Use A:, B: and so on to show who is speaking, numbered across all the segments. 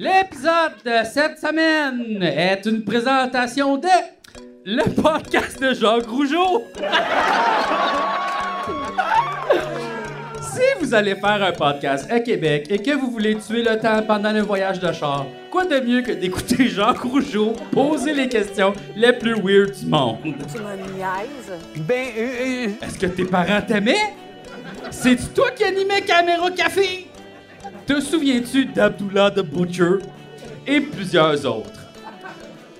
A: L'épisode de cette semaine est une présentation de le podcast de Jacques Rougeau. si vous allez faire un podcast à Québec et que vous voulez tuer le temps pendant le voyage de char, quoi de mieux que d'écouter Jacques Rougeau poser les questions les plus weird du monde?
B: Tu me niaises.
C: Ben, euh, euh,
A: Est-ce que tes parents t'aimaient? C'est toi qui animais Caméra Café? Te souviens-tu d'Abdullah the Butcher et plusieurs autres?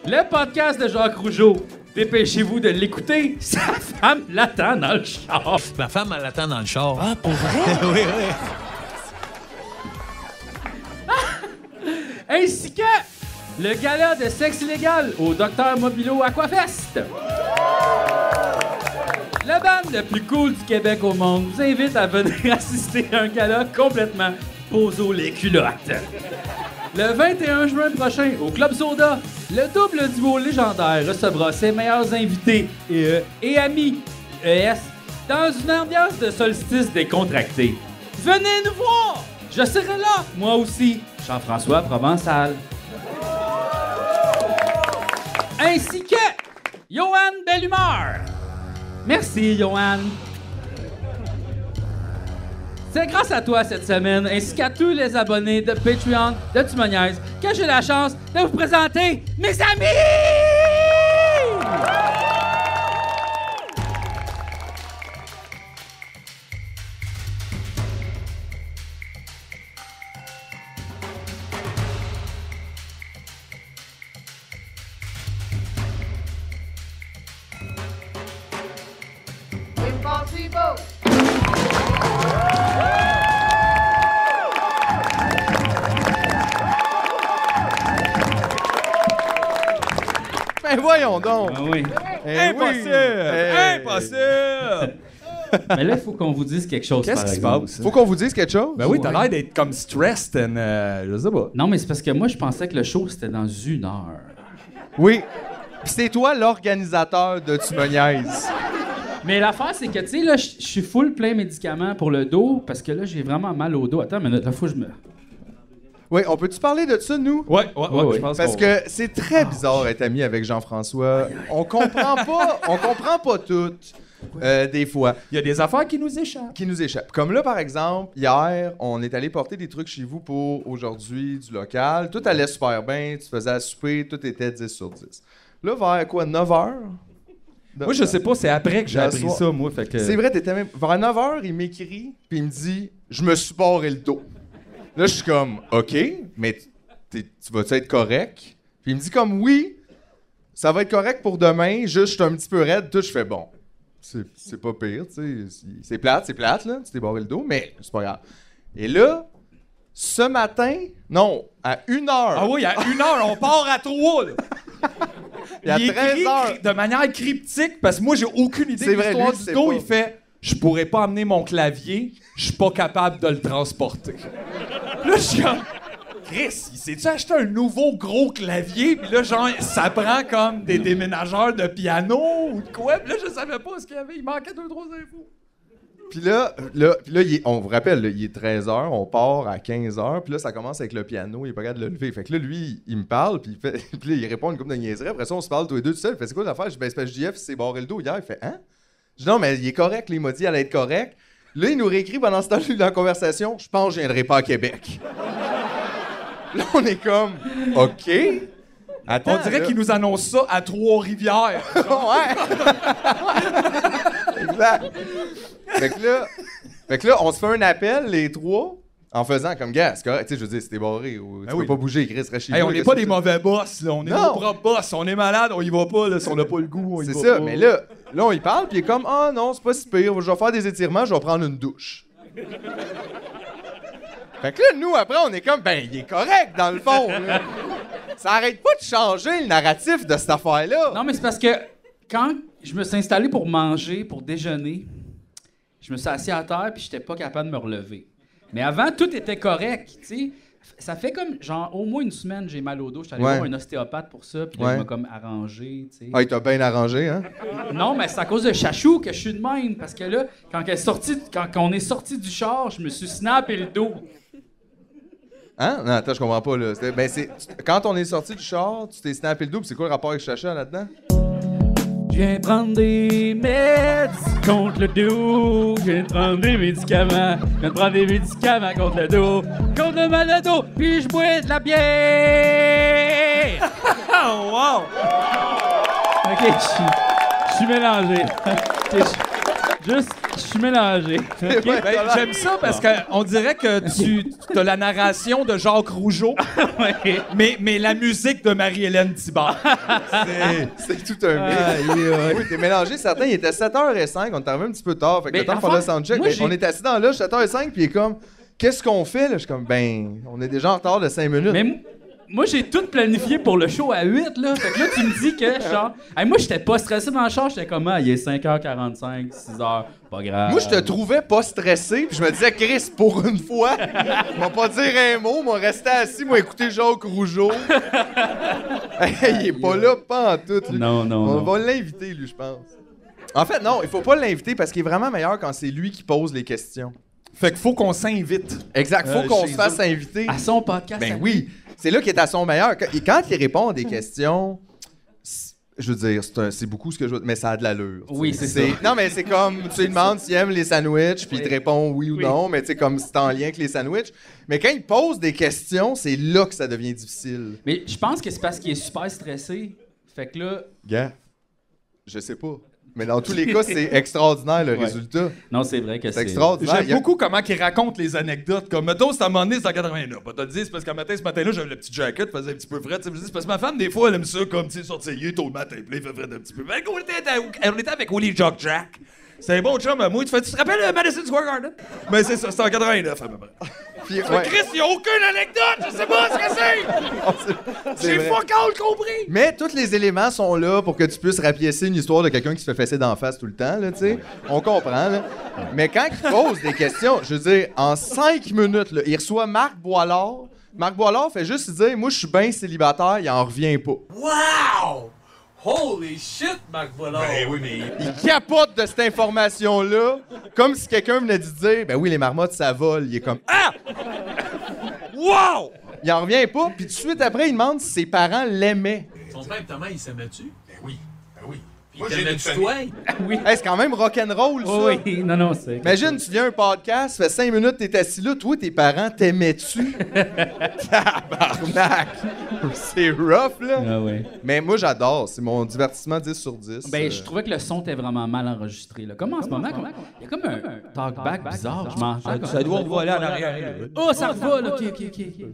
A: Le podcast de Jacques Rougeau, dépêchez-vous de l'écouter, sa femme l'attend dans le char.
C: ma femme, elle attend dans le char. Ah, pour
A: Ainsi que le gala de sexe illégal au Docteur Mobilo Aquafest. Le band le plus cool du Québec au monde vous invite à venir assister à un gala complètement poso les culottes. Le 21 juin prochain, au Club Soda, le double duo légendaire recevra ses meilleurs invités et, euh, et amis ES dans une ambiance de solstice décontracté. Venez nous voir! Je serai là, moi aussi, Jean-François Provençal. Ainsi que Johan Bellumeur. Merci, Johan. C'est grâce à toi cette semaine, ainsi qu'à tous les abonnés de Patreon de Tumoniaise, que j'ai la chance de vous présenter mes amis!
D: Ben voyons donc!
A: Ah oui.
D: Eh
C: Impossible! Hein?
D: oui. Eh, Hey.
C: Impossible!
A: Mais là, il faut qu'on vous dise quelque chose.
D: Qu'est-ce
A: par
D: qui se
A: exemple.
D: passe? Faut qu'on vous dise quelque chose?
C: Ben oui, t'as l'air d'être comme stressed and... euh, je sais pas.
A: Non, mais c'est parce que moi, je pensais que le show, c'était dans une heure.
D: Oui. Pis c'est toi l'organisateur de Tu me niaises.
A: Mais l'affaire, c'est que, tu sais, là, je je suis full plein médicaments pour le dos parce que là, j'ai vraiment mal au dos. Attends, mais là, faut que je me.
D: Oui, on peut-tu parler de ça, nous?
C: Ouais, ouais, ouais,
A: Ouais,
C: je pense Ah,
D: Parce que c'est très bizarre d'être ami avec Jean-François. On comprend pas, on comprend pas tout, euh, des fois,
C: Il y a des affaires qui nous échappent.
D: qui nous échappe. Comme là, par exemple, hier, on est allé porter des trucs chez vous pour aujourd'hui du local. Tout allait super bien, tu faisais à souper, tout était 10 sur 10. Là, vers quoi, 9 heures?
C: Moi, je sais pas, c'est après que j'ai
D: Hier
C: appris
D: soir.
C: ça, moi, fait que...
D: C'est vrai, t'étais même. Vers 9h, il m'écrit, puis il me dit Je me suis barré le dos. Là, je suis comme OK, mais t- t'es- tu vas-tu être correct Puis il me dit comme Oui, ça va être correct pour demain, juste je suis un petit peu raide, tout. Je fais Bon, c'est c'est pas pire, tu sais. c'est- C'est plate, c'est plate, là, tu t'es barré le dos, mais c'est pas grave. Et là, ce matin, non, à 1h,
C: Ah oui, à une heure, on part à trois, là.
D: et à
C: il écrit
D: 13h,
C: cri- de manière cryptique, parce que moi, j'ai aucune idée
D: C'est
C: de
D: vrai,
C: l'histoire
D: lui,
C: du
D: c'est
C: dos.
D: pas.
C: Il fait « Je pourrais pas amener mon clavier, je suis pas capable de le transporter. » Là, je suis comme... Chris, il s'est-tu acheté un nouveau gros clavier? Puis là, genre, ça prend comme des déménageurs de piano ou de quoi? Puis là, je savais pas ce qu'il y avait. Il manquait deux, trois infos.
D: Puis là, là, puis là, il est- on vous rappelle, là, il est 13h, on part à 15h, puis là, ça commence avec le piano, il est pas capable de le lever. Fait que là, lui, il me parle, puis il, fait, puis là, il répond à une couple de niaiseries. Après ça, on se parle tous les deux tout seul. Il fait, c'est quoi l'affaire? Je dis, ben, c'est parce que JF s'est barré le dos hier. Il fait, hein? Je dis, non, mais il est correct, là, il m'a dit, elle allait être correct. Là, il nous réécrit pendant ce temps-là, dans la conversation, je pense que je viendrai pas à Québec. là, on est comme, OK. Attends,
C: On dirait
D: Ah, là.
C: qu'il nous annonce ça à Trois-Rivières.
D: Ouais. exact. Fait que là, fait que là, on se fait un appel, les trois, en faisant comme gars, c'est correct. Tu sais, je veux dire, c'était barré ou tu
C: Ben
D: peux
C: oui.
D: pas bouger, Chris, reste chez
C: Hey,
D: vous,
C: on
D: qu'est-ce
C: n'est pas
D: que
C: des
D: tu-
C: mauvais boss, là. On est
D: Non.
C: nos propres boss. On est malade, on y va pas, là. Si on n'a pas le goût, on y
D: C'est
C: va
D: ça,
C: pas.
D: mais là, là, on y parle, puis il est comme, ah non, c'est pas si pire, je vais faire des étirements, je vais prendre une douche. fait que là, nous, après, on est comme, ben, il est correct, dans le fond. là. Ça arrête pas de changer le narratif de cette affaire-là.
A: Non, mais c'est parce que quand je me suis installé pour manger, pour déjeuner, je me suis assis à terre puis j'étais pas capable de me relever. Mais avant, tout était correct, tu sais. F- Ça fait comme, genre, au moins une semaine, j'ai mal au dos. J'étais allé
D: Ouais.
A: voir un ostéopathe pour ça, puis là,
D: Ouais.
A: il m'a comme arrangé, tu sais.
D: Ah, il t'a bien arrangé, hein?
A: Non, mais c'est à cause de Chachou que je suis de même. Parce que là, quand, elle est sortie, quand, quand on est sorti du char, je me suis snappé le dos.
D: Hein? Non, attends, je comprends pas, là. C'était- Ben, c'est... tu- Quand on est sorti du char, tu t'es snappé le double, c'est quoi le rapport avec Chacha là-dedans?
A: Je viens prendre des meds contre le dos. Je viens de prendre des médicaments. Je viens de prendre des médicaments contre le dos. Contre le mal de dos. Puis je bois de la bière.
C: Oh, wow!
A: OK, je suis- je suis mélangé. Ok, je- Juste, je suis mélangé. OK?
D: Ouais,
C: Ben,
D: t'as l'air-
C: J'aime ça parce qu'on dirait que tu as la narration de Jacques Rougeau,
A: Ouais.
C: mais, mais la musique de Marie-Hélène Thibard.
D: C'est- C'est tout un mix. oui, t'es mélangé. Certains, il était 7h05, on est arrivé un petit peu tard. Fait que
A: Mais
D: le temps de faire le
A: l'affaire-
D: soundcheck,
A: moi,
D: ben,
A: j'ai-
D: on est assis dans la loge, 7h05, puis il est comme, qu'est-ce qu'on fait? Là? Je suis comme, ben, on est déjà en retard de 5 minutes.
A: Mais m- moi, j'ai tout planifié pour le show à 8, là. Fait que là, tu me dis que, genre... Hey, moi, j'étais pas stressé dans le char. J'étais comme, ah, il est 5h45, 6h, pas grave.
D: Moi, je te trouvais pas stressé, puis je me disais, Chris, pour une fois, m'a pas dire un mot, m'a resté assis, m'a écouté Jacques Rougeau. Hey, il est pas là, pas en tout. lui.
A: Non, non,
D: On
A: non.
D: va l'inviter, lui, je pense. En fait, non, il faut pas l'inviter parce qu'il est vraiment meilleur quand c'est lui qui pose les questions.
C: Fait qu'il faut qu'on s'invite.
D: Exact, faut
C: Euh,
D: qu'on
C: chez
D: se fasse inviter.
A: À son podcast,
D: Ben
A: à-
D: oui, c'est là qu'il est à son meilleur. Quand- Et quand il répond à des questions, c'est- je veux dire, c'est un- c'est beaucoup ce que je veux, mais ça a de l'allure. tu
A: Oui,
D: sais.
A: c'est
D: Non, mais c'est comme, tu lui demandes s'il aime les sandwichs, puis il te
A: Oui.
D: répond oui ou
A: Oui.
D: non, mais tu sais, comme c'est en lien avec les sandwichs. Mais quand il pose des questions, c'est là que ça devient difficile.
A: Mais je pense que c'est parce qu'il est super stressé. Fait que là...
D: Gars, je sais pas. Mais dans tous les cas, c'est extraordinaire le
A: Ouais.
D: résultat.
A: Non, c'est vrai que c'est...
D: C'est extraordinaire.
C: J'aime
D: Il y a-
C: beaucoup comment il raconte les anecdotes. Comme, mettons, c'est à un moment donné, c'est en 89. Pas te le dire, c'est parce qu'un matin, ce matin-là, j'avais le petit jacket, faisait un petit peu frais. tu sais, je me dis, C'est parce que ma femme, des fois, elle aime ça, comme, tu sais, sortir il est tôt le matin, puis là, il fait frais un petit peu. Ben, on était, à- on était avec Willie Jock Jack. C'est un bon chum à moi. Tu, fais, tu te rappelles euh, Madison Square Garden? Mais c'est ça, c'est en 89 à peu près.
D: Puis-
C: Mais
D: ouais,
C: Chris, il a aucune anecdote, je sais pas ce que c'est!
D: c'est- c'est
C: J'ai
D: vrai.
C: fuck all compris!
D: Mais tous les éléments sont là pour que tu puisses rapiécer une histoire de quelqu'un qui se fait fesser d'en face tout le temps, là, tu sais. On comprend, là. Mais quand il pose des questions, je veux dire, en cinq minutes, là, il reçoit Marc Boilard. Marc Boilard fait juste dire Moi, je suis bien célibataire, il en revient pas.
E: Wow! Holy shit, Marc Bollard! Ben oui, mais...
D: Il capote de cette information-là, comme si quelqu'un venait de dire Ben oui, les marmottes, ça vole. Il est comme Ah
C: Wow!
D: Il en revient pas, puis tout de suite après, il demande si ses parents l'aimaient.
E: Ton père et ta mère, ils s'aimaient-tu? Ben oui, ben oui. Puis
F: Moi,
E: ils
F: j'ai une
E: t'aimaient-tu,
F: famille.
E: toi?
D: Hey, c'est quand même rock'n'roll, ça.
A: Oh oui, non, non, c'est...
D: Imagine, tu viens à un podcast, ça fait cinq minutes, t'es assis là, toi, tes parents t'aimaient-tu? Tabarnak! C'est rough, là!
A: Ah ouais.
D: Mais moi, j'adore. C'est mon divertissement 10 sur 10.
A: Ben,
D: Euh,
A: je trouvais que le son était vraiment mal enregistré. Là. Comme en ce moment, comme- il y a comme un talkback bizarre. Je m'en ça, doit revoler en arrière. Oh, ça revole! là. OK, OK, OK.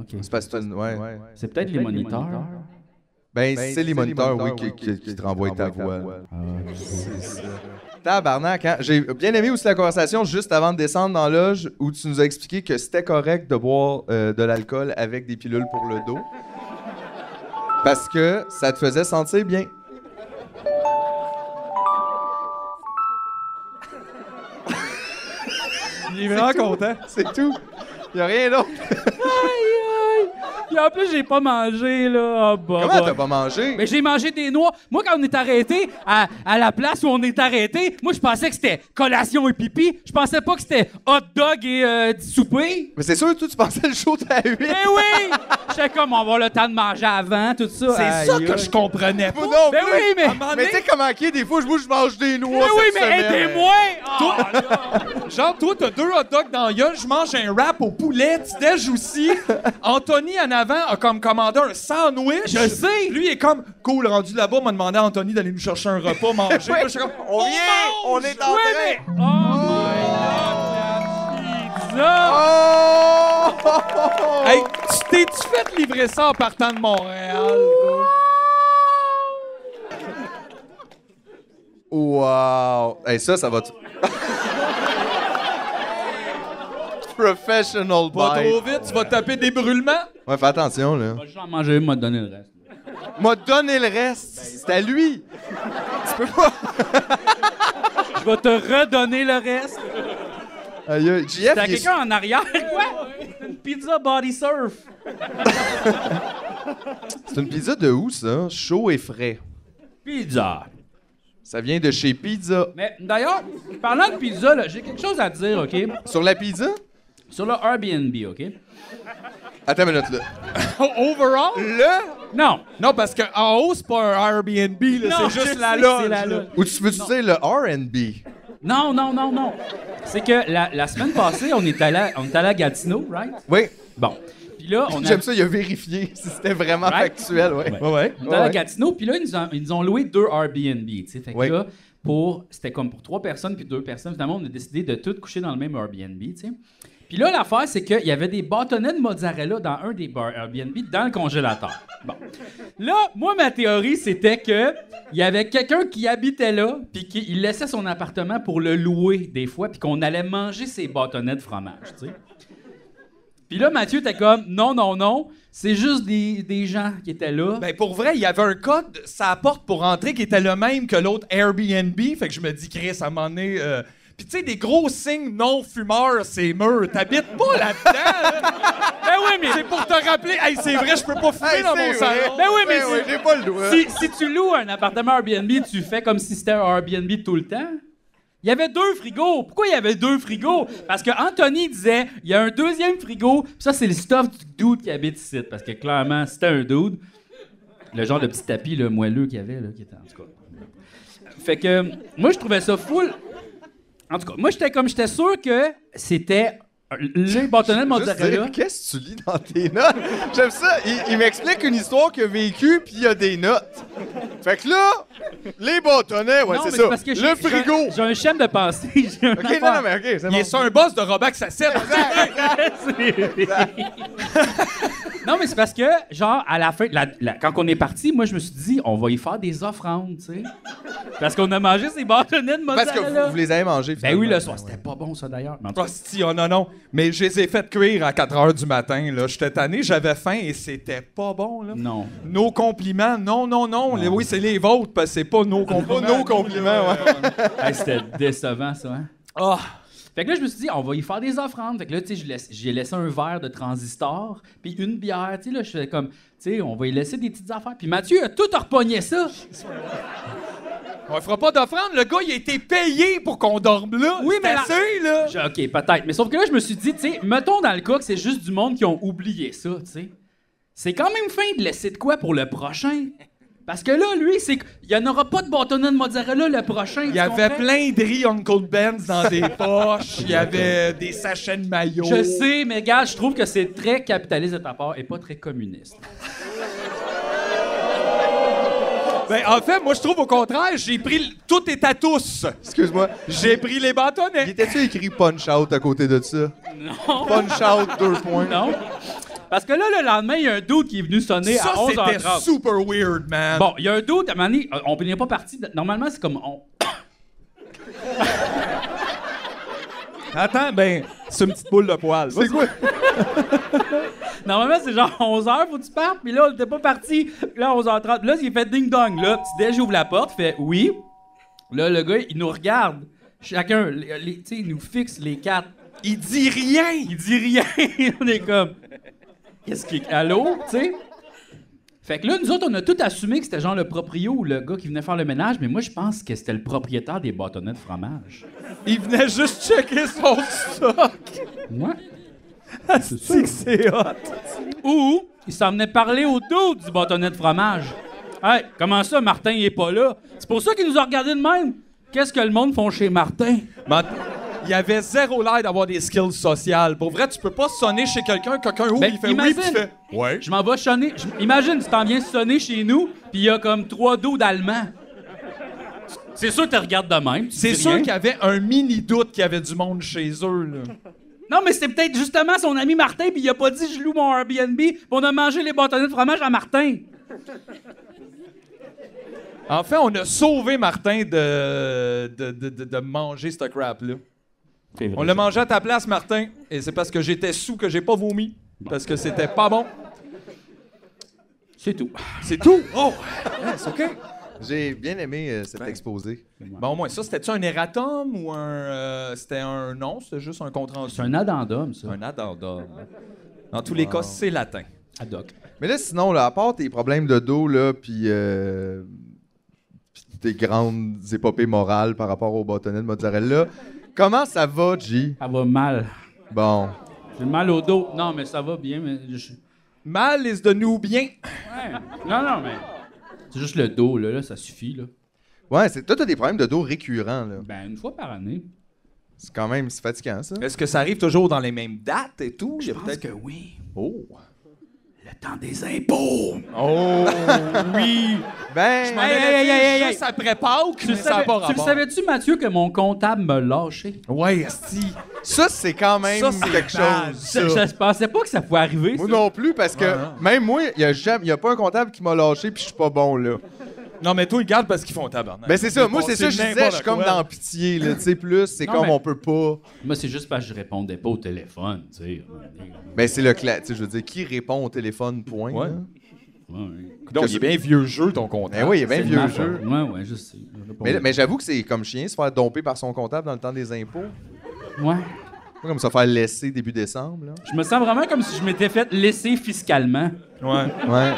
A: OK.
D: C'est parce que t'as une- ouais.
A: C'est peut-être les moniteurs.
D: Ben, c'est les moniteurs, oui, qui, qui- qui te renvoient ta voix. Ah, C'est ça. Tabarnak, hein? J'ai bien aimé aussi la conversation juste avant de descendre dans la loge où tu nous as expliqué que c'était correct de boire euh, de l'alcool avec des pilules pour le dos. Parce que ça te faisait sentir bien.
C: Il est vraiment content.
D: C'est tout. Il a rien d'autre.
A: Ah Puis en plus, j'ai pas mangé, là. Ah, bah,
D: Comment
A: bah.
D: t'as pas mangé?
A: Mais j'ai mangé des noix. Moi, quand on est arrêté, à, à la place où on est arrêté, moi, je pensais que c'était collation et pipi. Je pensais pas que c'était hot dog et euh, du souper.
D: Mais c'est sûr, toi, tu pensais le show t'as eu.
A: Eh oui! J'étais comme, on va avoir le temps de manger avant, tout ça. Eh
C: C'est ça que je comprenais pas.
D: Moi non
A: Ben
D: plus.
A: oui, mais...
D: Mais tu sais comment qui est, des fois, je bouge, je mange des noix.
A: Mais oui,
D: cette
A: mais
D: semaine.
A: aidez-moi! Ah,
C: Genre, toi, t'as deux hot dogs dans la gueule, je mange un wrap au poulet, tu déj aussi. Anthony, en avant, a comme commandé un sandwich.
A: Je sais.
C: Lui, il est comme, cool, rendu là-bas, m'a demandé à Anthony d'aller nous chercher un repas, manger. Là, je suis comme,
D: On vient, on est en
A: Oui,
D: train.
A: mais... Oh my God, la pizza!
D: Oh!
C: hey, tu t'es-tu fait livrer ça en partant de Montréal?
D: Wow! Hey, ça, ça va. t- Professional
C: Pas
D: bite.
C: trop vite, tu vas taper des brûlements.
D: Ouais, fais attention, là.
A: Je vais juste en manger une, m'a donné le reste.
D: M'a donné le reste. C'est à lui. tu peux pas.
A: Je vais te redonner le reste.
D: Aïe, aïe. JF,
A: T'as
D: il est-
A: quelqu'un en arrière, quoi? C'est une pizza body surf.
D: c'est une pizza de où, ça? Chaud et frais.
A: Pizza.
D: Ça vient de chez Pizza.
A: Mais d'ailleurs, parlant de pizza, là, j'ai quelque chose à dire, OK?
D: Sur la pizza?
A: Sur le Airbnb, OK?
D: Attends une minute, là.
C: Overall?
D: Là?
A: Non.
C: Non, parce qu'en haut, c'est pas un Airbnb, là,
A: Non,
C: c'est
A: je
C: juste la
A: sais,
C: loge.
A: c'est la
C: là.
A: loge.
D: Ou tu veux-tu dire le R&B?
A: Non, non, non, non. C'est que la, la semaine passée, on est allé à, on est allé à Gatineau, right?
D: Oui.
A: Bon. Puis là, on a-
D: J'aime ça, il a vérifié si c'était vraiment
A: Right?
D: factuel, ouais.
A: Ouais.
D: Ouais, ouais.
A: On est allé à
D: ouais.
A: Gatineau, puis là, ils nous, ont, ils nous ont loué deux Airbnb, tu sais. Fait que
D: Oui.
A: là, pour, c'était comme pour trois personnes, puis deux personnes. Finalement, on a décidé de toutes coucher dans le même Airbnb, tu sais. Puis là, l'affaire, c'est qu'il y avait des bâtonnets de mozzarella dans un des bar- Airbnb dans le congélateur. Bon. Là, moi, ma théorie, c'était que il y avait quelqu'un qui habitait là, puis qu'il laissait son appartement pour le louer des fois, puis qu'on allait manger ses bâtonnets de fromage, tu sais. Puis là, Mathieu était comme, non, non, non, c'est juste des, des gens qui étaient là.
C: Ben pour vrai, il y avait un code, sa porte pour rentrer qui était le même que l'autre Airbnb. Fait que je me dis, Chris, à un moment donné. euh, Puis tu sais, des gros signes non fumeurs, c'est mûr. T'habites pas là-dedans. là. ben oui, mais. C'est pour te rappeler. Hey, c'est vrai, je peux pas fumer
D: Hey,
C: dans mon
D: c'est vrai.
C: salon.
A: Ben oui, mais
D: Ben
A: c'est-
D: oui, j'ai pas le doigt.
A: si, si tu loues un appartement Airbnb, tu fais comme si c'était un Airbnb tout le temps. Il y avait deux frigos. Pourquoi il y avait deux frigos? Parce que Anthony disait, il y a un deuxième frigo. Puis ça, c'est le stuff du dude qui habite ici. Parce que clairement, c'était un dude. Le genre de petit tapis le moelleux qu'il y avait, là, qui était en tout cas. Fait que, moi, je trouvais ça full. En tout cas, moi, j'étais comme, j'étais sûr que c'était le bâtonnet de
D: Juste
A: mozzarella.
D: dire, qu'est-ce que tu lis dans tes notes? J'aime ça. Il, il m'explique une histoire qu'il a vécue, puis il y a des notes. Fait que là, les bâtonnets, ouais,
A: Non, mais
D: c'est
A: c'est
D: ça.
A: parce que j'ai-
D: le
A: j'ai un-
D: frigo.
A: J'ai un chêne de pensée. j'ai un
D: OK, non,
A: affaire.
D: non, mais OK, c'est
C: Il
D: bon.
C: est sur un boss de Robac Sacette.
A: non, mais c'est parce que, genre, à la fin, la- la- quand on est parti, moi, je me suis dit, on va y faire des offrandes, tu sais. Parce qu'on a mangé ces bâtonnets de
D: Parce que
A: mozzarella.
D: vous, vous les avez mangés.
A: Ben oui,
D: finalement.
A: le soir, c'était pas bon, ça, d'ailleurs. Mais en tout cas,
C: Hostie, oh non, non. Mais je les ai fait cuire à 4 h du matin. là. J'étais tanné, j'avais faim et c'était pas bon. Là.
A: non.
C: Nos compliments, non, non, non. Les- oui, c'est les vôtres, parce que c'est pas nos compliments.
D: Pas nos compliments, ouais.
A: Hey, c'était décevant, ça, hein?
C: Ah,
A: Fait que là, je me suis dit, on va y faire des offrandes. Fait que là, tu sais, je laisse- j'ai laissé un verre de transistor, puis une bière. Tu sais, là, je fais comme, tu sais, on va y laisser des petites affaires. Puis Mathieu a tout repogné ça.
C: on fera pas d'offrande. Le gars, il a été payé pour qu'on dorme là.
A: Oui,
C: C'est
A: mais la-
C: assez, là.
A: Je- OK, peut-être. Mais sauf que là, je me suis dit, tu sais, mettons dans le cas que c'est juste du monde qui ont oublié ça, tu sais. C'est quand même fin de laisser de quoi pour le prochain. Parce que là, lui, c'est qu'il n'y en aura pas de bâtonnet de mozzarella le prochain.
C: Il y avait plein de riz Uncle Ben's dans des poches. Il y avait des sachets de maillot.
A: Je sais, mais gars, je trouve que c'est très capitaliste de ta part et pas très communiste.
C: Ben, en fait, moi, je trouve au contraire, j'ai pris... le- Tout est à tous.
D: Excuse-moi.
C: J'ai pris les bâtonnets.
D: Il était-tu écrit Punch Out à côté de ça? Non. Punch Out, deux points.
A: Non? Parce que là, le lendemain, il y a un doute qui est venu sonner
C: Ça,
A: à
C: c'était
A: 11h30.
C: super weird, man.
A: Bon, il y a un doute, à un moment donné, euh, on n'est pas parti. de- Normalement, c'est comme on.
C: Attends, ben, c'est une petite boule de poil.
D: C'est quoi?
A: Normalement, c'est genre 11h, faut que tu partes. Puis là, on était pas parti. Là, 11h30. Là, il fait ding-dong. Là, petit déj, j'ouvre la porte, fait oui. Là, le gars, il nous regarde. Chacun, les- les- tu sais, il nous fixe les quatre.
C: Il dit rien.
A: Il dit rien. on est comme. Qu'est-ce qui. Allô? Tu sais? Fait que là, nous autres, on a tout assumé que c'était genre le proprio ou le gars qui venait faire le ménage, mais moi, je pense que c'était le propriétaire des bâtonnets de fromage.
C: Il venait juste checker son stock.
A: Moi?
C: C'est que c'est hot.
A: Ou il s'en venait parler au dos du bâtonnet de fromage. Hey, comment ça, Martin, il est pas là? C'est pour ça qu'il nous a regardé de même. Qu'est-ce que le monde font chez Martin?
C: Mais il y avait zéro l'air d'avoir des skills sociales. Pour vrai, tu peux pas sonner chez quelqu'un, quelqu'un ouvre,
A: Ben,
C: il fait
A: imagine.
C: oui, puis tu fais. Ouais.
A: Je m'en vais sonner. je- Imagine, tu t'en viens sonner chez nous, puis il y a comme trois dos d'Allemands. C'est sûr que tu regardes de même. tu
C: C'est
A: dis
C: sûr
A: rien.
C: qu'il y avait un mini doute qu'il y avait du monde chez eux. Là.
A: Non, mais c'était peut-être justement son ami Martin, puis il a pas dit je loue mon Airbnb, puis on a mangé les bâtonnets de fromage à Martin.
C: En fait, on a sauvé Martin de, de, de, de- de manger ce crap-là. On l'a mangé à ta place, Martin, et c'est parce que j'étais sous que j'ai pas vomi. Parce que c'était pas bon.
A: C'est tout.
C: C'est tout. Oh, Ouais, c'est OK.
D: J'ai bien aimé euh, cet exposé.
C: Bon, au moins, ça, c'était-tu un erratum ou un. euh, c'était un nom, c'était juste un compte rendu?
A: C'est un addendum, ça.
C: Un addendum. Dans tous les cas, c'est latin.
A: Ad hoc.
D: Mais là, sinon, là, à part tes problèmes de dos, là, puis euh, puis tes grandes épopées morales par rapport au bâtonnet de mozzarella, comment ça va, G?
A: Ça va mal.
D: Bon.
A: J'ai mal au dos. Non, mais ça va bien, mais je-
C: Mal is the new bien.
A: Ouais. Non, non, mais. C'est juste le dos, là, là, ça suffit, là.
D: Ouais, c'est toi, t'as des problèmes de dos récurrents, là.
A: Ben, une fois par année.
D: C'est quand même c'est fatigant, ça.
C: Est-ce que ça arrive toujours dans les mêmes dates et tout? Il y a peut-être-
A: oui.
D: Oh!
A: Le temps des impôts!
D: Oh!
A: Oui!
D: ben!
A: Hey, hey, hey, hey, hey, hey.
C: Juste après Pâques,
A: tu
C: mais
A: le
C: ça n'a
A: savais-
C: pas
A: tu le
C: rapport.
A: savais-tu, Mathieu, que mon comptable me lâchait?
D: Ouais, esti. Ça, c'est quand même
C: Ça, c'est
D: quelque
C: bad.
D: chose.
A: Je,
D: ça.
A: je pensais pas que ça pouvait arriver.
D: Moi
A: ça.
D: non plus, parce que même moi, il n'y a, jamais- y a pas un comptable qui m'a lâché puis je suis pas bon, là.
C: Non, mais toi, ils gardent parce qu'ils font tabarnak.
D: Ben, c'est ça. Moi, c'est
C: passé
D: ça, je disais,
C: n'importe
D: je suis comme
C: quoi.
D: dans pitié, là. Tu sais, plus, c'est
A: Non,
D: comme
A: mais-
D: on peut pas.
A: Moi, c'est juste parce que je répondais pas au téléphone, tu sais.
D: Ben, c'est le cla... Tu sais, je veux dire, qui répond au téléphone, point.
C: Ouais.
D: là?
A: Ouais.
C: Donc, il est bien vieux jeu, ton compte.
D: Ben oui, il y a bien
A: C'est
D: vieux
A: ma
D: jeu.
A: faute. Ouais, ouais, je sais. Je répondais
D: Mais, mais j'avoue que c'est comme chien, se faire domper par son comptable dans le temps des impôts.
A: pas. Ouais.
D: Pas comme ça, faire laisser début décembre, là.
A: Je me sens vraiment comme si je m'étais fait laisser fiscalement.
C: Ouais.
D: Ouais.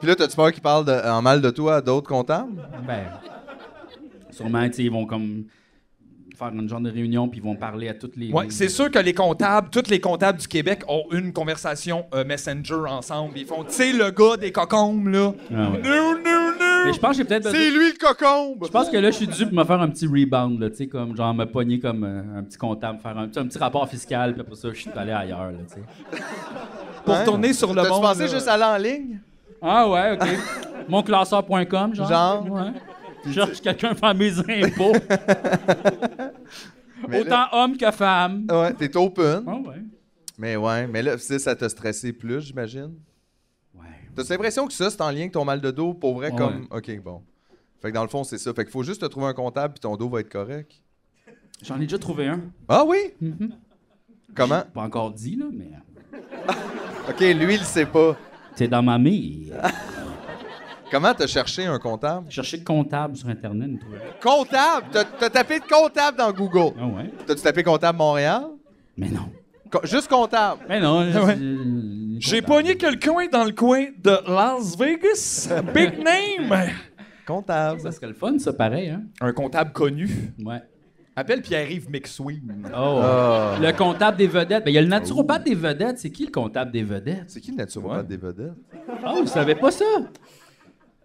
D: Puis là, t'as-tu peur qu'il parle de- en mal de toi à d'autres comptables?
A: Ben, sûrement, tu sais, ils vont comme faire une genre de réunion puis ils vont parler à toutes les.
C: Ouais, c'est sûr que les comptables, tous les comptables du Québec ont une conversation euh, Messenger ensemble. Ils font, tu sais, le gars des cocombes, là.
A: Ah ouais.
C: Non, non, non.
A: Mais je pense que j'ai peut-être. besoin-
D: C'est lui le cocombe!
A: Je pense que là, je suis dû pour me faire un petit rebound, là, tu sais, comme genre me pogner comme euh, un petit comptable, faire un, tu sais, un petit rapport fiscal, puis après ça, je suis allé ailleurs, là, tu sais.
C: Pour tourner sur le
D: T'as-tu
C: monde.
D: pensé
C: là.
D: juste aller en ligne?
A: Ah ouais, ok. Monclasseur.com, genre.
D: Genre.
A: Ouais. Je Cherche quelqu'un à faire mes impôts.
D: Mais
A: Autant homme que femme.
D: Ouais, t'es open.
A: Ah ouais.
D: Mais ouais, mais là, tu sais, ça t'a stressé plus, j'imagine.
A: Ouais.
D: T'as l'impression que ça, c'est en lien avec ton mal de dos, pour vrai,
A: Ouais.
D: comme. Ok, bon. Fait que dans le fond, c'est ça. Fait qu'il faut juste te trouver un comptable, puis ton dos va être correct.
A: J'en ai déjà trouvé un.
D: Ah oui?
A: Mm-hmm.
D: Comment?
A: Pas encore dit, là, mais.
D: Ok, lui, il sait pas.
A: C'est dans ma mire.
D: Comment t'as cherché un comptable?
A: Chercher comptable sur Internet, il me trouvait.
D: Comptable! T'as- T'as tapé de comptable dans Google.
A: Ah ouais.
D: T'as-tu tapé comptable Montréal?
A: Mais non. Ah
D: Co- juste comptable.
A: Mais non. je-
C: Ouais.
A: je-
C: J'ai
A: comptable.
C: pogné quelqu'un dans le coin de Las Vegas. Big name.
D: Comptable.
A: Ça serait le fun, ça, pareil, hein.
C: Un comptable connu.
A: Ouais.
C: Appelle Pierre-Yves McSween.
A: Oh.
D: Ah.
A: Le comptable des vedettes. Ben, il y a le naturopathe des vedettes. C'est qui le comptable des vedettes?
D: C'est qui le naturopathe
C: Ouais.
D: des vedettes?
A: Ah, vous savez pas ça?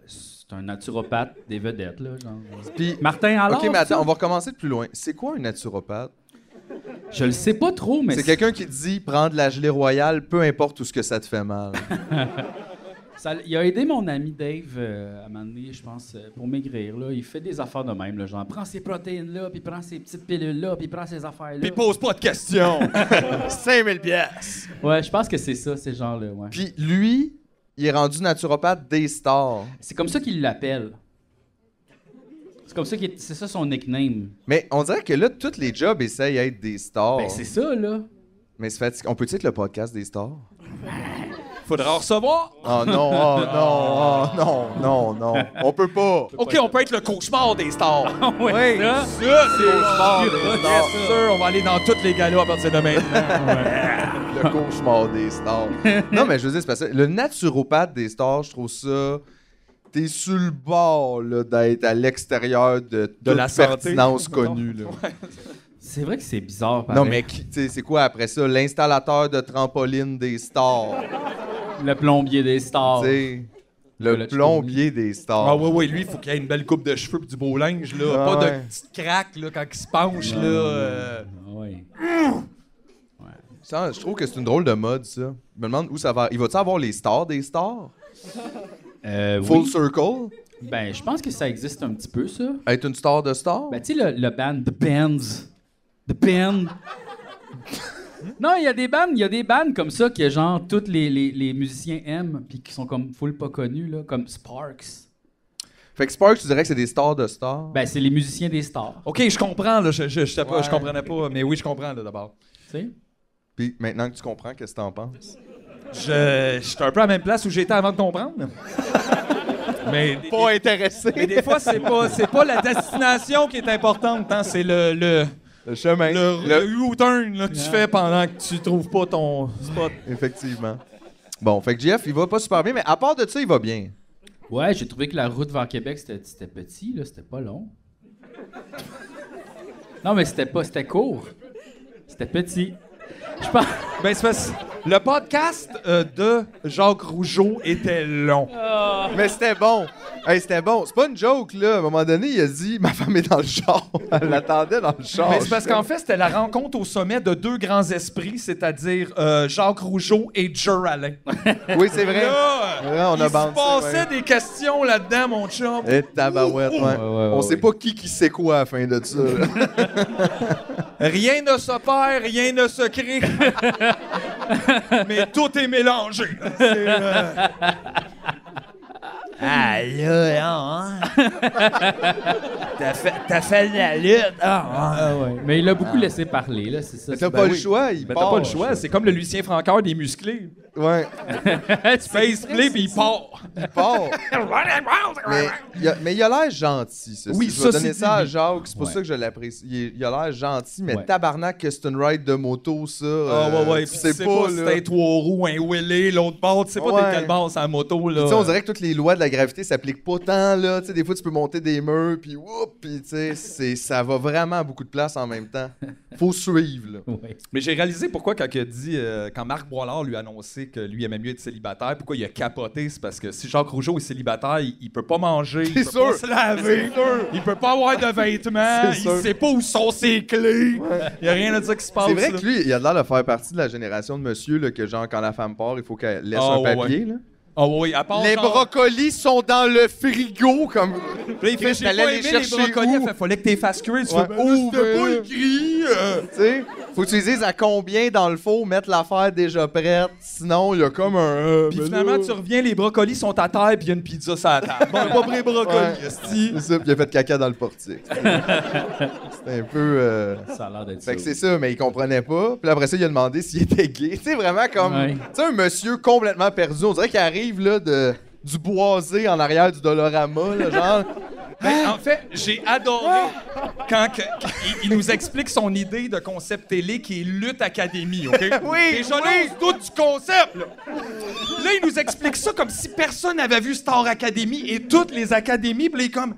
A: C'est un naturopathe des vedettes, là, genre.
D: Puis,
A: Martin Allard.
D: ok, mais attends,
A: ça?
D: on va recommencer de plus loin. C'est quoi un naturopathe?
A: Je le sais pas trop, mais
D: C'est quelqu'un qui dit prendre la gelée royale, peu importe où ce que ça te fait mal.
A: ça- il a aidé mon ami Dave euh, à un moment donné, je pense, euh, pour maigrir. Là. Il fait des affaires de même, là, genre prends ces protéines-là, puis prends ces petites pilules-là, puis prends ces affaires-là.
C: Puis pose pas de questions. 5000 pièces.
A: Ouais, je pense que c'est ça, ces gens-là. Ouais.
D: Puis lui, il est rendu naturopathe des stars.
A: C'est comme ça qu'il l'appelle. C'est comme ça qu'il. C'est ça son nickname.
D: Mais on dirait que là, tous les jobs essayent d'être des stars.
A: Ben, c'est ça, là.
D: mais c'est fatigué. On peut être le podcast des stars?
C: Faudra en recevoir.
D: Oh non, oh non, oh non, non, non. On peut pas.
C: OK, on peut être le cauchemar des stars.
A: Ouais, ça.
C: Ça, c'est
D: cauchemar des
C: Bien
D: stars.
C: sûr, on va aller dans toutes les galas à partir de maintenant.
D: Le cauchemar des stars. Non, mais je veux dire, c'est parce que le naturopathe des stars, je trouve ça. T'es sur le bord là, d'être à l'extérieur de,
C: De la
D: toute
C: santé.
D: pertinence
C: Mettons.
D: connue. là.
A: C'est vrai que c'est bizarre.
D: Non,
A: pareil.
D: mais qui- tu sais, c'est quoi après ça? L'installateur de trampoline des stars.
A: Le plombier des stars.
D: tu sais,
A: Là,
D: le
A: tu
D: plombier des stars.
C: Ah oui, oui, lui, il faut qu'il ait une belle coupe de cheveux puis du beau linge, là.
D: Ah
C: pas
D: ouais. Ah.
C: de petite craque, là, quand il se penche, là. euh.
A: Ah Ouais.
D: Ça, je trouve que c'est une drôle de mode, ça. Je me demande où ça va. Il va-tu avoir les stars des stars?
A: Euh,
D: Full
A: oui.
D: circle?
A: Ben, je pense que ça existe un petit peu, ça.
D: Être une star de star?
A: Ben, tu sais, le, le band The Bands. The Band. non, il y a des bands, il y a des bands comme ça que genre tous les, les, les musiciens aiment puis qui sont comme full pas connus là, comme Sparks.
D: Fait que Sparks, tu dirais que c'est des stars de stars?
A: Ben, c'est les musiciens des stars,
C: OK, je comprends, là. Je, je, je sais pas,
D: Ouais.
C: je comprenais pas, mais oui, je comprends, là, d'abord.
A: tu sais.
D: Puis maintenant que tu comprends, qu'est-ce que t'en penses?
C: Je, je suis un peu à la même place où j'étais avant de comprendre. mais,
D: Pas intéressé!
C: mais des fois, c'est pas, c'est pas la destination qui est importante, hein, c'est le, le,
D: Le chemin.
C: le,
D: Le-
C: le U-turn là, que tu fais pendant que tu trouves pas ton spot.
D: Effectivement. Bon, fait que Jeff, il va pas super bien, mais à part de ça, il va bien.
A: Ouais, j'ai trouvé que la route vers Québec c'était c'était petit là, c'était pas long. non, mais c'était pas c'était court. C'était petit. Je pense.
C: Ben, c'est parce que le podcast euh, de Jacques Rougeau était long.
D: Mais c'était bon. Hey, c'était bon. C'est pas une joke, là. À un moment donné, il a dit Ma femme est dans le char. Elle l'attendait dans le char.
C: Mais c'est parce qu'en fait, c'était la rencontre au sommet de deux grands esprits, c'est-à-dire euh, Jacques Rougeau et Jer Alain.
D: Oui, c'est vrai.
C: Là,
D: Ouais, on
C: il
D: a
C: se
D: bandé,
C: passait
D: ouais.
C: des questions là-dedans, mon chum.
D: Et Eh, tabarouette, ouais. On sait pas qui qui sait quoi à la fin de ça. là.
C: Rien ne se perd, rien ne se crée. Mais tout est mélangé. C'est, euh, Ah là, hein, hein. T'as fait, t'as fait la lutte. hein, hein.
A: Mais il l'a beaucoup laissé parler, là, c'est ça.
D: T'as
A: c'est-
D: pas
A: ben
D: le
A: oui.
D: choix, il
C: Mais
D: part.
C: t'as pas le choix, c'est comme le Lucien Francoeur des musclés.
D: Ouais,
A: Tu fais-
C: Face play, puis il part.
D: il part. Mais il a, mais il a l'air gentil, ça.
C: Oui,
D: je vais
C: ça,
D: donner
C: c'est
D: ça à
C: lui.
D: Jacques, c'est pour
A: Ouais.
D: ça que je l'apprécie. Il, est- il a l'air gentil, mais
A: Ouais.
D: tabarnak que c'est une ride de moto, ça.
C: Ah ouais,
D: euh,
C: ouais.
D: Tu
C: puis
D: sais pas,
C: si
D: là.
C: c'est un trois roues, un wheelie, l'autre bord. Tu sais pas
D: Ouais.
C: t'es quel bord c'est la moto, là.
D: Tu sais, on dirait que toutes les lois de la gravité s'appliquent pas tant, là. Tu sais, des fois, tu peux monter des murs, puis whoop, puis tu sais, c'est- ça va vraiment à beaucoup de place en même temps. Faut suivre, là.
A: Ouais.
C: Mais j'ai réalisé pourquoi quand, il a dit, euh, quand Marc Boilard lui a annoncé que lui aimait mieux être célibataire, pourquoi il a capoté, c'est parce que si Jacques Rougeau est célibataire, il, il peut pas manger, il peut
D: C'est
C: pas
D: sûr.
C: se laver, il peut pas avoir de vêtements,
D: C'est
C: il
D: sûr.
C: sait pas où sont ses clés, il y a rien à dire qui se passe.
D: C'est vrai
C: là.
D: que lui, il a l'air de faire partie de la génération de monsieur, là, que genre, quand la femme part, il faut qu'elle laisse
C: Ah,
D: un
C: ouais,
D: papier, là.
C: Ah oui, à part
D: les
C: genre-
D: brocolis sont dans le frigo, comme.
C: Puis il fait,
D: Chris,
C: j'ai
D: t'allais
C: pas
D: les
C: aimé les
D: chercher
C: brocolis,
D: où?
C: il fait, fallait que t'es fasses cuire, tu
D: Ouais.
C: fais, oh,
D: C'était
C: ben,
D: pas
C: écrit, euh.
D: Tu sais, faut que tu dises à combien, dans le faux, mettre l'affaire déjà prête. Sinon, il y a comme un. euh,
C: Puis
D: ben
C: finalement,
D: là.
C: tu reviens, les brocolis sont à terre, puis il y a une pizza sur la table. Bon, pas pris les brocolis,
D: Ouais.
C: esti.
D: C'est ça, puis il a fait caca dans le portique. C'était un peu. euh,
A: Ça a l'air d'être ça.
D: Fait que c'est ça, mais il comprenait pas. Puis après ça, il a demandé s'il était gay. Tu sais, vraiment comme.
A: Ouais.
D: Tu sais, un monsieur complètement perdu. On dirait qu'il arrive, là, de, du boisé en arrière du Dolorama, là, genre.
C: Ben, en fait, j'ai adoré quand que- qu'il- il, nous explique son idée de concept télé qui est Lutte Académie, OK?
D: Oui,
C: Déjà là, on se doute du concept, là. Là, il nous explique ça comme si personne n'avait vu Star Academy et toutes les académies, puis là, il est comme...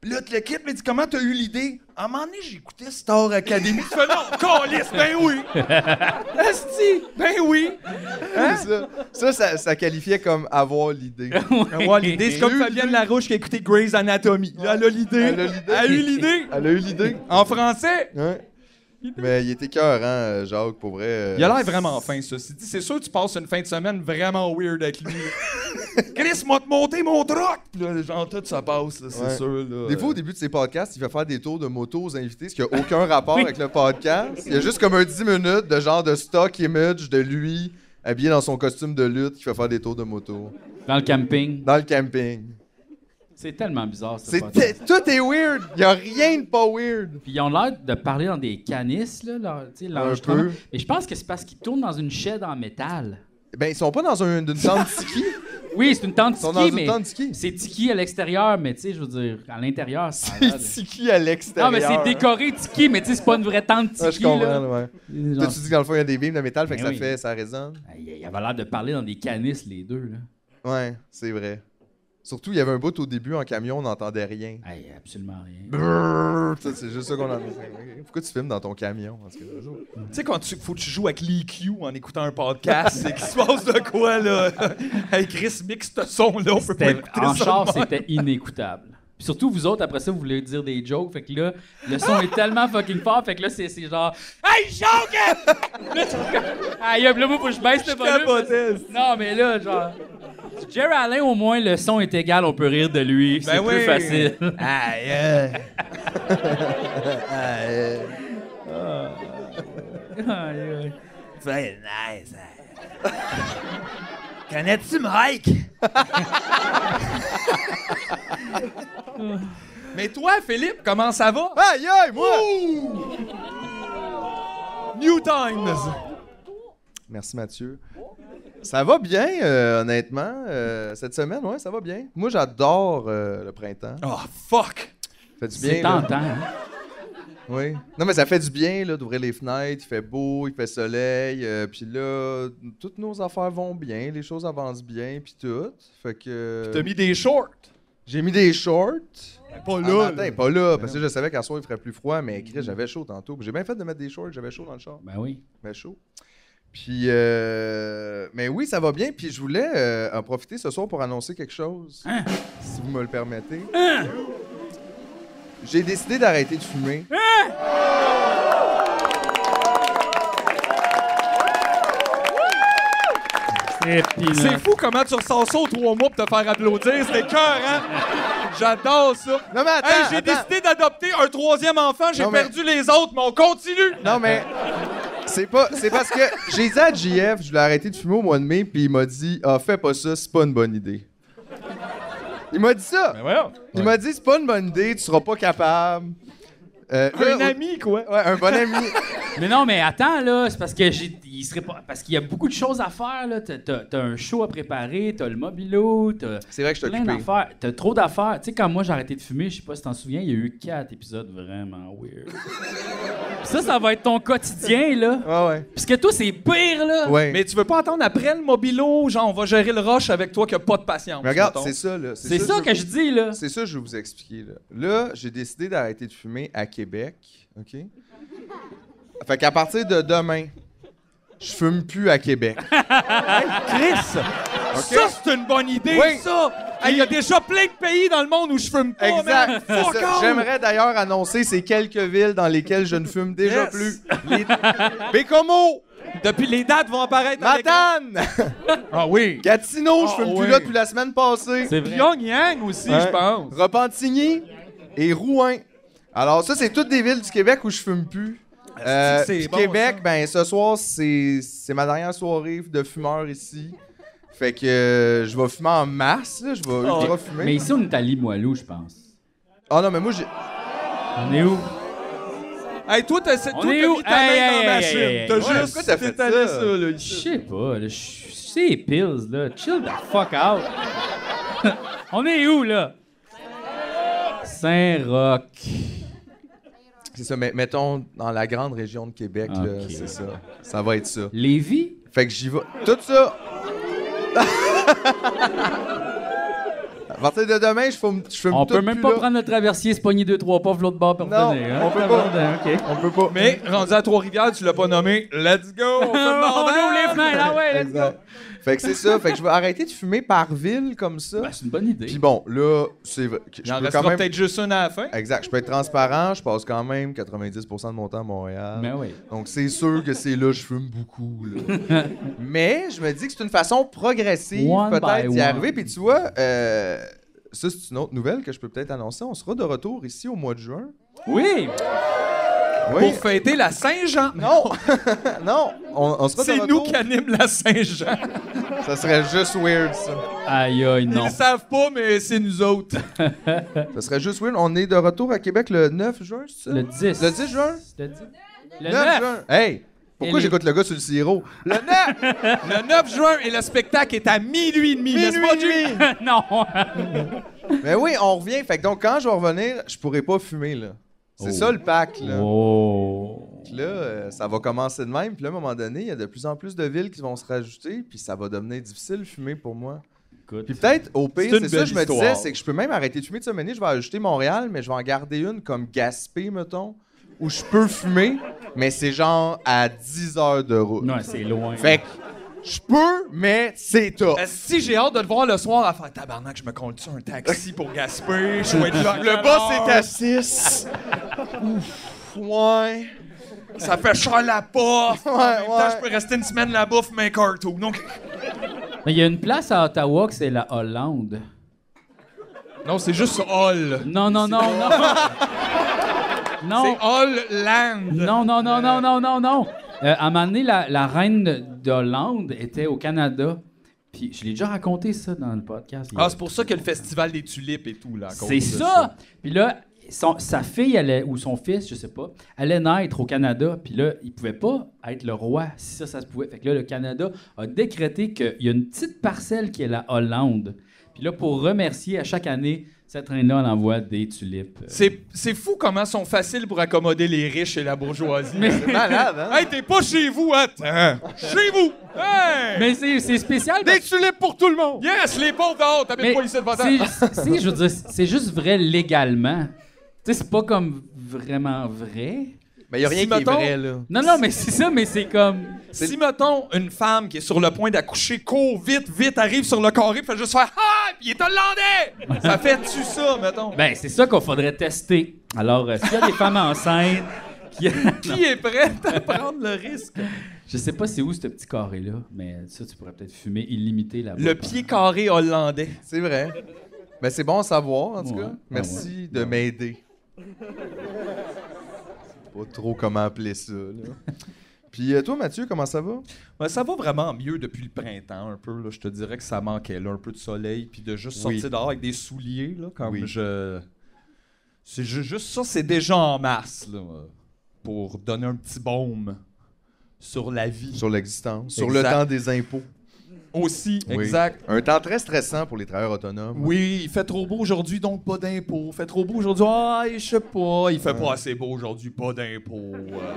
C: Puis là, le kit, il dit « Comment t'as eu l'idée? » À un moment donné, j'écoutais Star Academy. Tu fais « Non, câlisse, ben oui! » Esti, ben oui! Hein?
D: Ça, ça, ça, ça qualifiait comme avoir l'idée.
C: Ben Ouais, l'idée, c'est comme Fabienne Larouche qui a écouté Grey's Anatomy. Là, elle a l'idée.
D: Elle a l'idée.
C: a eu l'idée.
D: Elle a eu l'idée.
C: En français,
D: Hein? Mais il était cœur, hein, Jacques, pour vrai. euh,
C: Il a l'air vraiment fin, ceci dit. C'est sûr que tu passes une fin de semaine vraiment weird avec lui. Chris m'a te monté mon truck! Puis là, genre, tout ça passe, là, c'est
D: Ouais.
C: sûr.
A: Euh,
C: Là,
D: Des fois, au début de ses podcasts, il fait faire des tours de moto aux invités, ce qui n'a aucun rapport avec le podcast. Il y a juste comme un 10 minutes de genre de stock image de lui habillé dans son costume de lutte qui fait faire des tours de moto
A: Dans le camping.
D: dans le camping.
A: C'est tellement bizarre, ce
D: C'est
A: podcast.
D: tout est weird. Il y a rien de pas weird.
A: Puis ils ont l'air de parler dans des canisses, là, leur- tu sais, l'enregistrement.
D: peu.
A: Mais je pense que c'est parce qu'ils tournent dans une chaîne en métal.
D: Ben, ils sont pas dans un, une tente ski.
A: Oui, c'est une tente
D: Ils sont
A: ski,
D: dans une
A: mais
D: tente ski.
A: c'est tiki à l'extérieur, mais tu sais, je veux dire, à l'intérieur, ça a l'air de-
D: ski à
A: Non,
D: l'extérieur.
A: Ah, mais c'est décoré tiki, mais tu sais, c'est pas une vraie tente
D: Ah, je
A: tiki,
D: comprends,
A: là.
D: ouais.
A: Genre-
D: Toi, tu dis que dans le fond, il y a des beams de métal, fait que
A: Ben
D: ça
A: oui.
D: fait, ça résonne.
A: Ah, Il il avait l'air de parler dans des canisses, les deux, là.
D: Ouais, c'est vrai. Surtout, il y avait un bout au début en camion, on n'entendait rien.
A: Ah, il y a absolument rien.
D: Brrr, ça, c'est juste ça qu'on entend. Pourquoi tu filmes dans ton camion? Parce que-
C: Tu sais, quand tu, faut que tu joues avec l'EQ en écoutant un podcast, c'est qu'il se passe de quoi, là? hey, Chris, mixe ce son-là, on peut pas
A: C'était-
C: écouter
A: En
C: ça.
A: char, c'était inécoutable. Puis surtout, vous autres, après ça, vous voulez dire des jokes. Fait que là, le son est tellement fucking fort. Fait que là, c'est c'est genre Hey, joke! là, tu fais comme, Aïe, là, moi, faut que je baisse le volume.
C: capotais,
A: parce- Non, mais là, genre. Jerry Allen, au moins, le son est égal. On peut rire de lui. C'est
C: Ben
A: plus
C: oui.
A: facile.
C: Aïe, euh.
A: Aïe, aïe.
C: C'est nice. hein. Connais-tu Mike? Mais toi, Philippe, comment ça va?
D: Aïe, aïe, moi!
C: New Times!
D: Merci, Mathieu. Ça va bien, euh, honnêtement. Euh, cette semaine, ouais, ça va bien. Moi, j'adore euh, le printemps.
C: Oh, fuck!
D: Ça fait du bien.
A: C'est
D: là.
A: tentant. hein?
D: Oui. Non, mais ça fait du bien là, d'ouvrir les fenêtres. Il fait beau, il fait soleil. euh, puis là, toutes nos affaires vont bien. Les choses avancent bien, puis tout. Fait que.
C: T'as mis des shorts.
D: J'ai mis des shorts.
C: Pas là. ben
D: Ah,
C: Mm-hmm.
D: matin,
C: là.
D: pas là, parce que je savais qu'à soir, il ferait plus froid, mais Chris, j'avais chaud tantôt. Puis J'ai bien fait de mettre des shorts, j'avais chaud dans le char.
A: Ben oui.
D: Mais chaud. Puis, euh, mais oui, ça va bien. Puis je voulais euh, en profiter ce soir pour annoncer quelque chose,
C: Hein?
D: si vous me le permettez. J'ai décidé d'arrêter de fumer.
C: Hein?
A: C'est
C: C'est fou comment tu ressens ça aux trois mois pour te faire applaudir. C'était cœur, hein? J'adore ça.
D: Non, mais attends,
C: Hey, j'ai
D: attends.
C: décidé d'adopter un troisième enfant. J'ai
D: Non, mais-
C: perdu les autres, mais on continue.
D: Non, mais c'est pas, c'est parce que j'ai dit à JF, je voulais arrêter de fumer au mois de mai, puis il m'a dit, ah, fais pas ça, c'est pas une bonne idée. Il m'a dit ça.
C: voyons.
D: Il m'a dit, c'est pas une bonne idée, tu seras pas capable. Euh,
C: Un
D: là,
C: ami, quoi.
D: Ouais, un bon ami.
A: Mais non, mais attends, là, c'est parce que j'ai. Il serait pas. Parce qu'il y a beaucoup de choses à faire, là. T'as- T'as t'as un show à préparer, t'as le mobilo, t'as.
D: C'est vrai que je suis
A: Plein
D: occupé.
A: d'affaires. T'as trop d'affaires. Tu sais, quand moi j'ai arrêté de fumer, je sais pas si t'en souviens, il y a eu quatre épisodes vraiment weird. ça, ça va être ton quotidien, là.
D: Ah ouais.
A: Parce que toi, c'est pire, là.
D: Ouais.
C: Mais tu veux pas attendre après le mobilo? Genre, on va gérer le rush avec toi qui a pas de patience.
D: Mais regarde,
C: mettons.
D: c'est ça, là.
A: C'est ça que je dis, là.
D: C'est ça que je vais vous expliquer. Là, Là, j'ai décidé d'arrêter de fumer à Québec. OK? Fait qu'à partir de demain, je fume plus à Québec.
C: Chris! Ça, c'est une bonne idée,
D: Oui.
C: ça! Hey, Il y a déjà plein de pays dans le monde où je fume pas, man.
D: Exact. c'est
C: Fuck
D: ça.
C: off.
D: J'aimerais d'ailleurs annoncer ces quelques villes dans lesquelles je ne fume déjà
C: Yes.
D: plus. Les... Bécomo,
C: Depuis, les dates vont apparaître avec-
D: Matane,
C: Ah oui!
D: Gatineau, je
C: Ah,
D: fume
C: oui.
D: plus là depuis la semaine passée.
A: C'est vrai.
C: Pyongyang aussi,
D: Ouais.
C: je pense.
D: Hein? Repentigny et Rouen. Alors ça, c'est toutes des villes du Québec où je fume plus. Euh,
C: Ah, c'est
D: puis
C: bon,
D: Québec,
C: ça.
D: ben ce soir, c'est c'est ma dernière soirée de fumeur ici. Fait que euh, je vais fumer en masse, là. je vais
C: Ah.
D: ultra fumer.
A: Mais ici, on est à Limoilou, je pense.
D: Ah non, mais moi, j'ai-
A: On est où?
C: Hey, toi, t'as toi,
A: On
C: t'as
A: est où?
C: mis ta main
A: Hey,
C: dans
A: hey,
C: la
A: hey,
C: machine.
A: hey, hey.
C: T'as
A: Ouais,
C: juste
D: pourquoi t'as fait
C: étalé
D: ça?
C: là,
A: Je
C: ici.
A: sais pas, là. je- C'est les pills, là. Chill the fuck out. on est où, là? Saint-Roch.
D: c'est ça, mais mettons dans la grande région de Québec, là,
A: Ok.
D: c'est ça. Ça va être ça.
A: Lévis?
D: Fait que j'y vais. Tout ça. à partir de demain, je fume, je fume
A: On
D: tout
A: peut même
D: plus
A: pas
D: là.
A: prendre le traversier, se pogner deux, trois pofs l'autre bord pour
D: Non,
A: revenir, hein?
D: on peut pas.
A: Tabarnak, ok.
D: On peut pas.
C: Mais rendu à Trois-Rivières, tu l'as pas nommé. Let's go! On fait le
A: on ouvre les
C: bordel.
A: fenêtres, ah ouais, let's go.
D: Exact. Fait que c'est ça. Fait que je vais arrêter de fumer par ville comme ça.
A: Ben, c'est une bonne idée.
D: Puis bon, là, c'est vrai. que
C: Il
D: Je
C: en
D: peux
C: restera
D: quand même.
C: peut-être juste une à la fin.
D: Exact. Je peux être transparent. Je passe quand même 90% de mon temps à Montréal.
A: Ben oui.
D: Donc c'est sûr que c'est là que je fume beaucoup. là. Mais je me dis que c'est une façon progressive
A: One
D: peut-être
A: by one.
D: d'y arriver. Puis tu vois, euh, ça c'est une autre nouvelle que je peux peut-être annoncer. On sera de retour ici au mois de juin.
A: Oui!
D: Oui.
C: Pour fêter la Saint-Jean.
D: Non, non, on, on sera de
C: C'est nous
D: retour.
C: qui anime la Saint-Jean.
D: Ça serait juste weird ça.
A: Aïe, aïe,
C: Ils
A: non.
C: le savent pas, mais c'est nous autres.
D: Ça serait juste weird. On est de retour à Québec le 9 juin, c'est ça?
A: Le 10.
D: Le 10 juin?
A: Le 10. Le
D: 9
A: 9.
D: juin. Hey! Pourquoi
A: Et les-
D: j'écoute le gars sur le sirop? Le 9!
C: Le 9 juin, et le spectacle est à minuit et demi. n'est-ce pas, Jay?
D: Minuit!
A: non!
D: Mais oui, on revient. Fait que donc, quand je vais revenir, je pourrai pas fumer, là. C'est
A: Oh.
D: ça le pack, là.
A: Oh!
D: Puis Là, euh, ça va commencer de même. Puis là, à un moment donné, il y a de plus en plus de villes qui vont se rajouter. Puis ça va devenir difficile de fumer pour moi.
A: Écoute.
D: Puis peut-être, au pire,
C: C'est une
D: c'est ça
C: belle
D: que je me
C: histoire.
D: disais, c'est que je peux même arrêter de fumer de ce Je vais ajouter Montréal, mais je vais en garder une comme Gaspé, mettons, où je peux fumer, mais c'est genre à 10 heures de route.
A: Non, c'est loin.
D: Fait que je peux, mais c'est top.
C: Euh, Si j'ai hâte de le voir le soir à faire tabarnak, je me compte-tu un taxi pour Gaspé? Je vais être là. Ah,
D: Le boss est à 6. Ouf, ouais.
C: Ça fait cher la pof. en même temps,
D: ouais.
C: je peux rester une semaine là-bas, fumer un cartoon. Donc...
A: Mais il y a une place à Ottawa que c'est la Hollande.
C: Non, c'est juste Hall.
A: Non, non, non, non! non!
C: C'est Holland.
A: Non, non, non, non, non, non, non. Euh, à un moment donné, la, la reine d'Hollande était au Canada. Puis je l'ai déjà raconté ça dans le podcast.
C: Ah, c'est pour ça que le festival des tulipes et tout, là. à cause
A: C'est
C: de
A: ça. Puis là, son- sa fille allait, ou son fils, je sais pas, allait naître au Canada. Puis là, il pouvait pas être le roi si ça, ça se pouvait. Fait que là, le Canada a décrété qu'il y a une petite parcelle qui est la Hollande. Puis là, pour remercier à chaque année, cette reine-là, elle envoie des tulipes. euh,
C: C'est, c'est fou comment ils sont faciles pour accommoder les riches et la bourgeoisie.
A: Euh,
D: C'est malade, hein?
C: Hey, t'es pas chez vous, hein? Attends. Chez vous! Hey!
A: Mais c'est c'est spécial.
D: Des tulipes pour tout le monde!
C: Yes, les pauvres dehors, t'habites
A: Mais
C: pas ici de votre
A: c'est- c'est- je veux dire, c'est juste vrai légalement. Tu sais, c'est pas comme vraiment vrai.
D: Mais il a rien
C: Si,
D: qui
C: mettons-
D: est vrai, là.
A: Non, non, mais c'est ça, mais c'est comme.
C: Si, mettons, une femme qui est sur le point d'accoucher, court vite, vite, arrive sur le carré, fait juste faire Ah! Puis il est hollandais! ça fait-tu ça, mettons?
A: Ben, c'est ça qu'on faudrait tester. Alors, euh, s'il y a des femmes enceintes qui.
C: Qui est prêt à prendre le risque?
A: Je sais pas c'est où ce petit carré-là, mais ça, tu pourrais peut-être fumer illimité là-bas.
C: Le pied carré hollandais.
D: C'est vrai. Mais c'est bon à savoir, en tout
A: Ouais.
D: cas.
A: Ah
D: Merci de m'aider. pas trop comment appeler ça, là. Puis euh, toi, Mathieu, comment ça va?
C: Ben, ça va vraiment mieux depuis le printemps, un peu. là. Je te dirais que ça manquait là, un peu de soleil, puis de juste
D: Oui.
C: sortir dehors avec des souliers, là, comme
D: Oui.
C: je... C'est ju- juste ça, c'est déjà en masse, là, pour donner un petit baume sur la vie.
D: Sur l'existence, sur le
C: Exact.
D: temps des impôts.
C: Aussi,
D: Oui.
C: exact.
D: Un temps très stressant pour les travailleurs autonomes.
C: Oui, il fait trop beau aujourd'hui, donc pas d'impôts. Fait trop beau aujourd'hui, ah, je sais pas. Il fait pas assez beau aujourd'hui, pas d'impôts. Euh,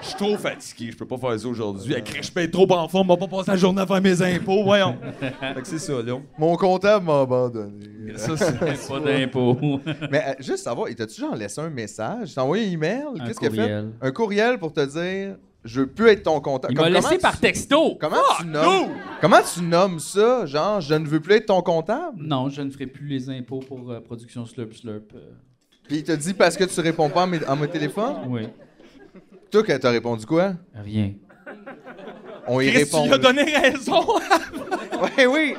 C: Je suis trop fatigué, je peux pas faire ça aujourd'hui. Ah, crée, Je peux être trop en forme, on va pas passer la journée à faire mes impôts, voyons. fait que c'est ça, là.
D: Mon comptable m'a abandonné.
C: Ça, c'est-
A: Pas d'impôt.
D: Mais euh, juste savoir, il t'a-tu genre laissé un message? T'as envoyé un email?
A: Un
D: Qu'est-ce qu'il a fait?
A: courriel.
D: Un courriel pour te dire je peux être ton comptable.
A: Il
D: Comme-
A: m'a
D: comment
A: laissé
D: tu-
A: par texto.
D: Comment tu nommes? Comment tu nommes ça? Genre je ne veux plus être ton comptable?
A: Non, je ne ferai plus les impôts pour euh, production Slurp Slurp. euh,
D: Puis il te dit parce que tu réponds pas à mes, à mon téléphone?
A: oui,
D: Toi que t'as répondu quoi?
A: rien.
D: On y
C: Chris,
D: répond.
C: tu lui as donné raison.
D: Ouais, oui.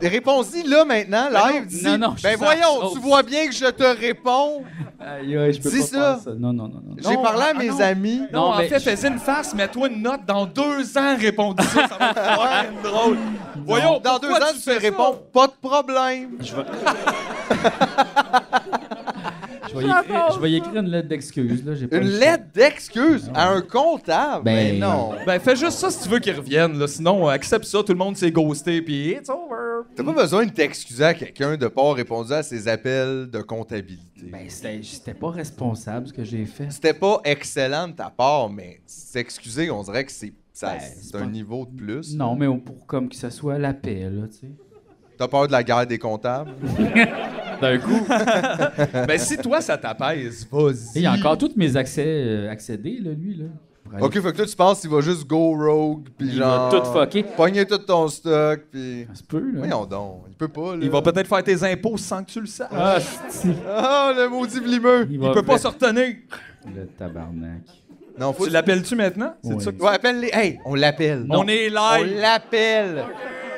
D: Réponds-y là maintenant, live. dis,
A: non, non, je
D: ben
A: suis
D: voyons,
A: sans-
D: tu vois bien que je te réponds.
A: Aïe, aïe, je peux
D: Dis
A: pas
D: ça.
A: faire ça. Non, non, non, non.
D: J'ai
C: Non,
D: parlé à
C: ah,
D: mes
C: non.
D: amis.
A: Non,
C: Non, en
A: mais
C: fait,
A: je-
C: fais une farce, mets-toi une note. Dans deux ans, réponds ça. Ça va être fucking drôle. Voyons,
D: Dans deux
C: pourquoi
D: ans, tu
C: fais
D: te
C: ça?
D: réponds, pas de problème.
A: Je vais, y écrire, je vais y écrire une lettre d'excuse. là, j'ai pas
D: Une
A: le choix.
D: lettre d'excuse à un comptable?
A: Ben
D: Ben non.
C: Ben, fais juste ça si tu veux qu'il revienne. Là. Sinon, euh, accepte ça, tout le monde s'est ghosté, puis it's over.
D: T'as pas besoin de t'excuser à quelqu'un de pas répondre à ses appels de comptabilité.
A: Ben, c'était c'était pas responsable ce que j'ai fait.
D: C'était pas excellent de ta part, mais s'excuser, on dirait que c'est ça-
A: Ben,
D: c'est
A: c'est
D: un
A: pas-
D: niveau de plus.
A: Non, mais pour comme que ça soit à la paix, là, tu sais.
D: T'as peur de la guerre des comptables?
A: D'un coup.
C: ben, si toi, ça t'apaise,
A: Il
C: vas-y.
A: y a encore tous mes accès euh, accédés, là, lui, là. Pour aller-
D: Ok, fait que toi, tu penses qu'il va juste go rogue, puis
A: Il
D: genre...
A: va tout fucker.
D: Pogner tout ton stock, puis...
A: Ça se peut, là.
D: Voyons donc, il peut pas, là.
C: Il va peut-être faire tes impôts sans que tu le saches.
A: Ah, c'est-
D: Ah, le maudit blimeux!
A: Il
C: Il
A: va
C: peut pas se retenir.
A: Le tabarnak.
D: Non, faut...
C: Tu l'appelles-tu maintenant? C'est
A: Oui.
C: ça que-
D: Ouais, appelle-les. Hey, on l'appelle.
C: On est
D: On
C: live.
D: l'appelle.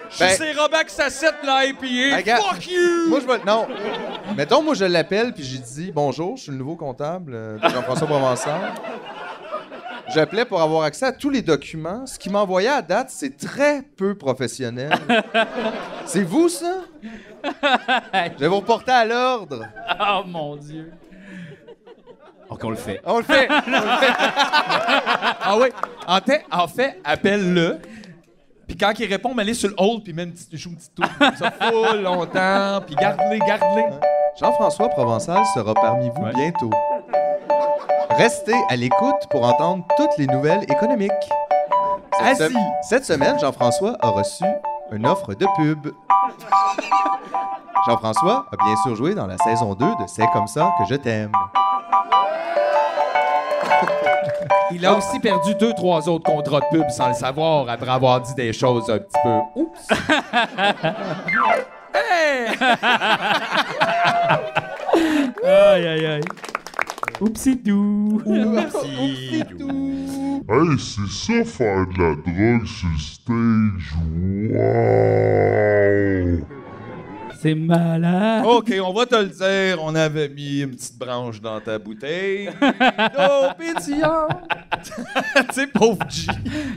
C: Je
D: Ben-
C: sais, Robin, que ça cite la IPA.
D: Regarde.
C: Fuck you!
D: Moi, je vais... Non. Mettons, moi, je l'appelle, puis j'ai dit « Bonjour, je suis le nouveau comptable euh, de Jean-François Provençal. » J'appelais pour avoir accès à tous les documents. Ce qui m'envoyait à date, c'est très peu professionnel. c'est vous, ça? Je vais vous reporter à l'ordre.
A: Oh mon Dieu. Ok, on le fait.
D: On le fait.
C: Ah oui. En, fait- en fait, appelle-le. Puis quand il répond, allez sur le hold, puis même tu joue une petite tour. Ça fout longtemps, puis garde-les, garde-les.
D: Jean-François Provençal sera parmi vous
C: Ouais.
D: bientôt. Restez à l'écoute pour entendre toutes les nouvelles économiques. Cette,
C: Assis.
D: cette semaine, Jean-François a reçu une offre de pub. Jean-François a bien sûr joué dans la saison 2 de C'est comme ça que je t'aime.
C: Il a aussi perdu deux, trois autres contrats de pub sans le savoir après avoir dit des choses un petit peu. Oups!
A: Aïe, aïe, aïe. Oupsie doux.
F: Hey, c'est ça faire de la drogue sur le stage. Wow!
A: C'est malade.
C: OK, on va te le dire, on avait mis une petite branche dans ta bouteille. Oh, D'eau pétillante! tu sais, pauvre G.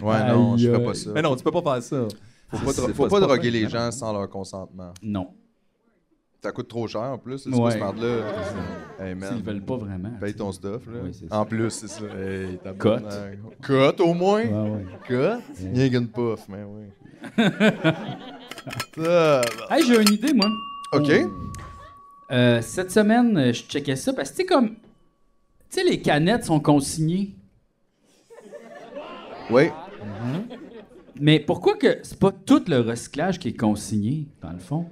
D: Ouais, non, je
A: Aïe,
D: fais
A: aïe.
D: pas ça.
C: Mais non, tu peux pas faire ça.
D: Faut pas, dro-
C: c'est pas-
D: faut pas
C: c'est pas
D: droguer
C: fait.
D: les gens sans leur consentement.
A: Non.
D: Ça coûte trop cher en plus, c'est
A: Ouais.
D: pas ce merde-là. Hey, man.
A: Ils veulent pas vraiment.
D: Paye Ben, ton stuff, là.
A: Oui, c'est
D: en plus, c'est ça. Hey, tabarnak.
A: Ah
D: Cote, au moins.
A: Ouais, ouais.
D: Cote. Rien qu'une puff, mais oui. Ça,
A: Hey, j'ai une idée, moi.
D: OK.
A: Euh, cette semaine, euh, je checkais ça parce que, tu sais, comme. Tu sais, les canettes sont consignées.
D: Oui.
A: Mais pourquoi que c'est pas tout le recyclage qui est consigné, dans le fond?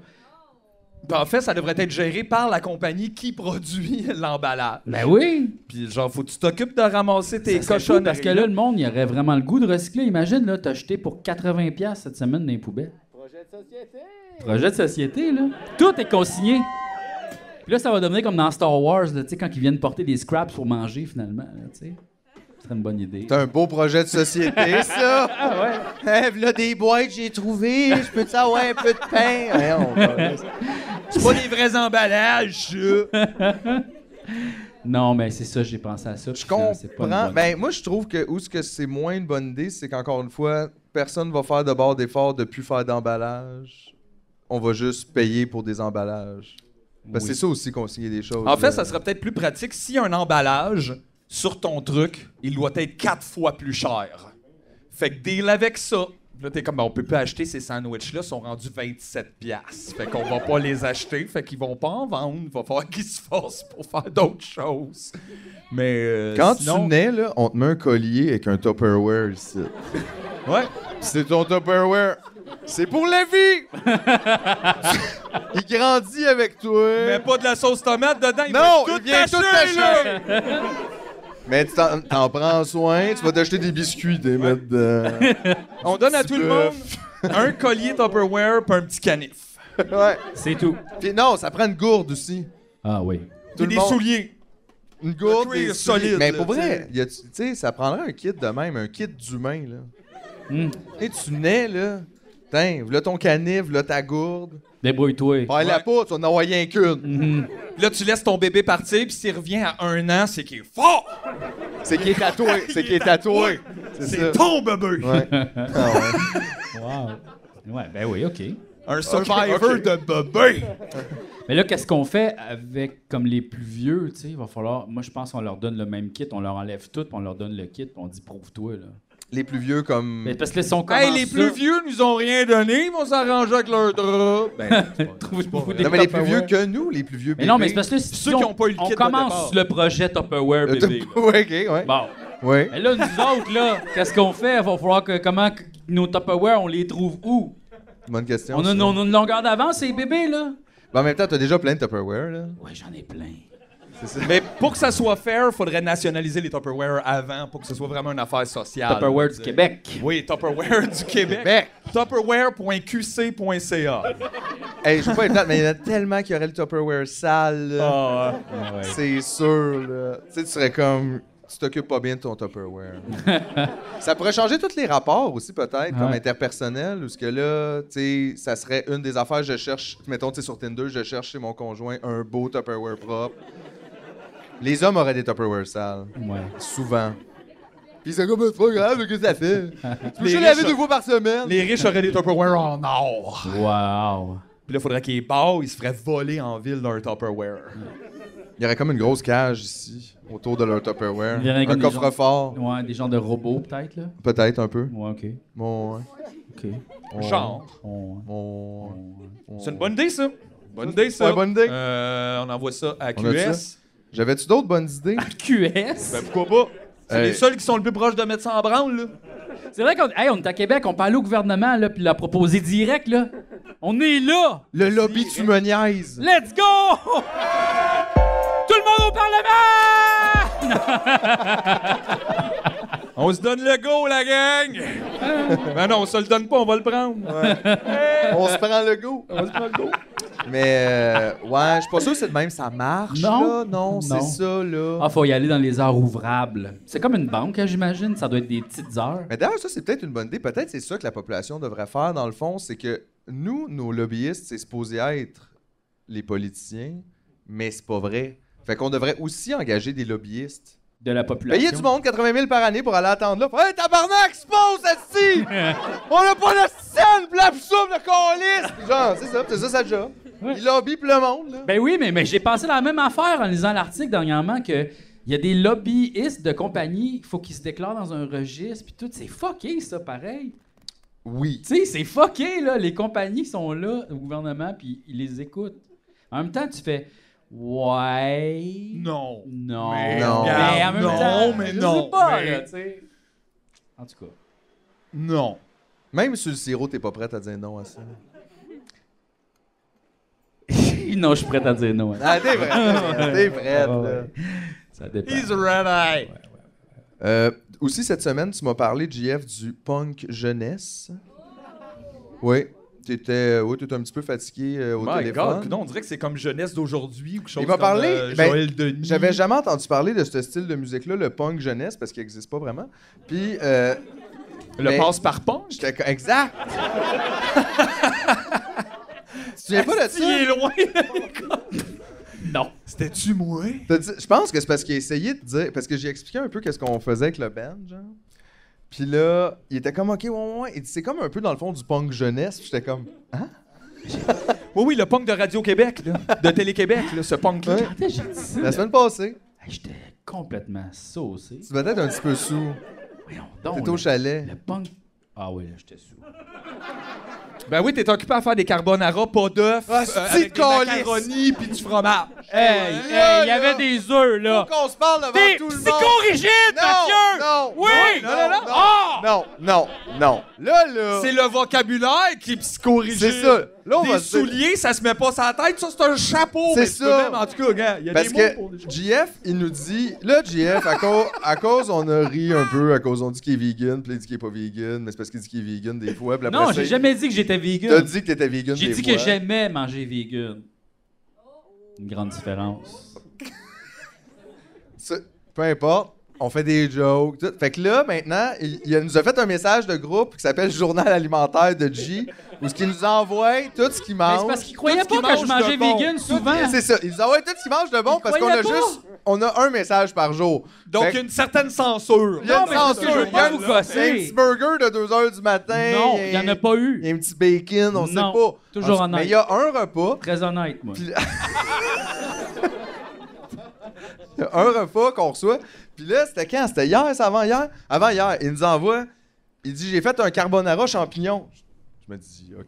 C: Ben, En fait, ça devrait être géré par la compagnie qui produit l'emballage.
A: Ben oui!
C: Puis genre, faut que tu t'occupes de ramasser
A: Ça serait
C: tes
A: cool
C: cochonneries.
A: Parce que là, le monde, il aurait vraiment le goût de recycler. Imagine, là, t'as jeté pour 80$ piastres cette semaine dans les poubelles. Projet de société! Projet de société, là. Tout est consigné. Puis là, ça va devenir comme dans Star Wars, là, tu sais, quand ils viennent porter des scraps pour manger, finalement, là, tu sais. Ce serait une bonne idée.
D: C'est un beau projet de société, ça.
A: Ah ouais?
D: Hey, là, des boîtes, j'ai trouvé. Je peux-tu avoir un peu de pain? Ouais, on va-
C: c'est pas des vrais emballages. ça.
A: Non, mais c'est ça, j'ai pensé à ça.
D: Je
A: puis ça, c'est pas une
D: comprends.
A: bonne-
D: Ben, moi, je trouve que où ce que c'est moins une bonne idée, c'est qu'encore une fois, personne va faire de bord d'effort de plus faire d'emballage. On va juste payer pour des emballages. Parce que
A: Oui.
D: c'est ça aussi, consigner des choses.
C: en fait,
D: là.
C: ça serait peut-être plus pratique s'il y a un emballage sur ton truc, il doit être quatre fois plus cher. Fait que deal avec ça. Là, t'es comme, ben, on peut pas acheter ces sandwichs-là, sont rendus 27 piastres. Fait qu'on va pas les acheter, fait qu'ils vont pas en vendre. Va falloir qu'ils se forcent pour faire d'autres choses. Mais euh,
D: Quand
C: sinon-
D: tu nais, là, on te met un collier avec un Tupperware ici.
C: Ouais.
D: C'est ton Tupperware. C'est pour la vie! Il grandit avec toi.
C: Mets pas de la sauce tomate dedans, il
D: Non,
C: va
D: il vient tout
C: tacher, là.
D: tacher. Mais tu t'en t'en prends soin, tu vas t'acheter des biscuits, des mettre dedans.
C: On donne à
D: Petit
C: tout le monde
D: bœuf.
C: un collier Tupperware puis un petit canif.
D: Ouais.
A: C'est tout.
D: Puis non, ça prend une gourde aussi.
A: Ah oui.
D: Tout
C: Puis
D: le
C: des
D: monde-
C: souliers.
D: Une gourde
C: Le cuir
D: des
C: solide,
D: Mais
C: là,
D: pour vrai,
C: t'sais.
D: y a- tu sais, ça prendrait un kit de même, un kit d'humain là.
A: Hmm.
D: Et tu nais là, tiens, v'là ton canif, v'là ta gourde.
A: Débrouille-toi.
D: Prends la
C: Ouais.
D: peau, tu vas en avoir rien qu'une.
A: Mhm.
C: Là, tu laisses ton bébé partir, puis s'il revient à un an, c'est qu'il est fort!
D: C'est qui est tatoué, c'est qui est tatoué.
C: C'est
D: C'est ça.
C: ton bébé!
D: Ouais. Ah ouais.
A: Wow. Ouais, ben oui, OK.
C: Un survivor
D: ok.
C: de bébé!
A: Mais là, qu'est-ce qu'on fait avec comme les plus vieux, tu sais, il va falloir moi je pense qu'on leur donne le même kit, on leur enlève tout, puis on leur donne le kit, puis on dit prouve-toi là.
D: Les plus vieux comme
A: Mais parce que là, si on commence
C: Hey, les plus
A: ça,
C: vieux nous ont rien donné, ils vont s'arranger avec leur drap. Ben,
A: trouve-nous des
D: Non mais les plus
A: Tupperware.
D: vieux que nous, les plus vieux
A: Mais non, mais
D: bébés.
A: c'est parce que là, si
C: Ceux qui
A: on-
C: ont pas eu le
A: on
C: kit de
A: commence
C: départ.
A: le projet Tupperware
D: Le
A: bébé.
D: Tup-
A: là.
D: Ouais, OK, ouais.
A: Bon.
D: Ouais.
A: Mais là, nous autres, là, qu'est-ce qu'on fait? Il va falloir que comment que nos Tupperware, on les trouve où?
D: Bonne question.
A: On a,
D: ça.
A: on a une longueur d'avance, ces bébés, là?
D: Ben, en même temps, t'as déjà plein de Tupperware, là.
A: Ouais, j'en ai plein.
C: Mais pour que ça soit fair, faudrait nationaliser les Tupperware avant pour que ce soit vraiment une affaire sociale.
A: Tupperware du
C: T'sais.
A: Québec.
C: Oui, Tupperware du Québec.
D: Québec.
C: Tupperware.qc.ca.
D: Hey, je veux pas être plate, mais il y en a tellement qui auraient le Tupperware sale, là.
C: Ah,
D: C'est sûr, là. Tu sais, tu serais comme. Tu t'occupes pas bien de ton Tupperware. ça pourrait changer tous les rapports aussi, peut-être, comme
A: Ouais.
D: interpersonnel, ou ce que là, tu sais, ça serait une des affaires. Je cherche, mettons, tu sais, sur Tinder, je cherche chez mon conjoint un beau Tupperware propre. Les hommes auraient des Tupperware sales,
A: Ouais.
D: souvent. Puis c'est comme, c'est pas grave, qu'est-ce que ça fait? Tu peux
C: Les
D: juste laver
C: riches-
D: deux fois par semaine.
C: Les riches auraient des Tupperware en or.
A: Wow.
C: Puis là, faudrait qu'ils barrent, ils se feraient voler en ville d'un Tupperware.
D: Il y aurait comme une grosse cage ici, autour de leur Tupperware.
A: Il y aurait
D: Un
A: comme des gens-
D: coffre-fort,
A: Ouais, des genres de robots, peut-être, là?
D: peut-être un peu.
A: Ouais, OK.
D: Bon, ouais.
A: OK.
D: Ouais.
C: Genre.
A: On-
D: Bon, ouais.
C: C'est une bonne idée, ça. Bonne idée, ça.
D: Ouais, bonne idée.
C: Euh, on envoie ça à QS.
D: On a ça? J'avais-tu d'autres bonnes idées? Euh,
A: QS?
C: Ben, pourquoi pas? C'est
D: Hey.
C: les seuls qui sont le plus proches de mettre ça en branle, là.
A: C'est vrai qu'on hey, on est à Québec, on peut aller au gouvernement, là, puis l'a proposé direct, là. On est là!
D: Le lobby tu me niaises!
A: Let's go! Tout le monde au Parlement!
C: On se donne le go, la gang! ben non, on se le donne pas, on va le prendre.
D: On se prend le go! On se prend le go! Mais euh, ouais, je suis pas sûr que c'est de même, ça marche
A: Non.
D: là, non,
A: Non.
D: c'est ça là.
A: Ah, faut y aller dans les heures ouvrables. C'est comme une banque, hein, j'imagine. Ça doit être des petites heures.
D: Mais d'ailleurs, ça c'est peut-être une bonne idée, peut-être c'est ça que la population devrait faire dans le fond, c'est que nous, nos lobbyistes, c'est supposé être les politiciens, mais c'est pas vrai. Fait qu'on devrait aussi engager des lobbyistes.
A: De la population.
D: Payer du monde 80 000 par année pour aller attendre là. Hey, tabarnak, se pose, esti! On a pas de scène, blab soupe, le colis! Genre, c'est ça, c'est ça sa job. Il lobby pis le monde, là.
A: Ben oui, mais, mais j'ai pensé la même affaire en lisant l'article dernièrement que il y a des lobbyistes de compagnies, il faut qu'ils se déclarent dans un registre, puis tout. C'est fucké, ça, pareil.
D: Oui.
A: Tu sais, c'est fucké, là. Les compagnies sont là, au gouvernement, puis ils les écoutent. En même temps, tu fais Ouais.
C: Non.
A: Non.
C: Mais
D: non.
A: Mais en même
C: Non,
A: temps,
C: mais
A: je
C: non,
A: sais pas,
C: mais-
A: là, tu sais. En tout cas.
C: Non.
D: Même sur le sirop, t'es pas prête à dire non à ça.
A: non, je suis prêt à dire non. hein.
D: Ah, t'es prête. t'es prête,
A: Ah,
D: là.
A: ouais. Ça dépend.
C: He's red eye.
D: Euh, aussi, cette semaine, tu m'as parlé, JF, du punk jeunesse. Oui. T'étais oui, t'étais un petit peu fatigué euh, au
C: My
D: téléphone.
C: God, coudonc, on dirait que c'est comme jeunesse d'aujourd'hui ou quelque chose
D: m'a
C: comme,
D: parlé,
C: euh,
D: ben,
C: Joël Denis.
D: J'avais jamais entendu parler de ce style de musique-là, le punk jeunesse, parce qu'il n'existe pas vraiment. Puis, euh,
C: Le
D: mais-
C: passe par punch.
D: j'étais co- exact! tu te souviens pas de
C: Il est
D: ça?
C: loin.
A: Non.
C: C'était-tu moi?
D: T'as dit- Je pense que c'est parce qu'il a essayé de dire. Parce que j'ai expliqué un peu qu'est-ce qu'on faisait avec le band, genre. Puis là, il était comme, OK, ouais, ouais, ouais. Il dit, c'est comme un peu dans le fond du punk jeunesse. Puis j'étais comme,
C: Oui, oui, le punk de Radio-Québec, là, de Télé-Québec, là, ce punk-là.
D: Ouais.
A: Quand est-ce que j'ai dit ça?
D: la semaine passée,
A: Hey, J'étais complètement saucé.
D: tu vas être un petit peu sous.
A: Voyons donc.
D: T'es
A: là.
D: au chalet.
A: Le punk. Ah oui, là, j'étais sous.
C: Ben oui, t'es occupé à faire des carbonara, pas d'œufs,
D: Ah,
C: euh,
D: c'est
C: avec
D: de
C: des
D: calice.
C: macaronis puis du fromage.
A: Hey, hey,
D: là,
A: il y avait
D: là.
A: des œufs, là.
D: Qu'on se parle devant
A: T'es
D: tout le monde.
A: psychorigide, Mathieu!
D: non,
A: Oui!
D: non,
A: Non, non, non.
D: non.
A: Ah!
D: Non, non, non. Là, là.
C: C'est le vocabulaire qui est psychorigide.
D: C'est ça. Là, on
C: Des
D: va se dire-
C: souliers, ça se met pas sur la tête, ça c'est un chapeau.
D: C'est
C: mais tu peux
D: ça.
C: Même, en tout cas, regarde, il y a
D: Parce
C: des mots
D: que
C: pour des choses.
D: JF, il nous dit. Là, JF, à, cause, à cause, on a ri un peu, à cause, on dit qu'il est vegan, puis il dit qu'il est pas vegan, mais c'est parce qu'il dit qu'il est vegan des fois. puis après
A: Non,
D: ça,
A: j'ai jamais dit que j'étais
D: Ben, T'as
A: vegan.
D: dit que t'étais vegan des
A: J'ai
D: fois.
A: dit que j'aimais manger vegan. Une grande différence.
D: Ça, Peu importe. On fait des jokes. tout. Fait que là, maintenant, il, il nous a fait un message de groupe qui s'appelle Journal alimentaire de J, où ce qu'il nous envoie tout ce qu'il
A: Mais
D: mange.
A: c'est parce qu'ils
C: Tout
A: croyaient
C: ce qui
A: pas que je
C: mange de
A: mangeais
C: bon.
A: vegan souvent.
D: C'est ça. Ils nous envoient tout ce qu'ils mangent de bon
A: Ils
D: parce qu'on a
A: croyaient pas.
D: juste. On a un message par jour.
C: Donc,
D: Fait
C: il y a une certaine censure.
D: il y a
A: Non,
D: une
A: mais parce que je
D: censure,
A: veux
D: il y a
A: pas
D: une-
A: vous
D: C'est un petit
A: gosser.
D: burger de 2 h du matin.
A: Non, il y en a pas
D: Il y a
A: eu.
D: un petit bacon, on sait
A: Non,
D: pas.
A: toujours
D: Mais
A: honnête.
D: il y a un repas,
A: Très honnête, moi.
D: Puis- il y a un repas qu'on reçoit. Puis là, c'était quand? C'était hier, c'est avant hier? Avant hier, il nous envoie. Il dit J'ai fait un carbonara champignon. Je me dis OK.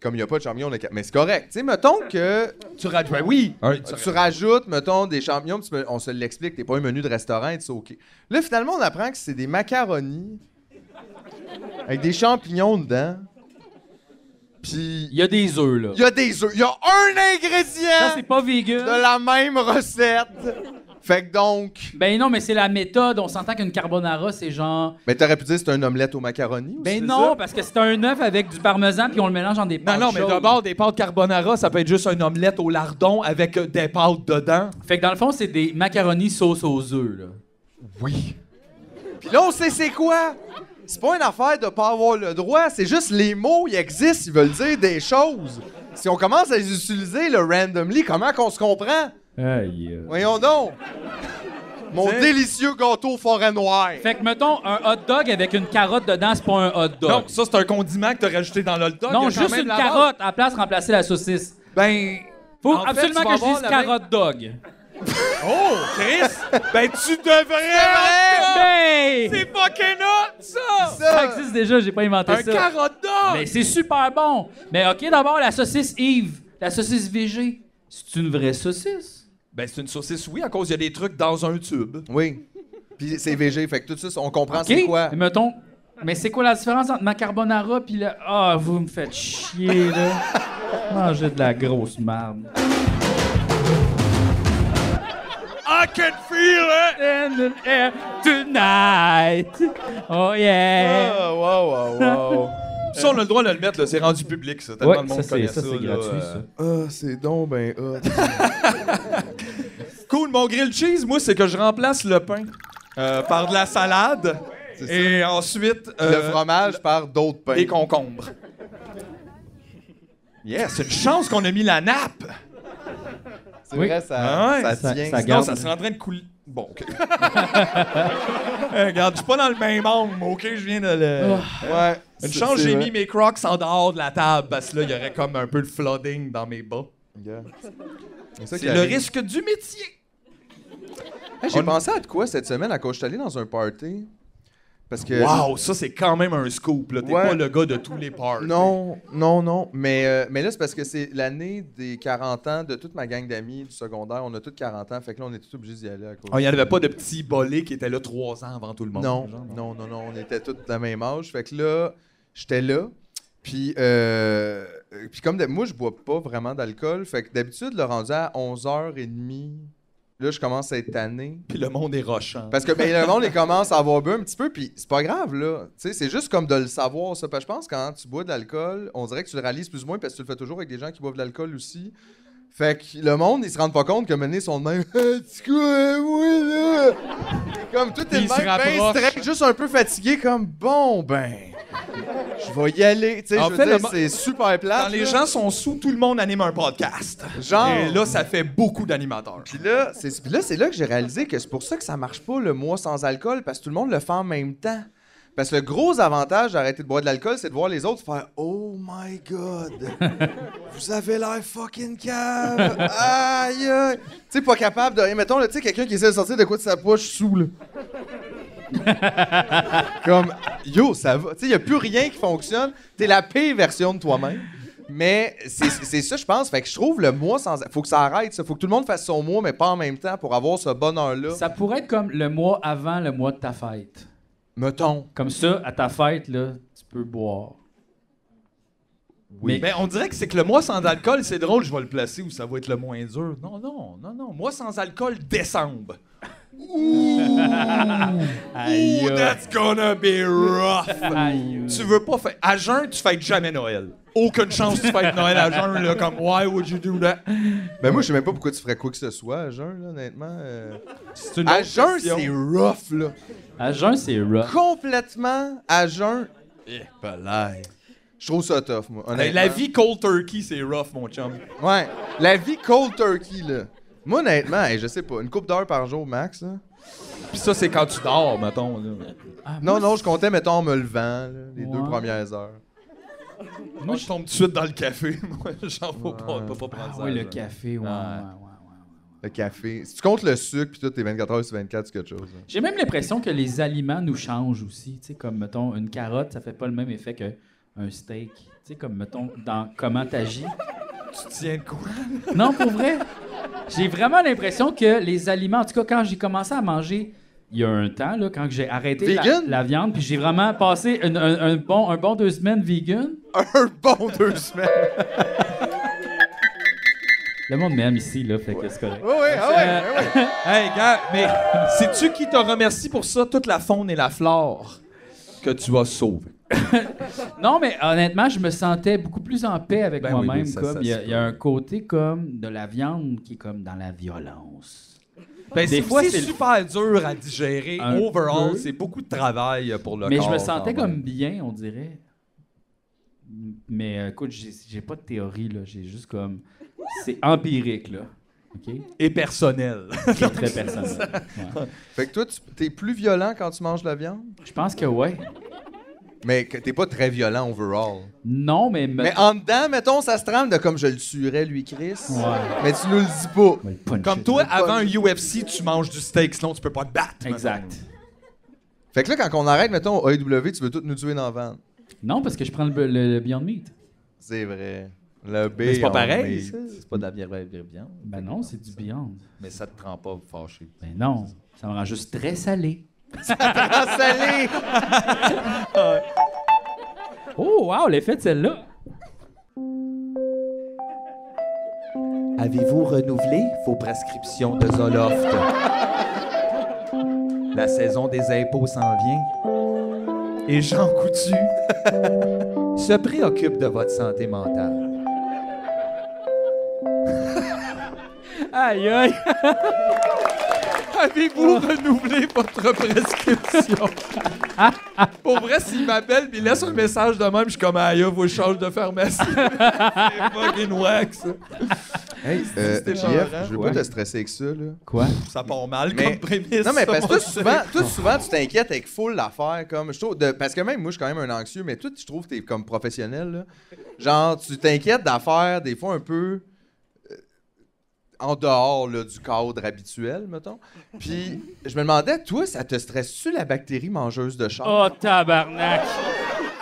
D: Comme il n'y a pas de champignons, on a- mais c'est correct. Tu sais, mettons que
C: Tu rajoutes. Ben oui.
D: tu rajoutes, mettons, des champignons, puis tu me- on se l'explique, t'es pas un menu de restaurant, c'est OK. Là, finalement, on apprend que c'est des macaronis avec des champignons dedans. Puis
A: Il y a des œufs, là.
D: il y a des œufs. Il y a un
A: Ça,
D: ingrédient
A: c'est pas vegan.
D: de la même recette. Fait que donc.
A: Ben non, mais c'est la méthode. On s'entend qu'une carbonara, c'est genre.
D: Mais t'aurais pu dire c'est un omelette aux macaronis aussi,
A: Ben
D: c'est
A: non,
D: ça?
A: parce que c'est un œuf avec du parmesan puis on le mélange en des
C: Non,
A: pâtes.
C: non, mais
A: chaudes.
C: d'abord, des pâtes carbonara, ça peut être juste un omelette au lardon avec euh, des pâtes dedans.
A: Fait que dans le fond, c'est des macaronis sauce aux œufs, là.
C: Oui.
D: Puis là, on sait c'est quoi. C'est pas une affaire de pas avoir le droit, c'est juste les mots, ils existent, ils veulent dire des choses. Si on commence à les utiliser, le randomly, comment qu'on se comprend?
A: Aïe.
D: Voyons donc! Mon
C: C'est-
D: délicieux gâteau forêt noire!
A: Fait que mettons, un hot dog avec une carote dedans, c'est pas un hot dog.
C: Donc, ça, c'est un condiment que t'as rajouté dans l'hot dog. Il y
A: non,
C: a quand
A: juste
C: même
A: une
C: la base.
A: carotte à la place remplacer la saucisse.
C: Ben.
A: Faut
C: En fait,
A: absolument
C: tu vas
A: que je
C: avoir
A: dise
C: la
A: carotte dog.
C: Oh, Chris! ben, tu devrais!
A: Ben!
C: Ah! C'est fucking hot, ça!
A: Ça existe déjà, j'ai pas inventé
C: Un
A: ça.
C: carotte d'or!
A: Mais c'est super bon. Mais ok, d'abord la saucisse Yves, la saucisse VG, c'est une vraie saucisse.
C: Ben, c'est une saucisse, oui, à cause il y a des trucs dans un tube.
D: Oui. Puis c'est VG, fait que tout de suite, on comprend
A: Ok?
D: c'est quoi.
A: Mais mettons, mais c'est quoi la différence entre ma carbonara puis la Ah, vous me faites chier là. Mangez de la grosse marde.
C: I can feel it!
A: In the air tonight. Oh yeah.
D: Ah, wow, wow, wow.
C: Ça, on a le droit de le mettre, là. C'est rendu public, ça. Tellement
A: Ouais,
C: le monde
A: ça c'est
C: connaît
A: ça, c'est
C: là,
A: gratuit
C: euh.
A: ça.
D: Ah, c'est donc ben
A: ah.
D: hot.
C: Cool, mon grilled cheese, moi, c'est que je remplace le pain euh, par de la salade
D: C'est
C: et ensuite
D: Le
C: euh,
D: fromage par d'autres pains.
C: des concombres. Yes, c'est une chance qu'on a mis la nappe!
D: C'est
A: Oui.
D: vrai, ça,
C: Ah ouais,
D: ça,
A: ça-
D: tient.
A: ça
D: Sinon,
A: garde.
C: Non, ça serait en train de couler. Bon, OK. Eh, regarde, je suis pas dans le même monde, mais OK, je viens de le...
A: Ah,
D: Ouais.
C: Une
D: c'est-
C: chance,
D: c'est
C: j'ai
D: vrai.
C: mis mes crocs en dehors de la table, parce que là, il y aurait comme un peu de flooding dans mes bas.
D: Regarde. ça qui
C: C'est le
D: arrive.
C: risque du métier.
D: Hey, j'ai
C: On-
D: pensé à de quoi cette semaine à cause je suis allé dans un party. Parce que.
C: Wow, ça c'est quand même un scoop. là. T'es
D: Ouais.
C: pas le gars de tous les parts.
D: Non, non, non. Mais, euh, mais là, c'est parce que c'est l'année des 40 ans de toute ma gang d'amis du secondaire. On a tous 40 ans. Fait que là, on est tous obligés d'y aller à cause.
C: Oh, Ah, Il n'y en avait pas de petits bolés qui étaient là trois ans avant tout le monde.
D: non, non, non, non. On était tous de la même âge. Fait que là, j'étais là. Puis, euh, puis comme d'hab- moi, je bois pas vraiment d'alcool. Fait que d'habitude, le rendu à 11h30, là, je commence à être tanné.
C: Puis le monde est rochant.
D: Parce que ben, le monde, il commence à avoir bu un petit peu, puis c'est pas grave, là. Tu sais, c'est juste comme de le savoir, ça. Parce que je pense que quand tu bois de l'alcool, on dirait que tu le réalises plus ou moins, parce que tu le fais toujours avec des gens qui boivent de l'alcool aussi. Fait que le monde, ils se rendent pas compte que mener son de même. Ah, tu coup, euh, oui, là. Comme tout est
C: Ils
D: le
C: se
D: même, ben
C: rapprochent.
D: straight, juste un peu fatigué, comme bon, ben. Je vais y aller. Tu sais,
C: En
D: je veux
C: fait, le
D: dire,
C: mo-
D: c'est super plat.
C: Quand les gens sont sous, tout le monde anime un podcast.
D: Genre.
C: Et là, ça fait beaucoup d'animateurs.
D: Puis là, c'est puis là, c'est là que j'ai réalisé que c'est pour ça que ça marche pas le mois sans alcool, parce que tout le monde le fait en même temps. Parce que le gros avantage d'arrêter de boire de l'alcool, c'est de voir les autres faire Oh my god! Vous avez l'air fucking cave! Aïe! aïe. Tu sais, pas capable de. Et mettons, là, tu sais, quelqu'un qui essaie de sortir de quoi de sa poche sous, là. Comme Yo, ça va. Tu sais, y a plus rien qui fonctionne. T'es la pire version de toi-même. Mais c'est c'est ça, je pense. Fait que je trouve le mois sans. Faut que ça arrête, ça. Faut que tout le monde fasse son mois, mais pas en même temps pour avoir ce bonheur-là.
A: Ça pourrait être comme le mois avant le mois de ta fête.
D: Mettons.
A: Comme ça, à ta fête, là, tu peux boire.
C: Mais on dirait que c'est que le mois sans alcool, c'est drôle, je vais le placer où ça va être le moins dur. Non, non, non, non. Mois sans alcool, décembre.
A: Aïe,
C: Ooh, that's gonna be rough.
A: aïe.
C: Tu veux pas faire. À jeun, tu fêtes jamais Noël. Aucune chance que tu fêtes Noël à jeun, là, comme why would you do that?
D: Ben moi, je sais même pas pourquoi tu ferais quoi que ce soit à jeun, là, honnêtement. euh.
A: C'est une
D: À
A: autre
D: jeun,
A: question.
D: c'est rough, là.
A: À jeun, c'est rough.
D: Complètement à jeun. Je trouve ça tough, moi.
C: Ben,
D: honnêtement.
C: la vie cold turkey, c'est rough, mon chum.
D: Ouais. La vie cold turkey, là. Moi, honnêtement, hey, je sais pas. Une coupe d'heures par jour, max, là.
C: Puis ça, c'est quand tu dors, mettons. là. Ah,
D: Non, non, je comptais, mettons, en me levant, là, les deux
A: Ouais.
D: premières heures.
C: Moi, je tombe tout de suite dans le café. Moi, j'en peux pas, peux pas prendre
A: Ah
C: ça.
A: oui,
C: là.
A: le café, ouais, ouais,
C: Ouais.
A: ouais, ouais.
D: Le café. Si tu comptes le sucre, puis tout, t'es 24 heures sur 24, c'est quelque chose. là.
A: J'ai même l'impression que les aliments nous changent aussi. Tu sais, comme, mettons, une carotte, ça fait pas le même effet qu'un steak. Tu sais, comme, mettons, dans comment t'agis.
C: Tu tiens de quoi?
A: Non, pour vrai. J'ai vraiment l'impression que les aliments, en tout cas, quand j'ai commencé à manger il y a un temps, là, quand j'ai arrêté la,
D: Vegan?
A: la viande, puis j'ai vraiment passé une- un, un bon, un bon deux semaines vegan.
D: Un bon deux semaines.
A: Le monde m'aime ici, là, fait que c'est correct.
D: Oui, oui, ah ouais,
A: Euh,
D: ouais, ouais.
C: Hey, gars, mais sais-tu qui te remercie pour ça? Toute la faune et la flore que tu as sauvées.
A: Non, mais honnêtement, je me sentais beaucoup plus en paix avec
C: Ben oui,
A: moi-même.
C: oui, ça-
A: comme
C: ça
A: il y, a-
C: se
A: il y a un côté comme de la viande qui est comme dans la violence.
C: Ben,
A: Des
C: c'est
A: fois,
C: c'est
A: c'est le-
C: super dur à digérer.
A: Un
C: Overall,
A: peu.
C: c'est beaucoup de travail euh, pour le
A: Mais
C: corps.
A: je me sentais
C: quand même.
A: comme bien, on dirait. M- Mais euh, écoute, j'ai j'ai pas de théorie, là. J'ai juste comme. C'est empirique, là. OK?
C: Et personnel.
A: C'est très personnel. Ouais.
D: Fait que toi, tu- t'es plus violent quand tu manges de la viande,
A: Je pense que ouais.
D: mais que t'es pas très violent overall.
A: Non, mais.
C: Ben
A: me-
D: Mais
C: ah,
D: en dedans, mettons, ça se trame de comme je le tuerais, lui, Chris.
A: Ouais.
D: Mais tu nous le dis pas.
A: On va le puncher.
C: Comme toi,
D: pas-
C: avant un UFC, tu manges du steak, sinon tu peux pas te battre.
A: Exact.
D: Fait que là, quand on arrête, mettons, AEW, tu veux tout nous tuer dans la vente.
A: Non, parce que je prends le, le- le Beyond Meat.
D: C'est vrai. Le B.
C: Mais c'est pas
D: on
C: pareil.
D: est-
C: ça. C'est pas de la bière bien.
A: Ben non, c'est du Beyond.
C: Mais ça te rend pas fâché.
A: Ben non, ça me rend juste très salé.
D: Ah, salé!
A: Oh, wow, l'effet de celle-là.
G: Avez-vous renouvelé vos prescriptions de Zoloft? La saison des impôts s'en vient. Et Jean Coutu se préoccupe de votre santé mentale.
A: Aïe, aïe.
C: Avez-vous renouvelé votre prescription? Pour vrai, s'il m'appelle et laisse un message de même, je suis comme aïe, faut que je change de pharmacie. c'est fucking wax.
D: Hey, euh,
C: C'était
D: JF,
C: marrant.
D: je veux
C: Ouais.
D: pas te stresser avec ça, là.
A: Quoi?
C: Ça part mal
D: Mais-
C: comme prémisse.
D: Non, mais parce que
C: mon
D: toi, souvent, toi, souvent tu t'inquiètes avec full l'affaire. Comme, je trouve, de- parce que même moi, je suis quand même un anxieux, mais toi, je trouve que t'es comme professionnel. là. Genre, tu t'inquiètes d'affaires, des fois, un peu. euh, en dehors là, du cadre habituel, mettons. Puis je me demandais, toi, ça te stresse-tu la bactérie mangeuse de chat?
C: Ah,
A: Oh, tabarnak!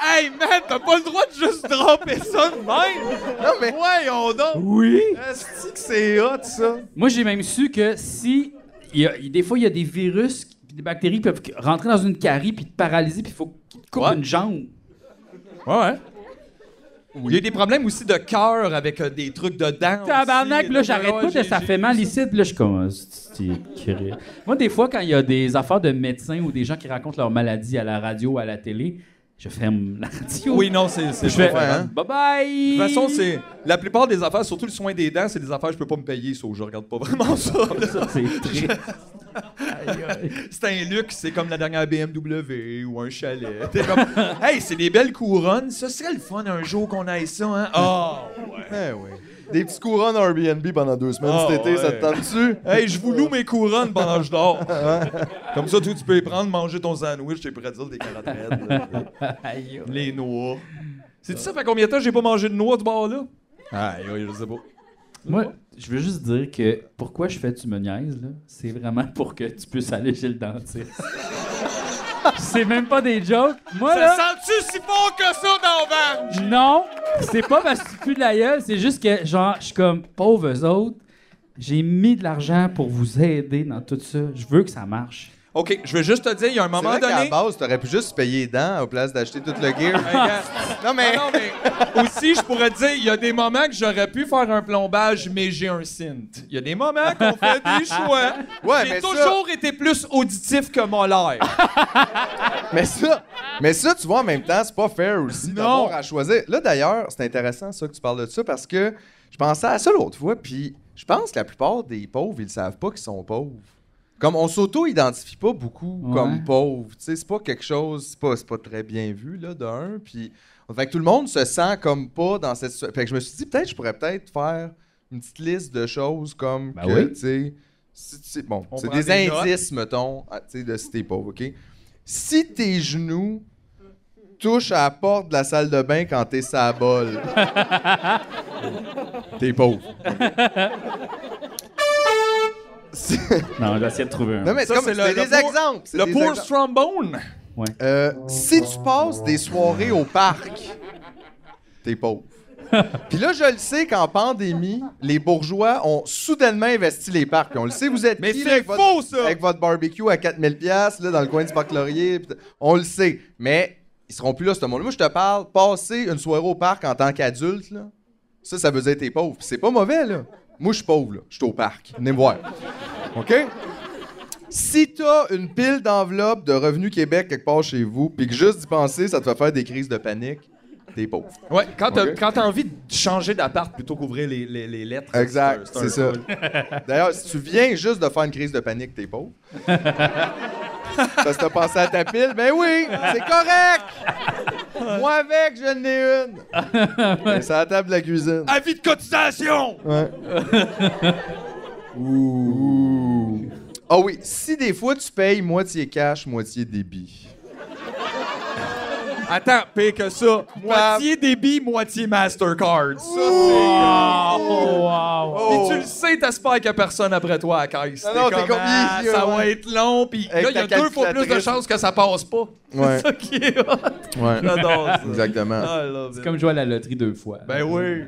C: Hey, man, t'as pas le droit de juste dropper ça de même!
D: Non, mais
C: Voyons donc!
A: Oui!
C: Est-ce que c'est hot, ça?
A: Moi, j'ai même su que si. il y a- des fois, il y a des virus, qui- des bactéries qui peuvent rentrer dans une carie puis te paralyser, puis il faut qu'ils te coupent
C: Ouais.
A: une jambe.
C: Ouais, ouais. Il y a eu des problèmes aussi de cœur avec euh, des trucs de dents.
A: Tabarnak,
C: aussi.
A: là, j'arrête
C: Ouais,
A: pas,
C: j'ai-
A: de, ça
C: j'ai-
A: fait mal ici, puis là, je suis comme. ah, c'est- c'est- c'est- Moi, des fois, quand il y a des affaires de médecins ou des gens qui racontent leur maladie à la radio, à la télé, je ferme la radio.
C: Oui, non, c'est. c'est
A: je fais.
C: préférable.
D: hein?
A: Bye bye!
C: De toute façon, c'est la plupart des affaires, surtout le soin des dents, c'est des affaires que je peux pas me payer, sauf que je regarde pas vraiment ça.
A: C'est triste. Aïe, aïe.
C: c'est un luxe, c'est comme la dernière BMW ou un chalet. T'es comme, hey, c'est des belles couronnes, ça serait le fun un jour qu'on aille ça, hein. Oh, ouais.
D: Ben oui. Des petits courants en Airbnb pendant deux semaines
C: Ah,
D: cet été, ça te
C: ouais.
D: tente-tu?
C: Hey, je vous loue mes couronnes pendant que je dors. comme ça, toi, tu peux les prendre, manger ton sandwich, tes pretzels, des carottes raides,
A: Aïe, aïe.
C: les noix. C'est ça fait combien de temps que j'ai pas mangé de noix de bord là? Ah, je sais pas.
A: Moi, je veux juste dire que pourquoi je fais tu me niaises, là, c'est vraiment pour que tu puisses aller chez le dentiste. c'est même pas des jokes. Moi, là,
C: sent-tu si fort que ça dans le
A: non, c'est pas parce que tu pues de la gueule, c'est juste que, genre, je suis comme, pauvres eux autres, j'ai mis de l'argent pour vous aider dans tout ça. Je veux que ça marche.
C: OK, je veux juste te dire, il y a un
D: C'est
C: moment
D: vrai qu'à la
C: donné. Ah,
D: base, t'aurais pu juste payer les dents au place d'acheter tout le gear. non, mais...
C: Non, non, mais aussi, je pourrais te dire, il y a des moments que j'aurais pu faire un plombage, mais j'ai un synth. Il y a des moments qu'on fait des choix.
D: Ouais,
C: j'ai
D: mais ça-
C: toujours été plus auditif que molaire.
D: Mais ça, mais ça, tu vois, en même temps, c'est pas fair aussi d'avoir à choisir. Là, d'ailleurs, c'est intéressant ça que tu parles de ça parce que je pensais à ça l'autre fois, puis je pense que la plupart des pauvres, ils le savent pas qu'ils sont pauvres. Comme on s'auto-identifie pas beaucoup
A: Ouais.
D: comme pauvre, tu sais, c'est pas quelque chose, c'est pas, c'est pas très bien vu là d'un, puis fait que tout le monde se sent comme pas dans cette situation. Fait que je me suis dit peut-être je pourrais peut-être faire une petite liste de choses comme
A: Ben
D: que,
A: oui.
D: tu sais, si- si- bon,
C: On
D: c'est
C: prend
D: des,
C: des notes.
D: indices mettons, à- tu sais de si t'es pauvre, OK si tes genoux touchent à la porte de la salle de bain quand t'es sa bol, t'es pauvre. Si-
A: Non, j'essaie de trouver un.
D: non, mais c'est
C: Ça,
D: comme
C: c'est
D: c'est
C: le- le
D: des
C: pour-
D: exemples. c'est
C: Le
D: des
C: poor
D: exemples.
C: trombone.
D: Euh, si tu passes des soirées au parc, t'es pauvre. Puis là, je le sais qu'en pandémie, les bourgeois ont soudainement investi les parcs. Puis on le sait, vous êtes
C: Mais
D: qui,
C: c'est
D: là, avec votre-
C: faux, ça!
D: Avec votre barbecue à 4000 pièces là dans le coin du parc Laurier, pis t- on le sait, mais ils seront plus là ce monde. Moi je te parle passer une soirée au parc en tant qu'adulte là. Ça ça veut dire t'es pauvre, Pis c'est pas mauvais là. Moi je suis pauvre là, je suis au parc. Venez me voir. OK si t'as une pile d'enveloppes de Revenu Québec quelque part chez vous, puis que juste d'y penser, ça te fait faire des crises de panique, t'es pauvre.
C: Ouais, quand t'as
D: Ok.
C: quand t'as envie de changer d'appart plutôt qu'ouvrir les, les- les lettres.
D: Exact,
C: un-
D: c'est ça. D'ailleurs, si tu viens juste de faire une crise de panique, t'es pauvre. Parce que t'as pensé à ta pile, ben oui, c'est correct. Moi avec, je n'ai une. Mais c'est à la table de la cuisine.
C: Avis de cotisation!
D: Ouais. Ouh. Ah oui, si des fois tu payes moitié cash, moitié débit.
C: Attends, pire que ça. Moitié débit, moitié Mastercard. Ça, c'est. Puis tu le sais, t'espères qu'il y a personne après toi à la caisse.
D: Oh! Non, non, t'es comme,
C: Ah,
D: yeah,
C: ça
D: ouais.
C: va être long, puis là,
D: Avec
C: il y a
D: ta
C: deux fois plus de
D: calculatrice.
C: chances que ça passe pas.
D: Ouais.
C: C'est ça qui est hot.
D: Ouais,
C: J'adore ça.
D: exactement.
C: I love it.
A: Comme jouer à la loterie deux fois.
C: Ben oui.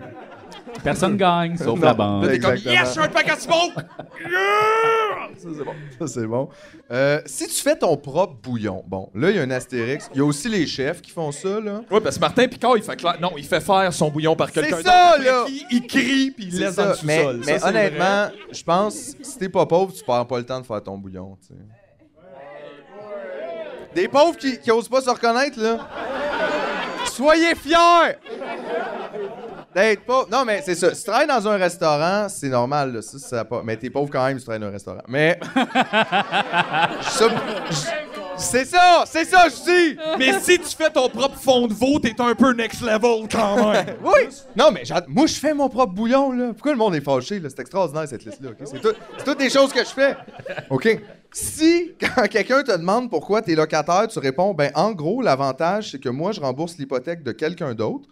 A: Personne gagne, sauf la banque.
C: T'es comme,
D: Exactement.
C: yes, je suis un paquet de smoke! Yeah! Ça, c'est bon.
D: Ça, c'est bon. Euh, si tu fais ton propre bouillon, bon, là, il y a un astérix. Il y a aussi les chefs qui font ça, là.
C: Ouais, parce que Martin Picard, il fait clair. Non, il fait faire son bouillon par quelqu'un
D: C'est ça,
C: d'autre.
D: là!
C: Il, il crie, puis il
D: C'est
C: laisse
D: ça.
C: dans le sous-sol.
D: Mais,
C: Ça, c'est
D: mais
C: vrai.
D: honnêtement, je pense, si t'es pas pauvre, tu perds pas le temps de faire ton bouillon. tu sais. Des pauvres qui, qui osent pas se reconnaître, là. Soyez fiers! D'être pauvre. Non, mais c'est ça. Si tu travailles dans un restaurant, c'est normal, là. Ça, ça a pas... Mais t'es pauvre quand même si tu travailles dans un restaurant. Mais. Ça- C'est ça! C'est ça, je dis!
C: Mais si tu fais ton propre fond de veau, t'es un peu next level quand même.
D: Oui! Non, mais j'ad- moi, je fais mon propre bouillon, là. Pourquoi le monde est fâché, là? C'est extraordinaire, cette liste-là, OK? C'est tout- c'est toutes des choses que je fais. OK? Si, quand quelqu'un te demande pourquoi t'es locataire, tu réponds, ben, en gros, l'avantage, c'est que moi, je rembourse l'hypothèque de quelqu'un d'autre.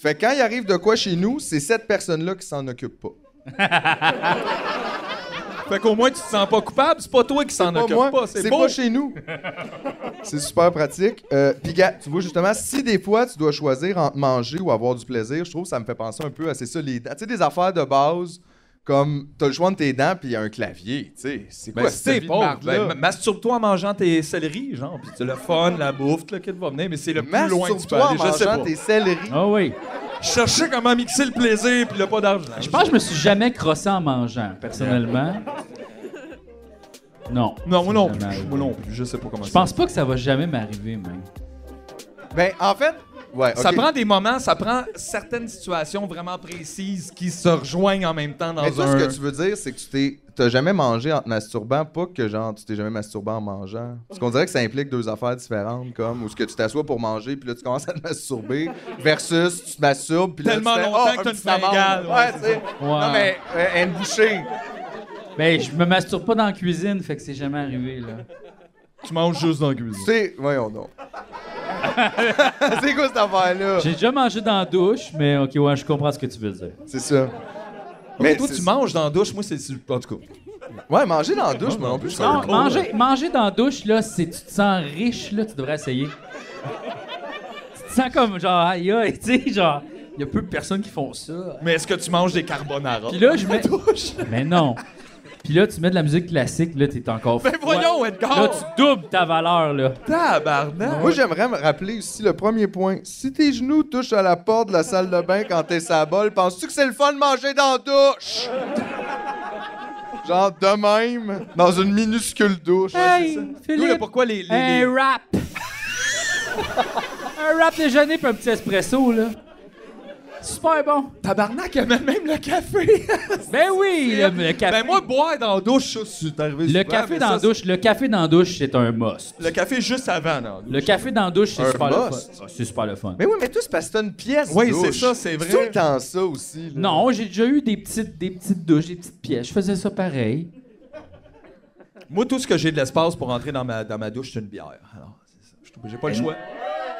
D: Fait que quand il arrive de quoi chez nous, c'est cette personne-là qui s'en occupe pas.
C: Fait qu'au moins, tu te sens pas coupable. C'est pas toi qui s'en occupe
D: moi,
C: pas.
D: c'est
C: C'est beau.
D: pas chez nous. c'est super pratique. Euh, Puis, gars, tu vois, justement, si des fois tu dois choisir entre manger ou avoir du plaisir, je trouve que ça me fait penser un peu à c'est ça, les dents. Tu sais, des affaires de base, comme t'as le choix entre tes dents, puis il y a un clavier. Tu sais, c'est
C: Ben,
D: quoi cette
C: c'est
D: vie de
C: pauvre.
D: marde-là?
C: Ben, ma- masturbe-toi en mangeant tes céleris, genre. Puis tu le fun, la bouffe, là, qui va venir. Mais c'est le plus loin que tu peux
D: Masturbe-toi en
C: aller. Je sais pas.
D: mangeant tes céleris.
A: Ah oui.
C: Chercher comment mixer le plaisir puis le pas d'argent.
A: Je pense que je me suis jamais crossé en mangeant, personnellement. Non.
C: Non, moi non
A: Jamais.
C: plus. Moi non plus. Je sais pas comment
A: Je pense pas que ça va jamais m'arriver, même.
D: Ben, en fait, ouais.
C: Ça
D: ok.
C: prend des moments, ça prend certaines situations vraiment précises qui se rejoignent en même temps dans
D: Mais toi,
C: un.
D: ce que tu veux dire, c'est que tu t'es t'as jamais mangé en te masturbant, pas que genre tu t'es jamais masturbé en mangeant. Parce qu'on dirait que ça implique deux affaires différentes, comme ou ce que tu t'assois pour manger, puis là tu commences à te masturber, versus tu te masturbes, puis là
C: Tellement
D: tu fais,
C: longtemps
D: Ah,
C: que
D: un
C: t'as
D: petit
C: une fringale,
D: amande.
C: ouais,
D: Ouais, tu sais.
A: Ouais.
D: Non mais euh, une bouchée.
A: Ben, je me masturbe pas dans la cuisine, fait que c'est jamais arrivé, là.
C: Tu manges juste dans la
D: Tu
C: cuisine.
D: sais, voyons donc. c'est quoi cette affaire là
A: J'ai déjà mangé dans la douche, mais ok, ouais, je comprends ce que tu veux dire.
D: C'est ça.
C: Mais toi,
D: c'est-
C: tu manges dans la douche. Moi, c'est. c'est- En tout cas.
D: Ouais, manger dans la douche, moi non plus. je
A: Non,
D: savais pas.
A: Ah, manger, manger dans la douche, là, si tu te sens riche, là, tu devrais essayer. tu te sens comme, genre, aïe, aïe, tu sais, genre, il y a peu de personnes qui font ça.
C: Mais est-ce que tu manges des carbonara?
A: Puis là, je mets...
C: douche.
A: Mais non. Puis là, tu mets de la musique classique, là, t'es encore fou.
C: Ben voyons, Edgar!
A: Là, tu doubles ta valeur, là.
C: Tabarnak!
D: Moi, j'aimerais me rappeler aussi le premier point. Si tes genoux touchent à la porte de la salle de bain quand t'es sa bol, penses-tu que c'est le fun de manger dans la douche? Genre de même, dans une minuscule douche.
A: Hey,
C: D'où le
A: Philippe,
C: pourquoi les. les- les-
A: un rap. un rap déjeuner puis un petit espresso, là. Super bon.
C: Tabarnak, elle met même le café!
A: Ben oui, le, le café.
C: Ben moi, boire dans la douche, ça, c'est arrivé
A: le
C: souvent,
A: café
C: mais
A: dans
C: ça,
A: la douche, le café dans la douche, c'est un must.
C: c'est- Le café juste avant, dans la douche.
A: Le café dans la douche, c'est
D: Un
A: super le fun.
D: must.
A: Ah, C'est super le fun.
D: Mais oui, mais tout c'est parce que t'as une pièce.
C: Oui,
D: douche.
C: c'est ça, c'est vrai.
D: tout le temps ça aussi. là.
A: Non, j'ai déjà eu des petites, des petites douches, des petites pièces. Je faisais ça pareil.
C: Moi, tout ce que j'ai de l'espace pour entrer dans ma, dans ma douche, c'est une bière. Alors, c'est ça. Je suis obligé, J'ai pas le choix.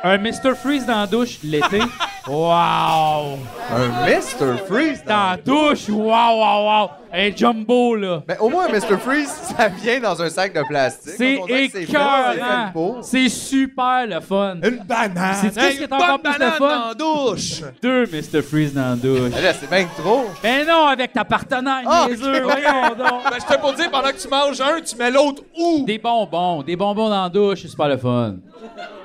A: Un Mr. Freeze dans la douche l'été. wow!
D: Un Mr. Freeze
A: Dans
D: dans.
A: la douche, wow, wow, wow! Un jumbo, là.
D: Ben, au moins, un Mr. Freeze, ça vient dans un sac de plastique.
A: C'est
D: Donc, on dirait que c'est fait, c'est fait
A: écœurant.
D: pour.
A: C'est super le fun.
C: Une banane!
A: C'est-tu qu'est-ce qui est
C: une
A: encore
C: bonne
A: plus de
C: banane
A: fun?
C: dans la douche!
A: Deux Mr. Freeze dans la douche.
D: Ben Là, c'est bien que trop.
A: Mais Ben non, avec ta partenaire,
D: Ah,
A: les
D: ok.
A: voyons donc.
C: ben, je t'ai pas dit, pendant que tu manges un, tu mets l'autre où?
A: Des bonbons, des bonbons dans la douche, c'est super le fun.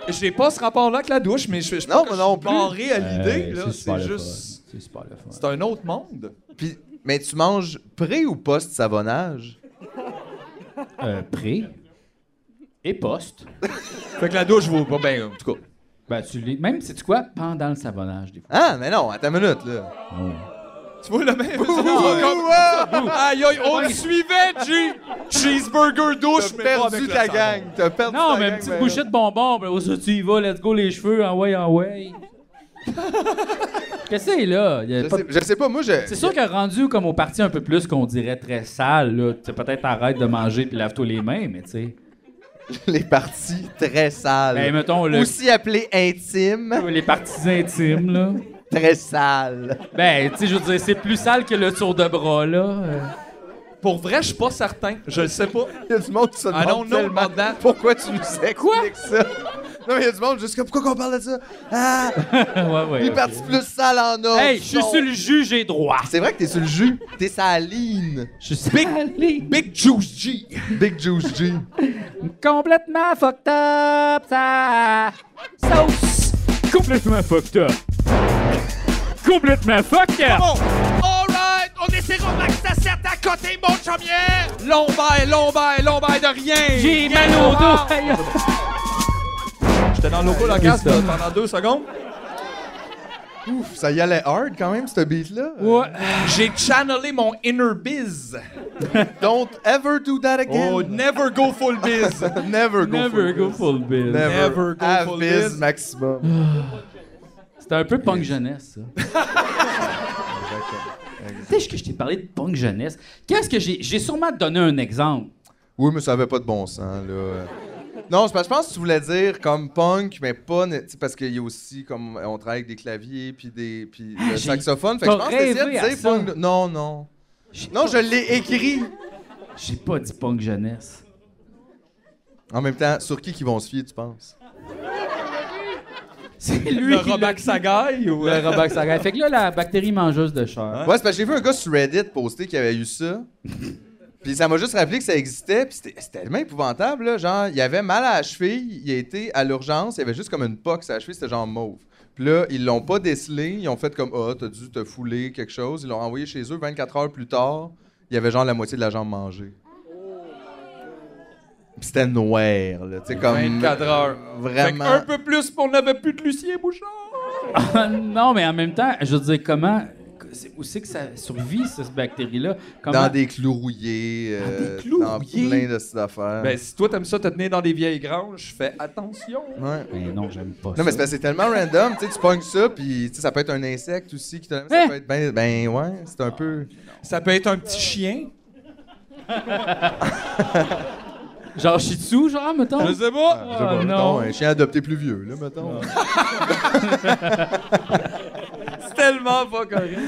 C: J'ai pas ce rapport-là avec la douche, mais je, je
D: Non,
C: pense que
D: moi
C: je suis
D: non plus.
C: barré à l'idée,
A: Hey,
C: là.
A: Euh, c'est super
C: C'est
A: le
C: juste...
A: fun. C'est super le fun.
C: C'est un autre monde.
D: Puis, mais tu manges pré ou post-savonnage?
A: Euh, pré et poste.
C: Fait que la douche vaut pas bien, en tout cas.
A: Ben, tu les... Même, sais-tu quoi? Pendant le savonnage, des fois.
D: Ah, mais non, attends une minute, là.
C: Tu vois le même. comme... Aïe, aïe, on le suivait, G. Cheeseburger douche, mais pas avec
D: perdu
C: le
D: ta
C: savon.
D: gang. T'as perdu
A: Non, mais
D: ta gang,
A: une petite
D: ben
A: bouchée
D: là.
A: de bonbons, ben, ça, tu y vas, let's go les cheveux, en way, en way. Qu'est-ce que c'est, là? Y a
D: Je
A: pas de-
D: sais, je sais pas, moi, je.
A: C'est sûr que rendu comme au parti un peu plus qu'on dirait très sale, là, tu sais, peut-être arrête de manger puis lave-toi les mains, mais tu sais.
D: Les parties très sales.
A: Ben, mettons, le-
D: Aussi appelées intimes,
A: Les parties intimes, là.
D: très sales.
A: Ben, tu sais, je veux dire, c'est plus sale que le tour de bras, là. Euh,
C: Pour vrai, je suis pas certain. Je le sais pas.
D: Il y a du monde qui se
C: I don't
D: demande
C: know
D: tellement
C: about that.
D: pourquoi tu nous expliques ça. Non, mais il y a du monde juste comme pourquoi qu'on parle de ça. Ah,
A: ouais, ouais.
D: les
A: ok.
D: parties plus sales en or.
A: Hey, je suis sur le jus, j'ai droit.
D: C'est vrai que t'es sur le jus. T'es saline.
A: Je suis salé.
C: Big Juice G.
D: Big Juice G.
A: Complètement fucked up, ça. Sauce. Complètement fucked up. Complètement fucked up.
C: Bon, alright, on essaiera au max à à côté, mon chamier. Lombaille, lombaille, lombaille de rien.
A: J'ai
C: Rien
A: mal au
C: de
A: dos.
C: voir.
A: Aïe, aïe.
C: J'étais dans le loco la casse là, pendant deux secondes.
D: Ouf, ça y allait hard quand même, ce beat-là.
A: Ouais.
C: J'ai channelé mon inner biz.
D: Don't ever do that again.
C: Oh, never go full biz.
D: never go
A: Never
D: for
A: go
D: this.
A: full bill. Ben,
D: Never
C: Never
D: go
C: go
D: have
C: full
D: biz
C: biz.
D: maximum.
A: C'était un peu punk jeunesse, ça. Dès que je t'ai parlé de punk jeunesse, qu'est-ce que j'ai. J'ai sûrement donné un exemple.
D: Oui, mais ça avait pas de bon sens, là. Non, c'est parce que je pense que tu voulais dire comme punk, mais pas. né- tu sais, Parce qu'il y a aussi comme. On travaille avec des claviers puis des puis
A: Ah,
D: le
A: j'ai-
D: saxophone. Fait que
A: t'as
D: je pense que t'essayais
A: rêvé à
D: de dire
A: ça.
D: punk. de- Non, non. Non, je l'ai écrit.
A: J'ai pas dit punk jeunesse.
D: En même temps, sur qui qu'ils vont se fier, tu penses?
A: C'est lui qui l'a
C: Robac
A: dit.
C: Sagaille ou. euh,
A: Le Robac Saga. Fait que là, la bactérie mangeuse de chair.
D: Ouais, c'est parce que j'ai vu un gars sur Reddit poster qu'il avait eu ça. Puis ça m'a juste rappelé que ça existait, puis c'était c'était tellement épouvantable, là. Genre, il avait mal à la cheville, il a été à l'urgence, il avait juste comme une pox à la cheville, c'était genre mauve. Puis là, ils l'ont pas décelé, ils ont fait comme « Ah, t'as dû te fouler quelque chose », ils l'ont envoyé chez eux, 24 heures plus tard, il y avait genre la moitié de la jambe mangée. Puis c'était noir, là, tu sais, comme...
C: 24 heures. Fait que
D: Vraiment.
C: un peu plus, puis on n'avait plus de Lucien Bouchard.
A: Ah. non, mais en même temps, je veux dire, comment. c'est- Où c'est que ça survit, cette bactérie-là? Comment...
D: Dans des clous rouillés, euh,
C: clous
D: dans
C: rouillés?
D: plein de ces affaires.
C: Ben, si toi, t'aimes ça, te tenir dans des vieilles granges, fais attention.
D: Ouais.
A: Mais non, j'aime pas ça.
D: Non, mais c'est parce que c'est tellement random, tu sais, tu pognes ça, puis tu sais, ça peut être un insecte aussi qui te la met,
A: Hein?
D: ça peut être ben, ben ouais, c'est un peu...
C: Ça peut être un petit chien.
A: Genre shih tzu, genre, mettons?
C: Je sais pas.
D: je sais pas,
A: Ah, non.
D: mettons, un chien adopté plus vieux, là, mettons.
C: C'est tellement pas correct.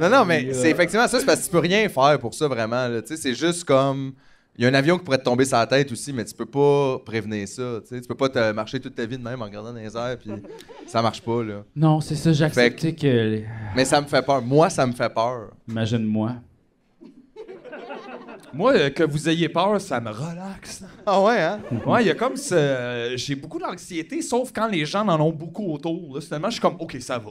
D: Non, non,
A: Euh,
D: mais c'est effectivement ça, c'est parce que tu peux rien faire pour ça, vraiment, là, tu sais, c'est juste comme... Il y a un avion qui pourrait te tomber sur la tête aussi, mais tu peux pas prévenir ça, tu sais, tu peux pas te marcher toute ta vie de même en regardant dans les airs, puis ça marche pas, là.
A: Non, c'est ça, j'ai accepté que.
D: Mais ça me fait peur, moi, ça me fait peur.
A: Imagine-moi.
C: Moi, euh, que vous ayez peur, ça me relaxe.
D: Ah ouais, hein?
C: Ouais, il y a comme ce. euh, J'ai beaucoup d'anxiété, sauf quand les gens en ont beaucoup autour. Là. Finalement, je suis comme, OK, ça va.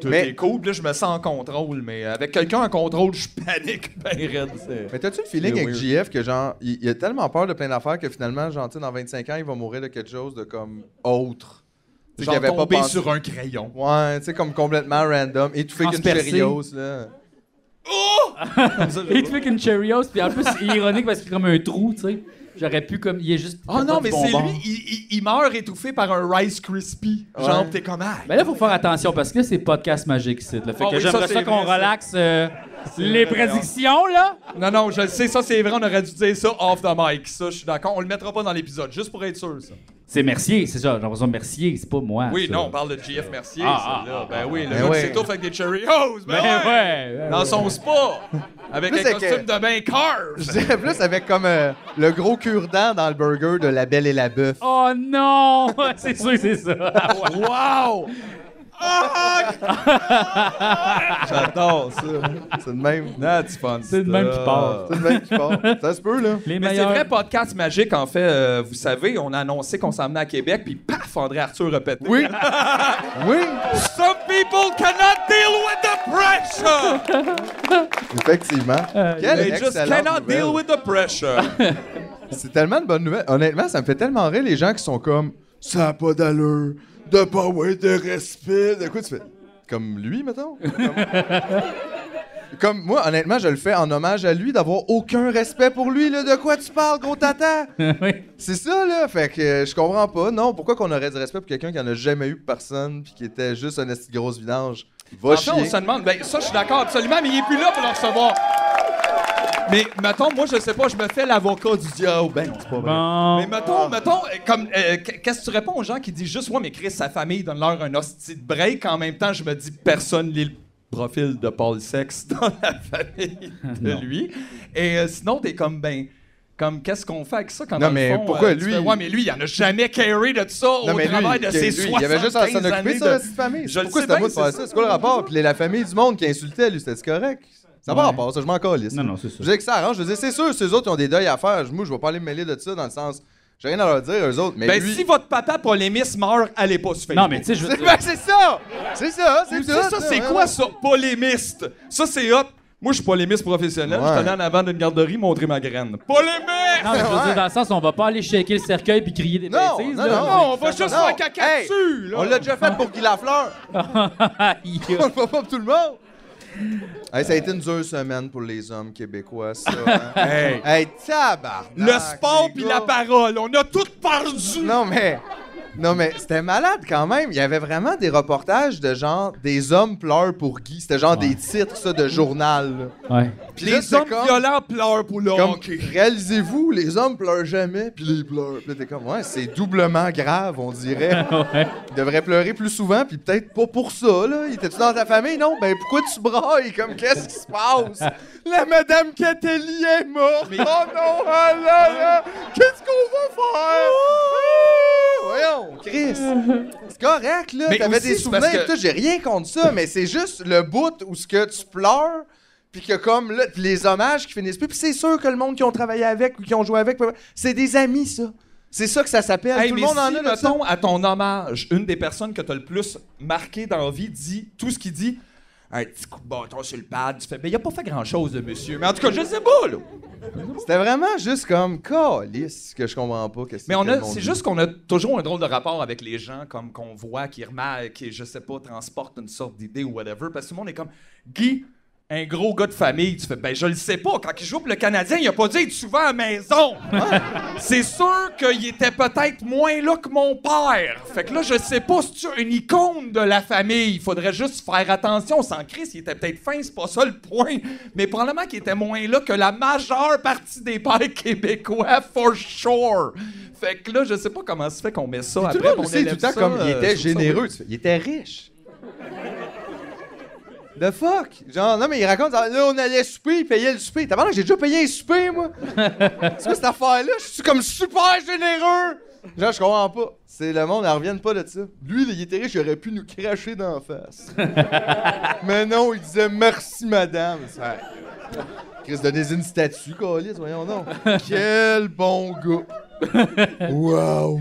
C: Tout
D: Mais-
C: est cool, puis là, je me sens en contrôle, mais avec quelqu'un en contrôle, je panique ben raide. c'est-
D: Mais t'as-tu le feeling
C: C'est
D: avec JF que genre, il, il a tellement peur de plein d'affaires que finalement, genre, tu sais, dans 25 ans, il va mourir de quelque chose de comme autre. Tu sais,
C: Genre
D: qu'il avait pas
C: tomber
D: pensé.
C: sur un crayon.
D: Ouais, tu sais, comme complètement random, étouffé qu'une
A: Transpercé.
D: Cheerios, là.
A: Il te fait qu'une Cheerios, puis en plus, c'est ironique parce qu'il est comme un trou, tu sais. J'aurais pu comme. Il est juste.
C: Oh
A: pas
C: non,
A: de
C: mais c'est
A: bonbons.
C: lui, il, il- il meurt étouffé par un Rice Krispie. Genre,
D: Ouais.
C: t'es comme, ah,
A: Mais là, faut faire attention parce que là, c'est podcast magique ici. Là. Fait
C: Ah
A: que
C: oui, ça,
A: j'aimerais
C: c'est
A: ça qu'on
C: vrai, ça.
A: relaxe euh, les
C: vrai,
A: prédictions, là.
C: Non, non, je le sais, ça c'est vrai, on aurait dû dire ça off the mic. Ça, je suis d'accord. On le mettra pas dans l'épisode, juste pour être sûr, ça.
A: C'est Mercier, c'est ça. J'ai l'impression de Mercier, c'est pas moi.
C: Oui,
A: Ah, ça.
C: non, on parle de JF Mercier,
A: Ah,
C: celle-là.
A: ah,
C: ben
A: ah,
C: oui, le
D: ben
C: gars qui
D: ouais.
C: s'étouffe avec des Cheerios, ben,
A: Ben
C: ouais.
A: ouais. ouais,
C: Dans
A: ouais.
C: son spa, avec
D: Plus
C: un
D: c'est
C: costume
D: que-
C: de bain
D: Je
C: carve.
D: dirais plus avec comme euh, le gros cure-dent dans le burger de La Belle et la Bœuf.
A: Oh non! c'est sûr, c'est ça.
C: Wow!
D: J'adore ça. C'est le même. Euh,
C: That's fun.
A: C'est le même qui part.
D: C'est le même qui part. Ça se peut, là.
A: Les
C: Mais c'est
A: meilleurs.
C: vrai, podcast magique, en fait, euh, vous savez, on a annoncé qu'on s'emmenait à Québec, puis paf, André Arthur a pété.
D: Oui. Oui.
C: Some people cannot deal with the pressure!
D: Effectivement. Quelle
C: They just
D: excellente
C: cannot
D: nouvelle.
C: deal with the pressure.
D: C'est tellement de bonnes nouvelles. Honnêtement, ça me fait tellement rire les gens qui sont comme ça a pas d'allure, de pas avoir de respect. De quoi tu fais Comme lui, mettons Comme- Comme moi, honnêtement, je le fais en hommage à lui d'avoir aucun respect pour lui. Là, de quoi tu parles, gros tata
A: Oui.
D: C'est ça, là. Fait que euh, je comprends pas. Non, pourquoi qu'on aurait du respect pour quelqu'un qui en a jamais eu pour personne puis qui était juste un esti de grosse vidange Va
C: En fait,
D: chier.
C: on se demande, ben ça, je suis d'accord absolument, mais il est plus là pour le recevoir. Mais mettons, moi, je sais pas, je me fais l'avocat du diable. Ben, non, c'est pas vrai.
A: Bon.
C: Mais
D: Ah.
C: mettons, mettons, euh, comme, euh, qu- qu'est-ce que tu réponds aux gens qui disent juste, ouais, mais Chris, sa famille donne-leur un hostie de break. En même temps, je me dis, personne lit le profil de Paul Sex dans la famille de
A: Non.
C: lui. Et euh, sinon, t'es comme, ben. Comme, qu'est-ce qu'on fait avec ça quand
D: Non,
C: dans le
D: mais
C: fond, euh,
D: pourquoi
C: tu
D: lui-
C: fais, ouais, mais lui, il en a jamais carry de ça
D: Non,
C: au
D: mais lui,
C: travail de
D: que-
C: ses
D: lui,
C: 75
D: il y avait juste à s'en occuper,
C: années
D: ça,
C: de-
D: la petite famille.
C: Je le
D: Pourquoi
C: sais
D: c'est à
C: bien,
D: moi de faire
C: c'est
D: ça? C'est quoi le rapport? Puis les- la famille du monde qui insultait, lui, c'était correct? Ça
A: Ouais.
D: va pas, ça, je m'en calisse.
A: Non, non, c'est ça.
D: Je disais que ça arrange. Je disais, c'est sûr, ces autres, ils ont des deuils à faire. Moi, je vais pas aller me mêler de ça dans le sens. J'ai rien à leur dire, eux autres. Mais
C: Ben,
D: lui-
C: si votre papa polémiste meurt, allez pas sur Facebook.
A: Non, mais tu sais, je veux
D: C'est
A: dire.
D: ben, c'est ça! C'est ça, c'est
C: Tu sais,
D: tout,
C: ça,
D: là,
C: c'est
D: ouais,
C: quoi
D: ouais.
C: ça? Polémiste. Ça, c'est hop. Moi, je suis polémiste professionnel.
D: Ouais.
C: Je suis allé en avant d'une garderie montrer ma graine. Polémiste!
A: Non, mais je veux
D: Ouais.
A: dire, dans le sens, on va pas aller shaker le cercueil puis crier des
D: Non,
A: bêtises.
D: non,
A: là.
D: non.
C: Non, on va juste
D: Non,
C: faire caca
D: hey,
C: dessus, là.
D: On l'a déjà fait pour Guy Lafleur.
A: Aïe.
D: On le fait pas pour tout le monde. Hey, ça a été une dure semaine pour les hommes québécois, ça. hein.
C: Hey.
D: hey, tabarnak!
C: Le sport
D: les
C: puis
D: gars.
C: la parole. On a tout perdu.
D: Ah, Non, mais. Non, mais c'était malade quand même. Il y avait vraiment des reportages de genre des hommes pleurent pour Guy. C'était genre des titres, ça, de journal. là.
A: Ouais.
D: Puis là,
C: Les
D: c'est
C: hommes
D: comme-
C: violents pleurent pour le
D: comme,
C: hockey.
D: Réalisez-vous, les hommes pleurent jamais, puis là, ils pleurent. Puis là, t'es comme, ouais, c'est doublement grave, on dirait.
A: ouais.
D: Ils devraient pleurer plus souvent, puis peut-être pas pour ça, là. Il était-tu dans ta famille? Non, ben pourquoi tu brailles? Comme, qu'est-ce qui se passe? La Madame Catelli est morte! Oh non, oh là là! Qu'est-ce qu'on va faire? Ah! Voyons, Chris! C'est correct, là!
C: Mais
D: T'avais
C: aussi,
D: des
C: c'est parce que-
D: souvenirs, pis tout, j'ai rien contre ça, mais c'est juste le bout où ce que tu pleures, puis que comme là, pis les hommages qui finissent plus, puis c'est sûr que le monde qui ont travaillé avec ou qui ont joué avec, c'est des amis, ça! C'est ça que ça s'appelle.
C: Hey,
D: Tout le
C: mais
D: monde en
C: si,
D: a, là, ça.
C: mettons, à ton hommage, une des personnes que t'as le plus marqué dans la vie dit tout ce qu'il dit. Un petit coup de bâton sur le pad, tu fais, ben, il a pas fait grand-chose, de monsieur. Mais en tout cas, je sais pas, là.
D: C'était vraiment juste comme calice que je comprends pas. qu'est-ce
C: Mais on
D: que
C: a,
D: le monde
C: c'est
D: dit.
C: juste qu'on a toujours un drôle de rapport avec les gens, comme qu'on voit, qui remarquent, qui, je sais pas, transportent une sorte d'idée ou whatever. Parce que tout le monde est comme, Guy, un gros gars de famille. Tu fais, ben, je le sais pas. Quand il joue pour le Canadien, il a pas dit, il est souvent à la maison. Hein? c'est sûr qu'il était peut-être moins là que mon père. Fait que là, je sais pas si tu es une icône de la famille. Il faudrait juste faire attention. Sans Chris, il était peut-être fin, c'est pas ça le point. Mais probablement qu'il était moins là que la majeure partie des pères québécois, for sure. Fait que là, je sais pas comment se fait qu'on met ça
D: Tout
C: après.
D: le
C: puis
D: monde le
C: on
D: sait tout
C: élève
D: le temps
C: ça,
D: comme
C: euh,
D: il était
C: je trouve ça
D: généreux.
C: weird.
D: tu fais, Il était riche. The fuck? Genre, non, mais il raconte, genre, là, on allait souper, il payait le souper. T'as pas j'ai déjà payé un souper, moi? c'est quoi cette affaire-là? Je suis comme super généreux! Genre, je comprends pas. C'est le monde, ils reviennent pas de ça. Lui, il était riche, il aurait pu nous cracher d'en face. mais non, il disait merci, madame. Ça- Chris, donnez une statue, Calis, voyons donc. Quel bon gars! Wow!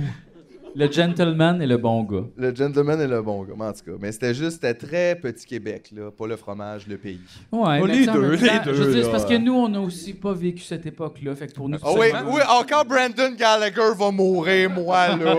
A: Le gentleman et le bon gars.
D: Le gentleman est le bon gars, mais en tout cas. Mais c'était juste, c'était très petit Québec, là. Pas le fromage, le pays.
A: Ouais, ben,
C: Oh,
A: mais
C: les
A: tu sais, en
C: deux,
A: même
C: les
A: temps,
C: deux,
A: Je veux dire,
C: là.
A: c'est parce que nous, on n'a aussi pas vécu cette époque-là. Fait que pour nous,
D: Ah oui, oui, encore Brandon Gallagher va mourir, moi, là.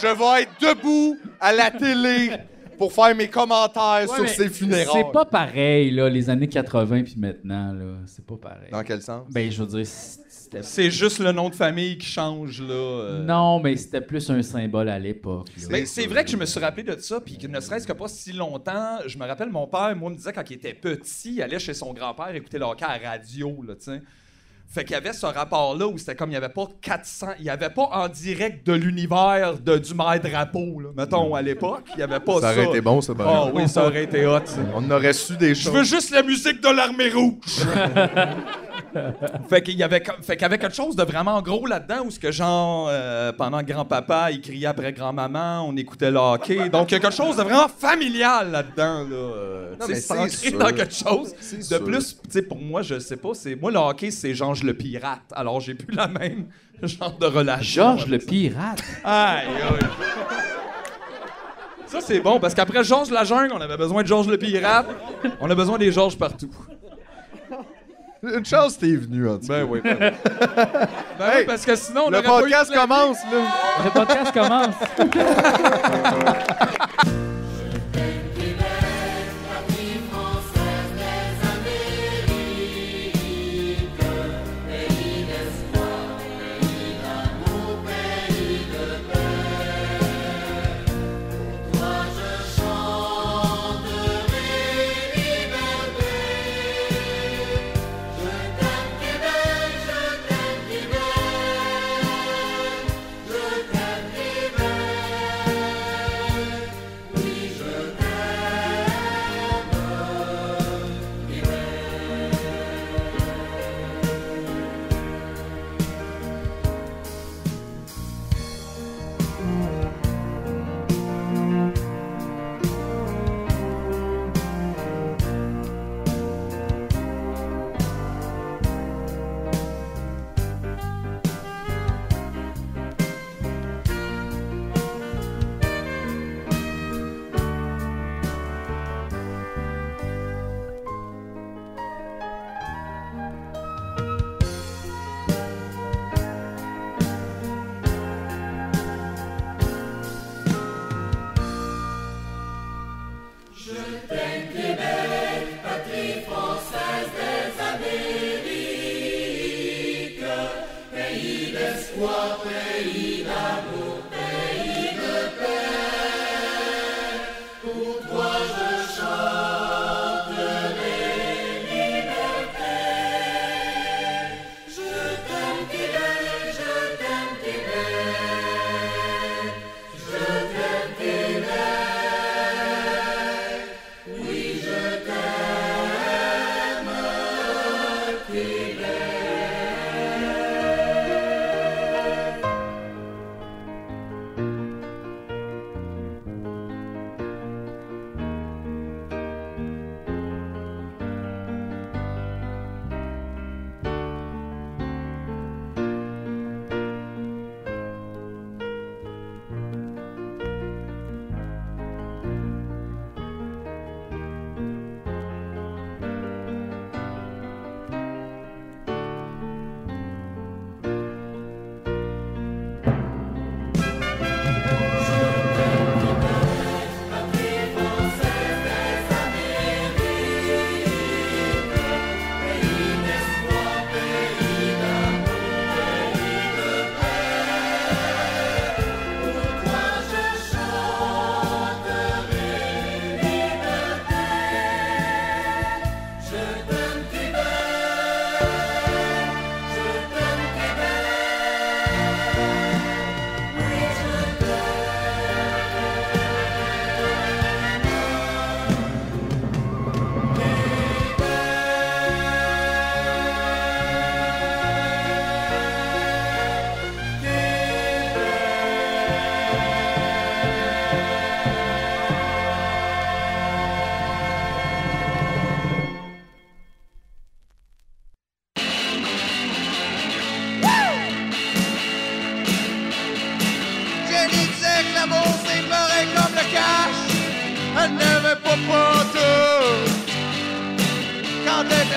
D: Je vais être debout à la télé pour faire mes commentaires sur ses funérailles.
A: C'est pas pareil, là, les années 80 puis maintenant, là. C'est pas pareil.
D: Dans quel sens?
A: Ben, je veux dire, c'était.
C: C'est juste le nom de famille qui change, là. euh.
A: Non, mais c'était plus un symbole à l'époque. là.
C: Ben, c'est vrai que je me suis rappelé de ça, puis que ne serait-ce que pas si longtemps, je me rappelle, mon père, moi, me disait quand il était petit, il allait chez son grand-père écouter le hockey à la radio, là, tu sais. Fait qu'il y avait ce rapport-là où c'était comme il n'y avait pas 400, il n'y avait pas en direct de l'univers de, du maire drapeau, là, mettons, à l'époque. Il n'y avait pas ça.
D: bon, ça,
C: Ah oui, ça aurait été hot. ça.
D: On aurait su des
C: Je veux
D: choses.
C: juste la musique de l'armée rouge. fait qu'il y avait comme- fait qu'il y avait quelque chose de vraiment gros là-dedans où ce que genre euh, pendant que grand-papa, il criait après grand-maman, on écoutait le hockey. Donc il y a quelque chose de vraiment familial là-dedans là. euh, tu
D: Non,
C: sais,
D: mais
C: s'ancrer
D: c'est sûr.
C: dans quelque chose.
D: C'est
C: De
D: sûr.
C: plus, tu sais pour moi, je sais pas, c'est moi le hockey, c'est Georges le pirate. Alors j'ai plus la même genre de relation.
A: Georges le pirate.
C: Aïe, aïe. Ça, c'est bon, parce qu'après Georges la jungle, on avait besoin de Georges le pirate. On a besoin des Georges partout.
D: Une chance, t'es venu, en tout cas.
C: Ben oui, ben oui. Ben oui, parce que sinon, on
D: Le
C: aurait pas eu
D: podcast
C: plein de-
D: commence, là.
A: Le podcast commence.
H: Pays d'espoir, pays d'amour, pays de paix. Je t'aime Québec, patrie française des Amériques, pays d'espoir, pays d'amour, pays de paix. Je t'aime Québec, patrie française des Amériques, pays d'espoir, pays d'amour, pays de paix.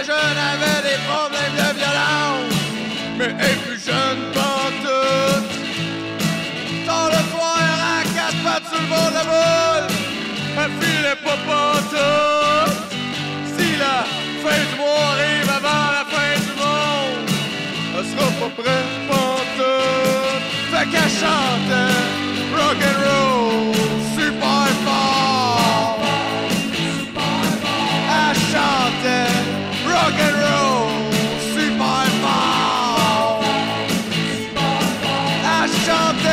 D: jeune avait des problèmes de violence, mais est plus jeune pas tout. Dans le foyer à quatre pattes sur le bord de la boule, elle filait pas pantoute. Si la fin du mois arrive avant la fin du monde, elle sera pas prête pantoute. Fait qu'elle chantait rock and roll super fort. Elle chantait rock and roll super fort. Elle chantait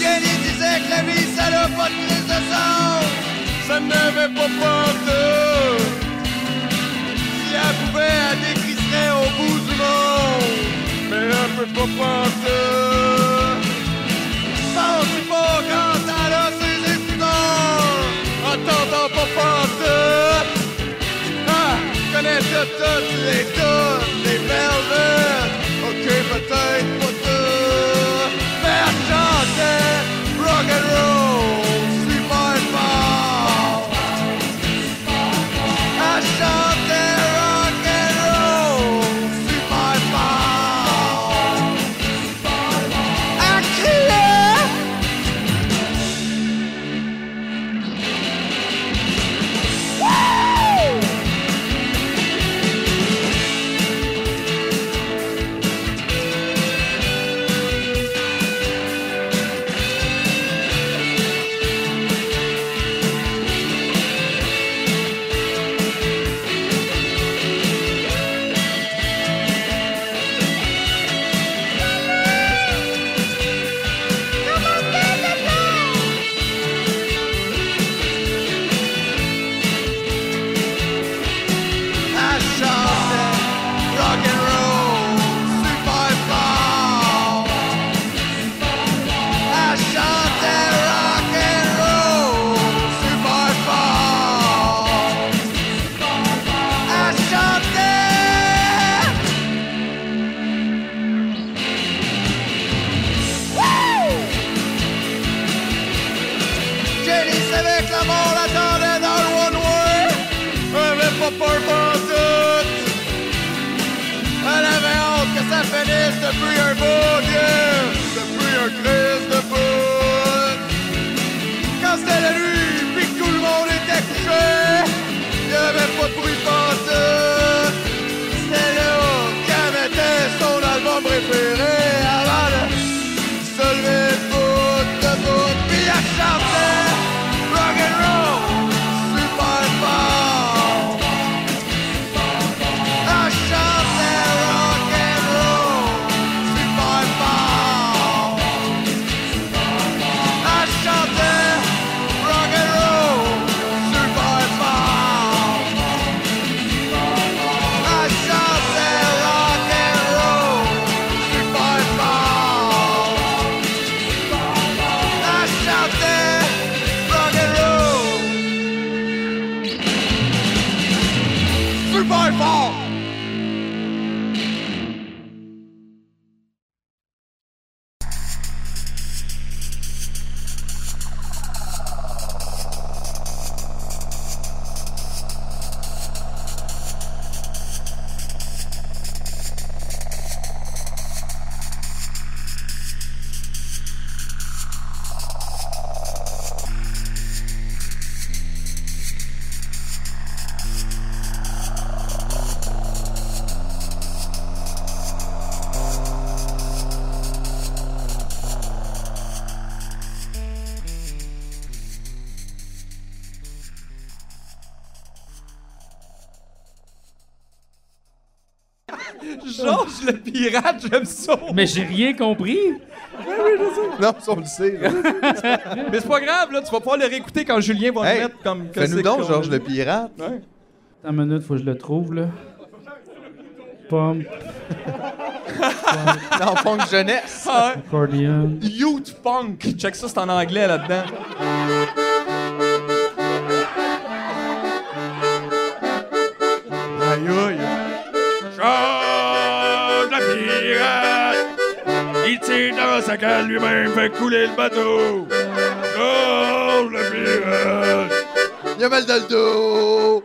D: Kenny disait que la vie, ça n'a pas de crise de sens. Ça n'avait pas peur Si elle pouvait, elle décrisserait au bout du monde. Mais elle peut pas penser. Pense pas quand elle a ses effluents. En t'entendant pas penser. Ah, je connais toutes, toutes les toutes, les velvets. Ok, peut-être pas toutes. Mais elle chantait rock and roll, super fort. Elle chantait rock and roll, super fort. Elle criait. I shouted, rock and roll, super fort. I shouted, rock and roll, super fort. I shouted. Jenny savait que la mort l'attendait dans le one way. Elle avait pas peur pantoute. Elle avait hâte que ça finisse depuis un beau Dieu, depuis un Christ de bout. Quand c'était la nuit, puis que tout le monde était couché, il n'y avait pas de bruit pantoute. C'était là qu'elle mettait son album préféré avant de se lever debout, debout, puis elle chantait rock'n'roll, super fort. Elle chantait rock'n'roll, super fort. Elle chantait rock'n'roll, super fort. I shall say rock and roll, super fort. I shall say rock and roll, super fort.
C: Georges le pirate, j'aime ça.
A: Mais j'ai rien compris.
I: Non, ça, on le sait. là.
C: Mais c'est pas grave, là, tu vas pouvoir le réécouter quand Julien va
I: Hey,
C: le mettre comme. que
I: Fais-nous
C: c'est
I: donc,
C: comme-
I: Georges le pirate.
A: Attends une minute, faut que je le trouve, là. Pomme,
I: Non, funk jeunesse.
C: Ah,
A: accordion.
C: ouais. Youth Punk. Check ça, c'est en anglais là-dedans. Aïe, aïe.
D: Georges le pirate, il tire dans
H: Nicolas Sacal lui-même fait couler le bateau. Oh, le pirate!
D: Il a mal dans le dos.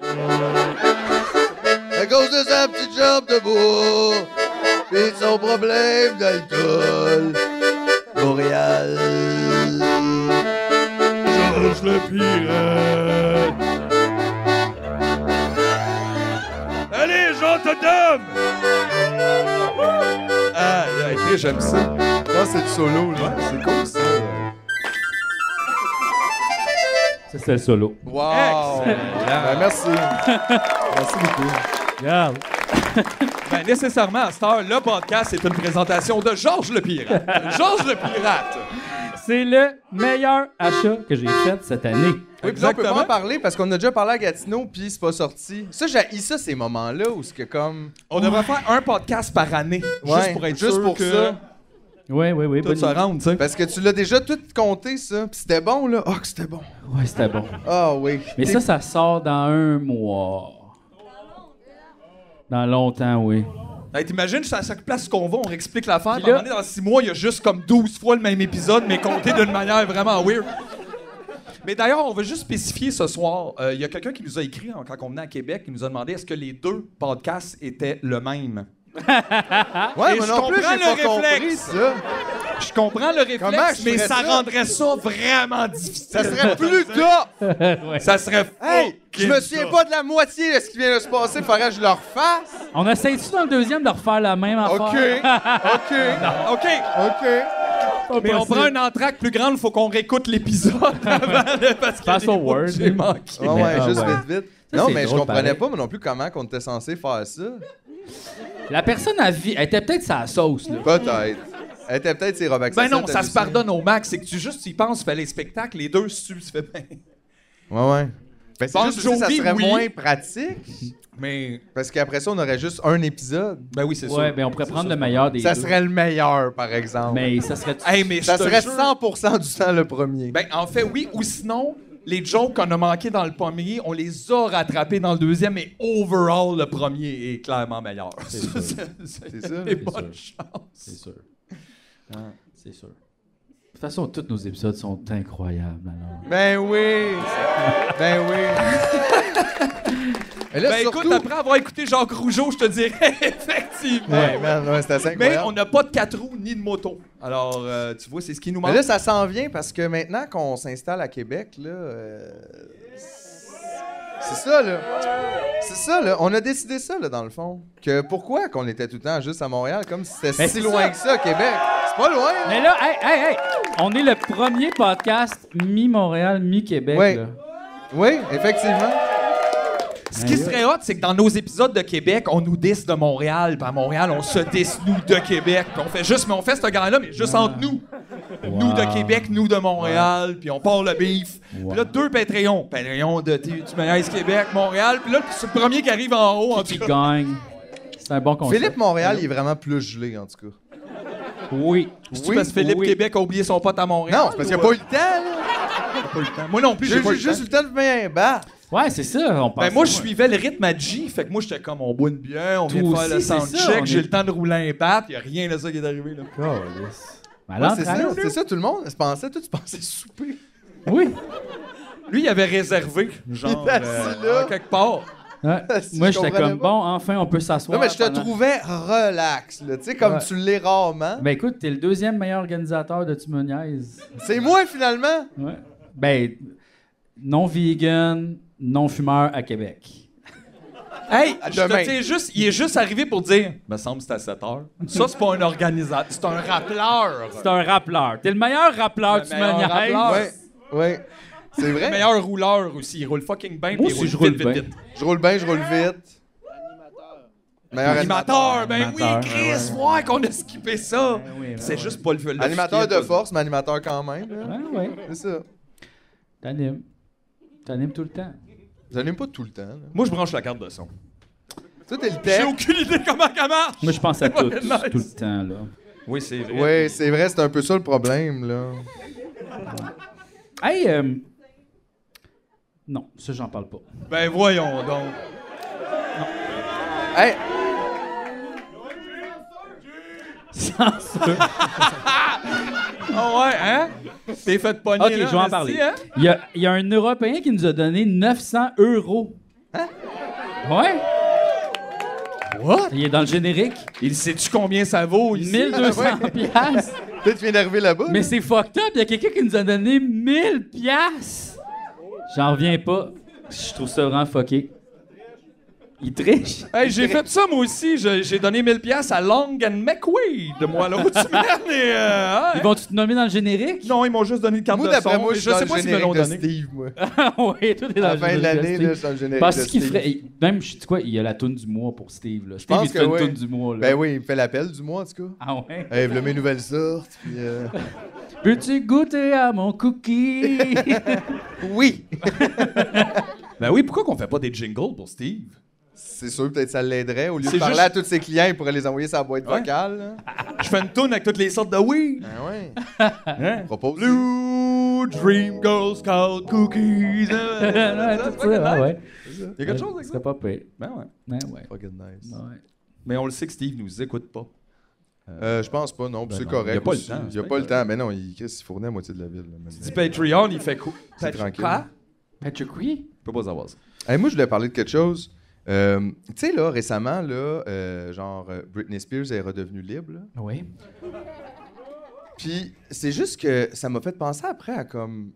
D: À cause de sa petite jambe de bois. Et de son problème d'alcool. Montréal.
H: Georges le pirate! Allez, Jean Totem!
D: Ah, écrit, j'aime ça. Non, c'est du solo, là. C'est cool, ça.
A: Ça, c'était le solo.
D: Wow! Ben, merci. merci beaucoup.
A: Regarde.
C: Ben, nécessairement, à cette heure, le podcast est une présentation de Georges le Pirate. Georges le Pirate!
A: C'est le meilleur achat que j'ai fait cette année.
D: Oui, puis là, on peut pas
C: Exactement.
D: en parler parce qu'on a déjà parlé à Gatineau, puis c'est pas sorti. Ça, j'ai ça, ces moments-là, où ce que comme.
C: On devrait faire un podcast par année, juste
D: Ouais,
C: pour être
D: juste
C: sûr
D: pour
C: que
D: ça.
A: Oui, oui, oui.
C: tout se rende, tu sais.
D: Parce que tu l'as déjà tout compté, ça. Puis c'était bon, là. Ah, que c'était bon.
A: Oui, c'était bon.
D: Ah oui.
A: Mais
D: T'es-
A: ça, ça sort dans un mois. Dans longtemps, oui.
C: Hey, Ben, T'imagines, à chaque place qu'on va, on réexplique l'affaire.
A: Puis
C: puis à un
A: là-
C: moment donné, dans six mois, il y a juste comme 12 fois le même épisode, mais compté d'une manière vraiment weird. Mais d'ailleurs, on va juste spécifier ce soir. euh, Il y a quelqu'un qui nous a écrit hein, quand on venait à Québec, qui nous a demandé est-ce que les deux podcasts étaient le même.
D: Ouais,
C: Et
D: moi
C: je
D: non plus, j'ai
C: comprends
D: pas
C: le
D: compris
C: réflexe.
D: ça.
C: Je comprends le réflexe,
D: Comment je
C: mais
D: ferais
C: ça,
D: ça?
C: rendrait ça vraiment difficile.
D: Ça serait plus tough!
C: Ça serait fou.
D: Hey! Je me souviens pas de la moitié de ce qui vient de se passer, faudrait que je le refasse!
A: On essaie-tu dans le deuxième de refaire la même affaire?
D: OK! OK! Ah!
C: OK,
D: OK!
A: Ah
D: Ah
A: Pas
C: mais on
A: possible.
C: prend un entracte plus grande, faut qu'on réécoute l'épisode avant de- parce qu'il y a
A: Passe
C: des
A: au
C: mots que
A: Word.
C: j'ai manqués.
D: Ah ouais,
A: ah
D: juste
A: ouais.
D: vite, vite.
A: Ça,
D: non,
A: c'est
D: mais je
A: drôle,
D: comprenais
A: pareil.
D: pas, moi non plus, comment qu'on était censé faire ça.
A: La personne à vie, elle était peut-être sa sauce, là.
D: Peut-être. Elle était peut-être ses robes
C: Ben non, ça se pardonne au max. C'est que tu juste tu y penses, tu fais les spectacles, les deux, si tu le fais bien.
D: Ouais, ouais. Ben, c'est
C: Bon,
D: juste aussi, ça
C: Jovi,
D: serait
C: oui.
D: moins pratique.
C: Mais.
D: Parce qu'après ça, on aurait juste un épisode.
C: Ben oui, c'est
A: Ouais,
C: sûr.
A: ben on pourrait prendre le meilleur des
D: Ça
A: deux.
D: serait le meilleur, par exemple.
A: Mais ça serait...
C: Hey, mais
D: ça
C: je te
D: serait
C: jure-
D: 100% du temps le premier.
C: Ben en fait, oui, ou sinon, les jokes qu'on a manqués dans le premier, on les a rattrapés dans le deuxième, mais overall, le premier est clairement meilleur.
A: sûr.
D: C'est ça.
C: Et bonne chance.
A: C'est sûr. Ah, C'est sûr. De toute façon, tous nos épisodes sont incroyables. Alors.
D: Ben oui. ben oui. Mais là,
C: Ben
D: surtout...
C: écoute, après avoir écouté Jacques Rougeau, je te dirais effectivement.
D: Ouais, man, ouais, c'est assez
C: Mais
D: incroyable.
C: on n'a pas de quatre roues ni de moto. Alors, euh, tu vois, c'est ce qui nous
D: Mais
C: manque.
D: là, ça s'en vient parce que maintenant qu'on s'installe à Québec, là. euh, C'est ça, là. C'est ça, là. On a décidé ça, là, dans le fond. Que pourquoi qu'on était tout le temps juste à Montréal, comme si c'était
A: Mais
C: Ben,
D: si
A: c'est
D: loin
A: ça.
D: que ça, Québec. C'est pas loin, hein? là.
A: Mais là, hey, hey, hey! On est le premier podcast mi-Montréal, mi-Québec.
D: Ouais.
A: là.
D: Oui, effectivement.
C: Ce qui serait hot, c'est que dans nos épisodes de Québec, on nous disse de Montréal, puis à Montréal, on se disse nous de Québec, puis on fait juste, mais on fait ce gang-là, mais juste entre nous. Nous de Québec, nous de Montréal, puis on part le beef. Puis là, deux Patreons. Patreon de Tu tu me niaises Québec, Montréal, puis là, c'est le premier qui arrive en haut, en tout
A: Qui
C: cas.
A: gagne. C'est un bon conseil.
D: Philippe Montréal, il est vraiment plus gelé, en tout cas.
A: Oui.
C: C'est parce que Philippe
A: oui.
C: Québec a oublié son pote à Montréal.
D: Non, c'est parce qu'il
C: ou-
D: n'y a pas eu le temps, là.
C: pas eu le temps. Moi non plus,
D: J'ai
C: j'ai pas eu
D: j'ai
C: le temps.
D: juste eu le temps de me un bas.
A: Ouais, c'est ça. On pense
C: Ben moi, je suivais le rythme à G, fait que moi, j'étais comme, on boit une bière, on vient
A: Toi
C: faire le
A: aussi, c'est ça,
C: soundcheck,
A: on
C: j'ai
A: est-
C: le temps de rouler un pape, il a rien de ça qui est arrivé, là.
A: Ben,
D: Ouais, c'est ça, c'est ça, tout le monde se pensait, tout se pensait souper.
A: Oui.
C: Lui, il avait réservé, genre,
D: Il est assis
C: euh,
D: là.
C: quelque part.
A: Ouais.
D: Ah, si,
A: moi,
D: je
A: j'étais
D: comprenais
A: comme,
D: pas.
A: bon, enfin, on peut s'asseoir.
D: Non, mais je te
A: pendant-
D: trouvais relax, là. Tu sais, comme
A: Ouais.
D: tu l'es rarement.
A: Ben écoute, t'es le deuxième meilleur organisateur de Tu me niaises.
D: C'est moi, finalement.
A: Ouais. Ben, non-vegan, non-fumeur à Québec.
C: Hey,
D: À
C: je te
D: demain.
C: tiens juste, il est juste arrivé pour dire, me semble que c'est à 7 heures. Ça, c'est pas un organisateur, c'est un rappeleur.
A: C'est un rappeleur. T'es le meilleur rappeleur,
C: Le
A: tu me
C: meilleur
A: niaises.
C: rappeleur. Ah,
D: Ouais, ouais. C'est vrai.
C: Meilleur rouleur aussi, il roule fucking bien.
A: Moi
C: puis il
A: aussi, je
C: roule vite,
A: roule
C: vite,
A: bien.
C: vite.
D: Je roule bien, je roule vite. Meilleur
C: Animateur, ben
A: Animateur,
C: oui, Chris,
A: ouais, ouais.
C: voir qu'on a skippé ça.
A: oui, ben
C: c'est
A: ouais.
C: juste pas le le-
D: Animateur de
C: pas-
D: force, mais animateur quand même. là.
A: Ouais, Ah, ouais.
D: C'est ça.
A: T'animes. T'animes tout le temps.
D: J'anime pas tout le temps. là.
C: Moi, je branche la carte de son.
D: Toi, t'es le
C: J'ai
D: tech.
C: aucune idée comment ça marche.
A: Moi, je pense à tout,
C: Ouais, nice.
A: tout le temps, là.
C: Oui, c'est vrai.
D: Ouais, c'est vrai, c'est un peu ça le problème, là.
A: Hey, euh, non, ça, j'en parle pas.
C: Ben voyons donc.
D: Hey,
A: Censure.
C: Ah ouais, hein? T'es fait pogner.
A: OK, je
C: là,
A: vais en
C: esti,
A: parler.
C: hein?
A: Il y, a, il y a un Européen qui nous a donné 900 euros. Hein? Ouais.
C: What?
A: Il est dans le générique.
C: Il sait-tu combien ça vaut ici?
A: 1200
C: Ah
A: piastres.
D: Peut-être tu viens d'arriver là-bas.
A: Mais c'est fucked up. Il y a quelqu'un qui nous a donné 1000 piastres. J'en reviens pas. Je trouve ça vraiment fucké. Il triche.
C: Hey, j'ai fait ça moi aussi. Je- J'ai donné 1000 pièces à Long and McWade, moi, l'autre semaine. Et, euh, hein?
A: Ils vont-tu te nommer dans le générique?
C: Non, ils m'ont juste donné une carte
D: Moi,
C: de son.
D: d'après moi,
C: mais
D: je suis
C: je
D: dans
C: sais
D: le
C: pas s'ils me l'ont
D: générique de
C: donné.
D: Steve, moi.
A: Ah ouais, tout est dans
D: À la
A: le
D: fin
A: générique
D: de
A: de
D: l'année,
A: Steve.
D: là, je suis dans le générique
A: Parce
D: de
A: qu'il
D: Steve.
A: ferait. Même, je sais quoi, il y a la toune du mois pour Steve. Là. Steve,
D: pense
A: il fait
D: que
A: une
D: oui.
A: toune du mois. Là.
D: Ben oui, il me fait l'appel du mois, en tout cas.
A: Ah ouais?
D: Hey, voilà mes nouvelles sortes. puis, euh,
A: Veux-tu goûter à mon cookie?
D: Oui!
C: Ben oui, pourquoi qu'on fait pas des jingles pour Steve?
D: C'est sûr, peut-être ça l'aiderait. Au lieu de
C: C'est
D: parler
C: juste-
D: à tous ses clients, il pourrait les envoyer sa boîte
C: Ouais.
D: vocale. là.
C: Je fais une toune avec toutes les sortes de oui.
D: Ben ouais.
C: Hein?
D: Propose.
C: Blue Dream Girl Scout Cookies.
A: Ouais,
C: Euh,
A: tout ça, ah ouais.
C: Il y a quelque chose avec
A: Ce
C: ça?
A: serait pas pire.
C: Ben ouais.
A: Ouais, ouais.
D: Fucking nice.
A: ouais.
C: Mais on le sait que Steve nous écoute pas.
D: Euh, je pense pas, non.
C: Ben
D: puis c'est
C: non,
D: correct.
C: il y a pas le
D: aussi.
C: temps,
D: Il y a
C: c'est
D: pas le
C: correct.
D: temps. Mais non, il, Chris, il fournit la moitié de la ville. là, maintenant.
C: Dis Patreon, il fait quoi?
D: C'est tranquille.
C: Quoi?
A: Patrick Wee?
C: Je peux pas savoir ça.
D: Hey, moi, je voulais parler de quelque chose. Euh, tu sais, là, récemment, là, euh, genre, euh, Britney Spears est redevenue libre. là.
A: Oui.
D: Puis c'est juste que ça m'a fait penser après à comme.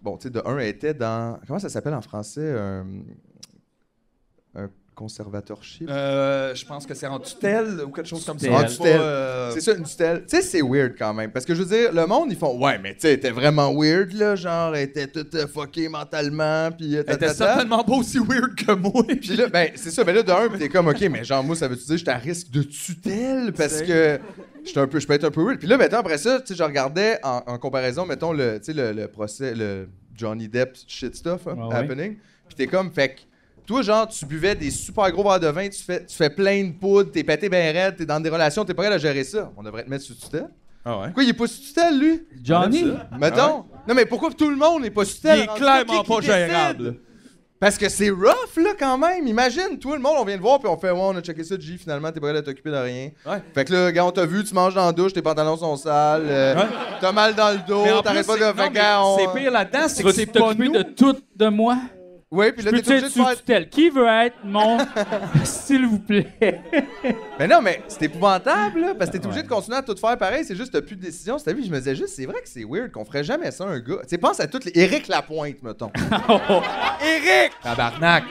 D: Bon, tu sais, de un, elle était dans. Comment ça s'appelle en français Un, un conservatorship.
C: Euh, je pense que c'est en tutelle ou quelque chose comme ça.
D: En
C: C'est pas,
D: tutelle.
C: euh,
D: C'est ça, une tutelle. Tu sais, c'est weird quand même. Parce que je veux dire, le monde, ils font Ouais, mais tu sais, elle était vraiment weird, là. Genre, elle était toute euh, fuckée mentalement. Puis. euh, ta,
C: Elle était
D: ta, ta.
C: certainement pas aussi weird que moi.
D: Puis là, ben, c'est ça. Ben là, de un, pis t'es comme, OK, mais genre, moi, ça veut-tu dire que j'étais à risque de tutelle parce que j'étais un peu, je peux être un peu weird. Puis là, mettons, après ça, tu sais, je regardais en, en comparaison, mettons, le, tu sais, le, le procès, le Johnny Depp shit stuff hein,
A: Ah ouais.
D: happening. Puis t'es comme, fait que, toi, genre, tu buvais des super gros verres de vin, tu fais, tu fais plein de poudre, t'es pété ben raide, t'es dans des relations, t'es pas prêt à gérer ça. On devrait te mettre sous tutelle.
C: Ah ouais.
D: Pourquoi il est pas sous tutelle, lui?
A: Johnny?
D: Mettons.
C: Ah
D: Non, mais pourquoi tout le monde n'est pas sous
C: Il
D: tutelle?
C: est
D: Rendu là,
C: clairement
D: qui- qui
C: pas
D: décide?
C: gérable.
D: Parce que c'est rough, là, quand même. Imagine, tout le monde, on vient de voir, puis on fait, ouais, on a checké ça, G, finalement, t'es pas capable de t'occuper de rien.
C: Ouais.
D: Fait que là, gars, on t'a vu, tu manges dans la douche, tes pantalons sont sales, euh,
C: Ouais.
D: t'as mal dans le
C: Mais
D: dos,
C: en
D: t'arrêtes
C: plus,
D: pas de.
C: c'est- non,
D: Fait
C: mais
D: que, gars, on-
C: C'est pire là-dedans, c'est que
A: Vas-tu
C: c'est pas
A: t'occuper
C: nous.
A: de tout de moi?
D: Ouais, puis là, t'es
A: Peux-tu
D: obligé
A: être
D: de
A: sous
D: faire.
A: tutelle? Qui veut être mon. S'il vous plaît.
D: Mais non, mais c'est épouvantable, là, parce que t'es obligé
A: Ouais.
D: de continuer à tout faire pareil, c'est juste, t'as plus de décision. C'est ta vie, je me disais juste, c'est vrai que c'est weird qu'on ferait jamais ça, un gars. Tu sais, pense à toutes les. Éric Lapointe, mettons. Éric!
C: Tabarnak.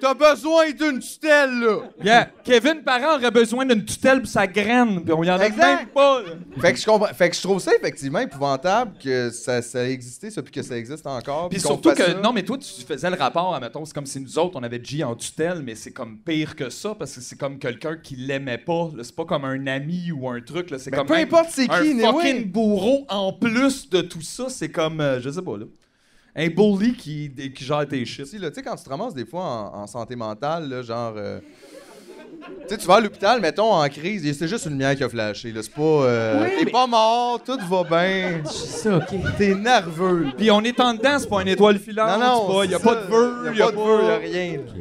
D: T'as besoin d'une tutelle, là!
C: Yeah. Kevin Parent aurait besoin d'une tutelle pour sa graine, puis on y en a
D: Exact.
C: même pas. là.
D: Fait que, je comprends- fait que je trouve ça effectivement épouvantable que ça, ça a existé, ça, puis que ça existe encore.
C: Puis
D: qu'on
C: surtout
D: fasse
C: que,
D: ça.
C: non, mais toi, tu faisais le rapport, admettons, c'est comme si nous autres, on avait G en tutelle, mais c'est comme pire que ça, parce que c'est comme quelqu'un qui l'aimait pas. là. C'est pas comme un ami ou un truc, là. c'est
D: Mais
C: comme
D: peu
C: même
D: importe c'est
C: un
D: qui, anyway.
C: fucking bourreau en plus de tout ça. C'est comme, euh, je sais pas, là. Un bully qui, qui gère tes shit.
D: Si, là, Tu sais, quand tu te ramasses des fois en, en santé mentale, là, genre. euh, Tu sais, tu vas à l'hôpital, mettons, en crise, et c'est juste une lumière qui a flashé. là, C'est pas. euh,
A: Oui,
D: T'es
A: mais-
D: pas mort, tout va bien.
A: C'est ça, OK.
D: T'es nerveux. là.
C: Puis on est en dedans, c'est pas une étoile filante. c'est pas-
D: c'est
C: y a
D: ça.
C: pas de vœux,
D: y a pas de vœux, y a rien. là.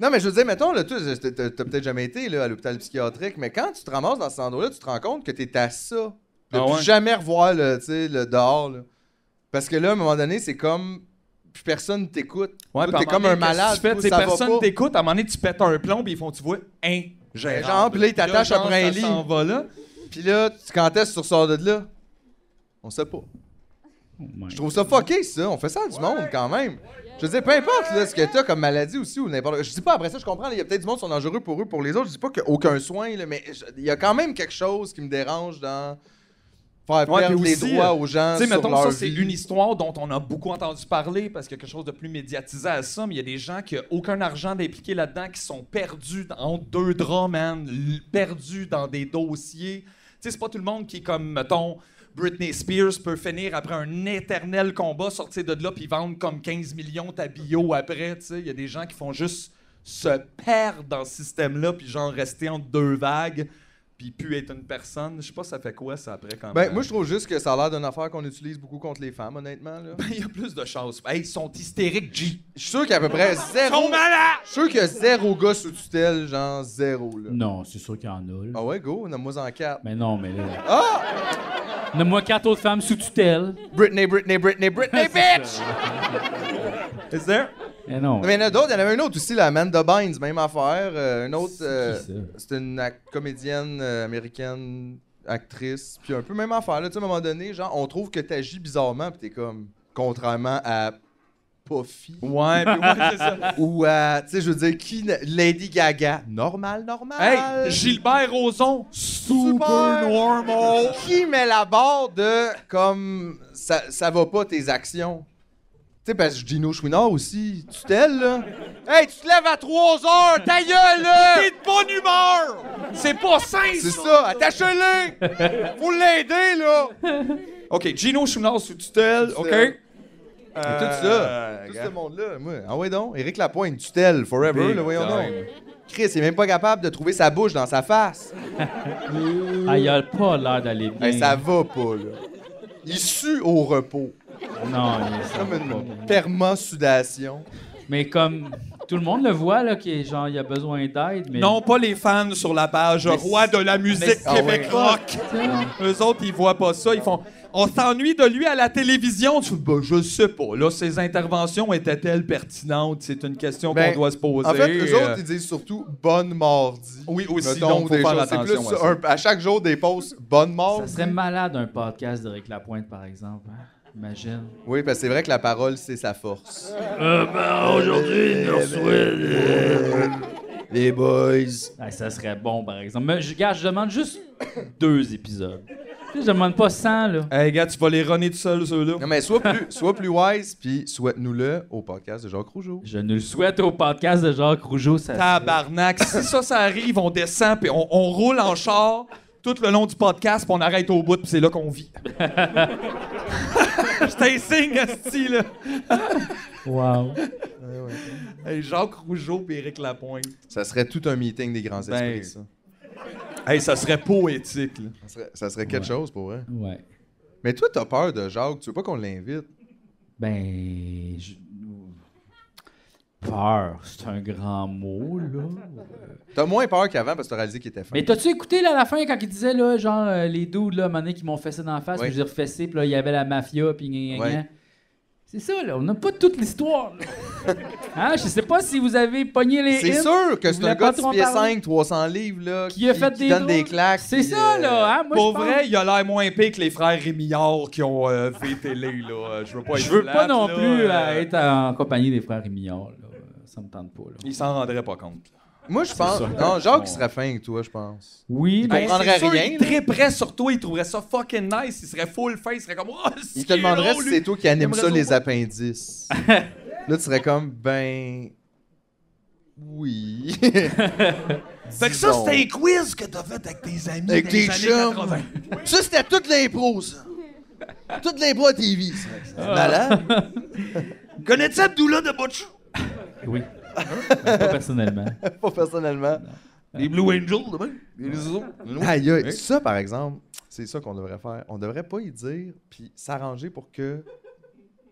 D: Non, mais je veux dire, mettons, là, tu sais, t'as t'as peut-être jamais été là, à l'hôpital psychiatrique, mais quand tu te ramasses dans cet endroit-là, tu te rends compte que t'es à ça. De
C: Ah
D: plus
C: ouais?
D: jamais revoir le, tu sais, le dehors. là. Parce que là, à un moment donné, c'est comme. Plus personne t'écoute.
C: Ouais,
D: Toi,
C: puis à
D: t'es comme un
C: moment donné,
D: malade.
C: qu'est-ce que Tu fais,
D: toi,
C: T'sais,
D: ça va
C: personne
D: pas.
C: t'écoute, à un moment donné, tu pètes un plomb, puis ils font, tu vois, hein, gérable.
D: Genre, puis là, ils t'attachent
C: Là, genre,
D: après un
C: ça
D: lit.
C: s'en va là.
D: Puis là, tu- quand est-ce que tu ressors de là? On sait pas. Je trouve ça fucké, ça. On fait ça à du monde, quand même. Je veux dire, peu importe là, ce que t'as comme maladie aussi ou n'importe Je dis pas, après ça, je comprends, là, il y a peut-être du monde qui sont dangereux pour eux, pour les autres. Je dis pas qu'aucun soin, là, mais je- il y a quand même quelque chose qui me dérange dans faire
C: Ouais,
D: perdre
C: puis
D: les
C: aussi,
D: droits
C: euh,
D: aux gens
C: Tu sais,
D: sur
C: mettons,
D: leur
C: ça, c'est
D: vie.
C: une histoire dont on a beaucoup entendu parler parce qu'il y a quelque chose de plus médiatisé à ça, mais il y a des gens qui n'ont aucun argent d'impliquer là-dedans, qui sont perdus dans- entre deux draps, man, l- perdus dans des dossiers. Tu sais, c'est pas tout le monde qui est comme, mettons, Britney Spears peut finir après un éternel combat, sortir de là, puis vendre comme 15 millions ta bio après, tu sais. Il y a des gens qui font juste se perdre dans ce système-là, puis genre rester entre deux vagues. Puis puis plus être une personne. Je sais pas, ça fait quoi ça après quand
D: Ben,
C: même?
D: moi, je trouve juste que ça a l'air d'une affaire qu'on utilise beaucoup contre les femmes, honnêtement. Là.
C: Ben, il y a plus de chances. Hey, ils sont hystériques, G.
D: Je suis sûr qu'il y a à peu près zéro.
C: malades!
D: Je suis sûr qu'il y a zéro gars sous tutelle, genre zéro. Là.
A: Non, c'est sûr qu'il y en a. là.
D: Ah ouais, go, nomme-moi en quatre.
A: Mais non, mais là.
D: Ah!
A: Nomme-moi quatre autres femmes sous tutelle.
D: Britney, Britney, Britney, Britney, bitch!
C: Is there?
A: Mais non.
D: Mais il y en a d'autres, il y en avait une autre aussi, la Amanda Bynes, même affaire. Euh, une autre, euh,
A: qui, ça?
D: c'est une ac- comédienne euh, américaine, actrice, puis un peu même affaire. Là, tu sais, à un moment donné, genre, on trouve que t'agis bizarrement, puis t'es comme, contrairement à Puffy
C: Ouais, puis ouais, c'est ça.
D: ou à, tu sais, je veux dire, qui, n'a- Lady Gaga, normal, normal.
C: Hey, Gilbert Rozon, super,
D: Super.
C: normal.
D: qui met la barre de comme ça, ça va pas tes actions? Tu sais, parce que Gino Chouinard aussi, tu t'ailes, là. Hey, tu te lèves à 3 heures, ta gueule, là!
C: T'es de bonne humeur! C'est pas sain,
D: C'est
C: ça.
D: ça, attachez-le! Faut l'aider, là!
C: OK, Gino Chouinard sous tutelle, OK?
D: Tutelle.
C: Euh,
D: tout ça, tout
C: gars.
D: ce monde-là, moi. Ah ouais donc, Éric Lapointe, tutelle, forever,
C: Big
D: là, voyons donc.
C: time.
D: Chris, il est même pas capable de trouver sa bouche dans sa face.
A: Ah, il a pas l'air d'aller bien.
D: Hey, ça va pas, là. Il sue au repos,
A: Non, il- ça
D: comme
A: va pas
D: une
A: bien.
D: permassudation.
A: Mais comme tout le monde le voit, là, qu'il genre, il a besoin d'aide, mais.
C: Non, pas les fans sur la page Roi de la musique
D: mais-
C: Québec
D: Ah
C: Rock. Eux autres, ils voient pas ça. Ils font On s'ennuie de lui à la télévision. Tu fais, Ben, je sais pas. Là, ses interventions étaient-elles pertinentes C'est une question
D: Ben,
C: qu'on doit se poser.
D: En fait, eux
C: Euh,
D: autres, ils disent surtout bonne mardi.
C: Oui, aussi,
D: Mettons,
C: donc, faut
D: des
C: faire
D: choses, c'est
C: attention
D: plus
C: à ça.
D: un- à chaque jour des posts bonne
A: Ça
D: mardi.
A: serait malade un podcast d'Éric Lapointe, par exemple. hein. Imagine.
D: Oui, parce que c'est vrai que la parole, c'est sa force. aujourd'hui, Les boys.
A: Ah, ça serait bon, par exemple. Mais je, regarde, je demande juste deux épisodes. Tu sais, Je demande pas 100, là.
C: Hey, gars, tu vas les runner tout seul, ceux-là.
D: Non, mais sois plus, sois plus wise, puis souhaite-nous-le au podcast de Jacques Rougeau.
A: Je ne le souhaite au podcast de Jacques Rougeau. Ça
C: Tabarnak. si ça, ça arrive, on descend, puis on, on roule en char tout le long du podcast, puis on arrête au bout, puis c'est là qu'on vit. Je t'insigne, Asti, là.
A: Wow.
C: Hey, Jacques Rougeau, puis Éric Lapointe.
D: Ça serait tout un meeting des grands esprits,
C: Ben,
D: ça.
C: Hey, ça serait poétique, là.
D: Ça serait, ça serait quelque chose pour vrai.
A: Ouais.
D: Mais toi, t'as peur de Jacques, tu veux pas qu'on l'invite?
A: Ben. je- Peur, c'est un grand mot, là.
D: T'as moins peur qu'avant parce que t'as réalisé qu'il était fin.
A: Mais t'as-tu écouté, là, à la fin, quand il disait, là, genre, euh, les dudes, là, à un moment donné, qui m'ont fessé dans la face,
D: Ouais.
A: puis j'ai refessé, puis là, il y avait la mafia, puis gna, gna, gna.
D: Ouais.
A: C'est ça, là, on n'a pas toute l'histoire. là. hein, je sais pas si vous avez pogné les
D: C'est
A: hits.
D: sûr que
A: Vous
D: c'est
A: voulez
D: un gars
A: pas
D: de 6
A: trop en
D: pieds
A: parler?
D: 5, 300 livres, là,
A: qui a fait des
D: donne des
A: drôles.
D: claques.
A: C'est
D: puis,
A: ça,
D: euh,
A: là. Hein? Moi,
C: Pour
A: je pense-
C: vrai, il a l'air moins pire que les frères Rémillard qui ont euh, fait télé, là. Euh, Je veux pas être
A: Je veux
C: plate,
A: pas non
C: là,
A: plus
C: euh,
A: euh, être en compagnie des frères Rémillard. Là. Ça me tente pas. Là.
C: Il s'en rendrait pas compte.
D: Moi, je pense.
A: ça.
D: Non, Jacques serait fin que toi, je pense.
A: Oui, mais.
D: comprendrait
C: Ben, c'est sûr,
D: rien,
C: Il
D: là.
C: très près sur toi, il trouverait ça fucking nice. Il serait full face, il serait comme. Oh,
D: Il te demanderait si c'est toi qui anime
C: J'aimerais
D: ça,
C: ça
D: les
C: voir.
D: appendices. là, tu serais comme, ben. Oui.
C: Fait que ça, c'était un quiz que t'as fait avec tes amis.
D: Avec
C: dans
D: tes
C: les années
D: chums.
C: 80.
D: ça, c'était toute l'impro, ça. Toute l'impro à TV, ça.
C: Ah.
D: C'était malade.
C: Connais-tu Abdullah de Butch?
A: ben Oui. Ben, pas personnellement.
D: Pas personnellement.
C: Les Blue Angels, demain. Les autres.
D: Aïe, aïe. Ça, par exemple, c'est ça qu'on devrait faire. On devrait pas y dire, puis s'arranger pour que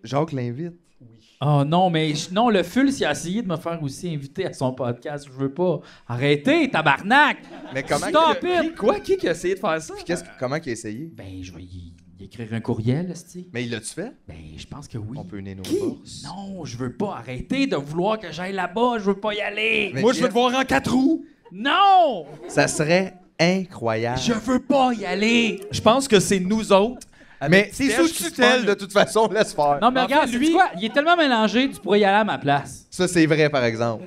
D: Jacques l'invite.
A: Oh non, mais je- non, le Fulz, il a essayé de me faire aussi inviter à son podcast. Je veux pas. Arrêtez, tabarnak!
D: Mais comment.
A: Stop
D: que-
A: it!
C: Quoi? Qui qui a essayé de faire ça?
D: Puis qu'est-ce que- comment qu'il a essayé?
A: Ben, je vais y, y écrire un courriel, esti.
D: Mais il l'a-tu fait?
A: Ben, je pense que oui.
D: On peut unir nos forces.
A: Non, je veux pas arrêter de vouloir que j'aille là-bas. Je veux pas y aller.
D: Mais
C: Moi, je veux
D: Jeff,
C: te voir en quatre roues.
A: Non!
D: Ça serait incroyable.
A: Je veux pas y aller!
C: Je pense que c'est nous autres.
D: Mais
C: avec
D: c'est
C: Serge
D: sous
C: qui se
D: tutelle,
C: pogne.
D: de toute façon, laisse faire.
A: Non, mais
C: En fait,
A: regarde,
C: lui-
A: lui... quoi? Il est tellement mélangé, tu pourrais y aller à ma place.
D: Ça, c'est vrai, par exemple.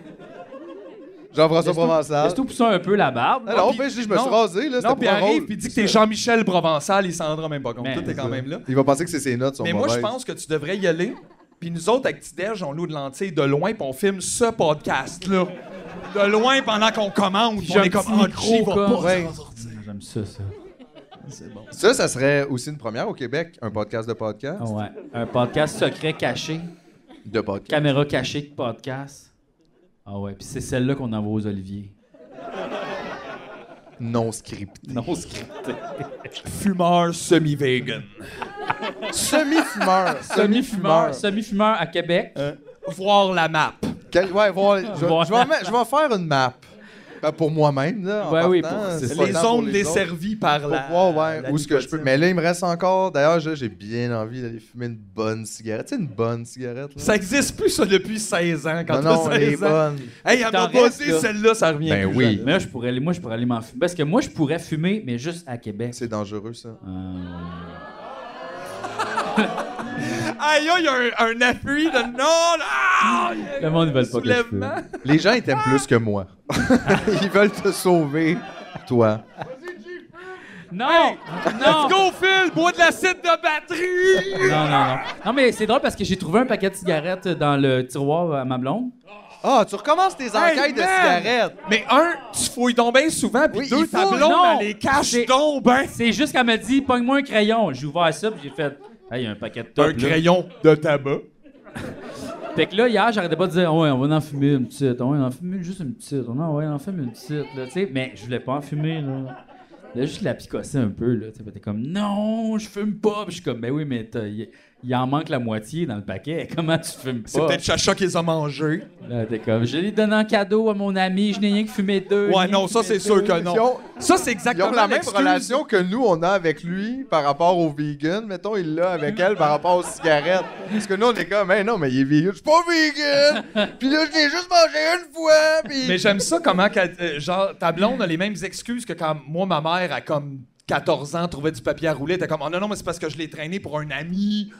D: Jean-François Provençal.
A: Laisse-toi pousser un peu la barbe.
D: Ah non,
C: puis-
D: ben, je je me
C: non.
D: suis rasé, là,
C: Non,
D: c'était
C: puis
D: pas
C: arrive,
D: drôle.
C: puis dit que t'es Jean-Michel Provençal, il s'en rendra même pas compte.
A: Mais-
C: Toi, t'es quand même là.
D: Il va penser que c'est ses notes sont
C: Mais moi, je pense que tu devrais y aller. Puis nous autres, avec Tidej, on loue de lentilles de loin, puis on filme ce podcast-là. De loin pendant qu'on commande. puis
A: j'ai
C: on
A: un
C: est comme,
A: petit
C: oh,
A: micro,
C: j'y vais
A: comme,
C: pas.
A: ouais.
C: ça va sortir.
A: J'aime ça, ça.
D: Ça, ça serait aussi une première au Québec, un podcast de podcast.
A: Ah ouais. Un podcast secret caché.
D: De podcast.
A: Caméra cachée de podcast. Ah ouais, puis c'est celle-là qu'on envoie aux Olivier.
D: non scripté.
C: Non scripté.
D: Fumeur semi-vegan. Semi-fumeur.
A: Semi-fumeur.
D: Semi-fumeur.
A: Semi-fumeur à Québec.
C: Voir la map.
D: Quel- ouais, voir- je, je
A: Voir.
D: vais en mettre- je vais en faire une map. Ben, pour moi-même, là. en
A: Ouais, oui,
D: partant,
A: pour- c'est
D: c'est
A: ça.
D: pas
C: Les
D: tant pour
C: zones
D: les autres.
C: desservies par
D: Pour
C: la.
D: voir, ouais,
C: la
D: où ce que je peux.
C: nicotine.
D: Mais là, il me reste encore. D'ailleurs, j'ai j'ai bien envie d'aller fumer une bonne cigarette. Tu sais, une bonne cigarette, là.
C: Ça existe plus, ça, depuis 16 ans. Quand
D: non, non,
C: t'as
D: elle est
C: 16 ans.
D: bonne.
C: Hey,
A: T'en
C: elle m'a
A: restes,
C: posé
A: là.
C: celle-là, ça revient.
D: Ben
C: plus
D: oui.
C: jamais.
A: Mais là, je pourrais aller, moi, je pourrais aller m'en fumer. Parce que moi, je pourrais fumer, mais juste à Québec. Ah,
D: C'est dangereux, ça.
C: hein. Aïe, aïe, il y a un, un appui de non, là!
A: Le monde, ils veulent pas que je fume.
C: Soulèvement.
D: Les gens, ils t'aiment plus que moi. ils veulent te sauver, toi.
A: Non! Non!
C: Go, Phil, bois de l'acide de batterie!
A: Non, non, non. Non, mais c'est drôle parce que j'ai trouvé un paquet de cigarettes dans le tiroir à ma blonde.
D: Ah, tu recommences tes
C: Hey,
D: enquêtes de
C: man!
D: cigarettes.
C: Mais un, tu fouilles donc bien souvent, puis
D: Oui,
C: deux,
D: il
C: ta
D: faut-
C: blonde,
A: non.
C: elle les cache
A: C'est-
C: donc ben.
A: C'est juste qu'elle m'a dit, pogne-moi un crayon. J'ai ouvert ça, puis j'ai fait, hey, il y a un paquet de top. là.
C: crayon de tabac.
A: Fait que là, hier, j'arrêtais pas de dire, Ah ouais, on va en fumer une petite, Ah on va en fumer juste une petite, on en, ouais, on en fume une petite, là, tu sais. Mais je voulais pas en fumer, là. Là, juste la picossais un peu, là. Tu sais, Puis t'es comme, non, je fume pas. Puis je suis comme, ben oui, mais t'as- il il en manque la moitié dans le paquet. Comment tu fumes pas?
C: C'est peut-être Chacha qui les a mangés.
A: Là, t'es comme, je l'ai donné en cadeau à mon ami, je n'ai rien que fumé deux. rien
C: Ouais, non,
A: que
C: ça,
A: fumé
C: c'est sûr
A: deux.
C: que
D: Ils
C: non.
D: ont-
C: Ça, c'est
D: Ils ont
C: exactement
D: la même
C: l'excuse.
D: relation que nous, on a avec lui par rapport aux vegans. Mettons, il l'a avec elle par rapport aux cigarettes. Parce que nous, on est comme, hey, non, mais il est vegan. Je suis pas vegan. Puis là, je l'ai juste mangé une fois. Puis...
C: Mais j'aime ça comment, qu'elle- euh, genre, ta blonde a les mêmes excuses que quand moi, ma mère, à comme 14 ans, trouvait du papier à rouler. T'es comme, oh non, non, mais c'est parce que je l'ai traîné pour un ami.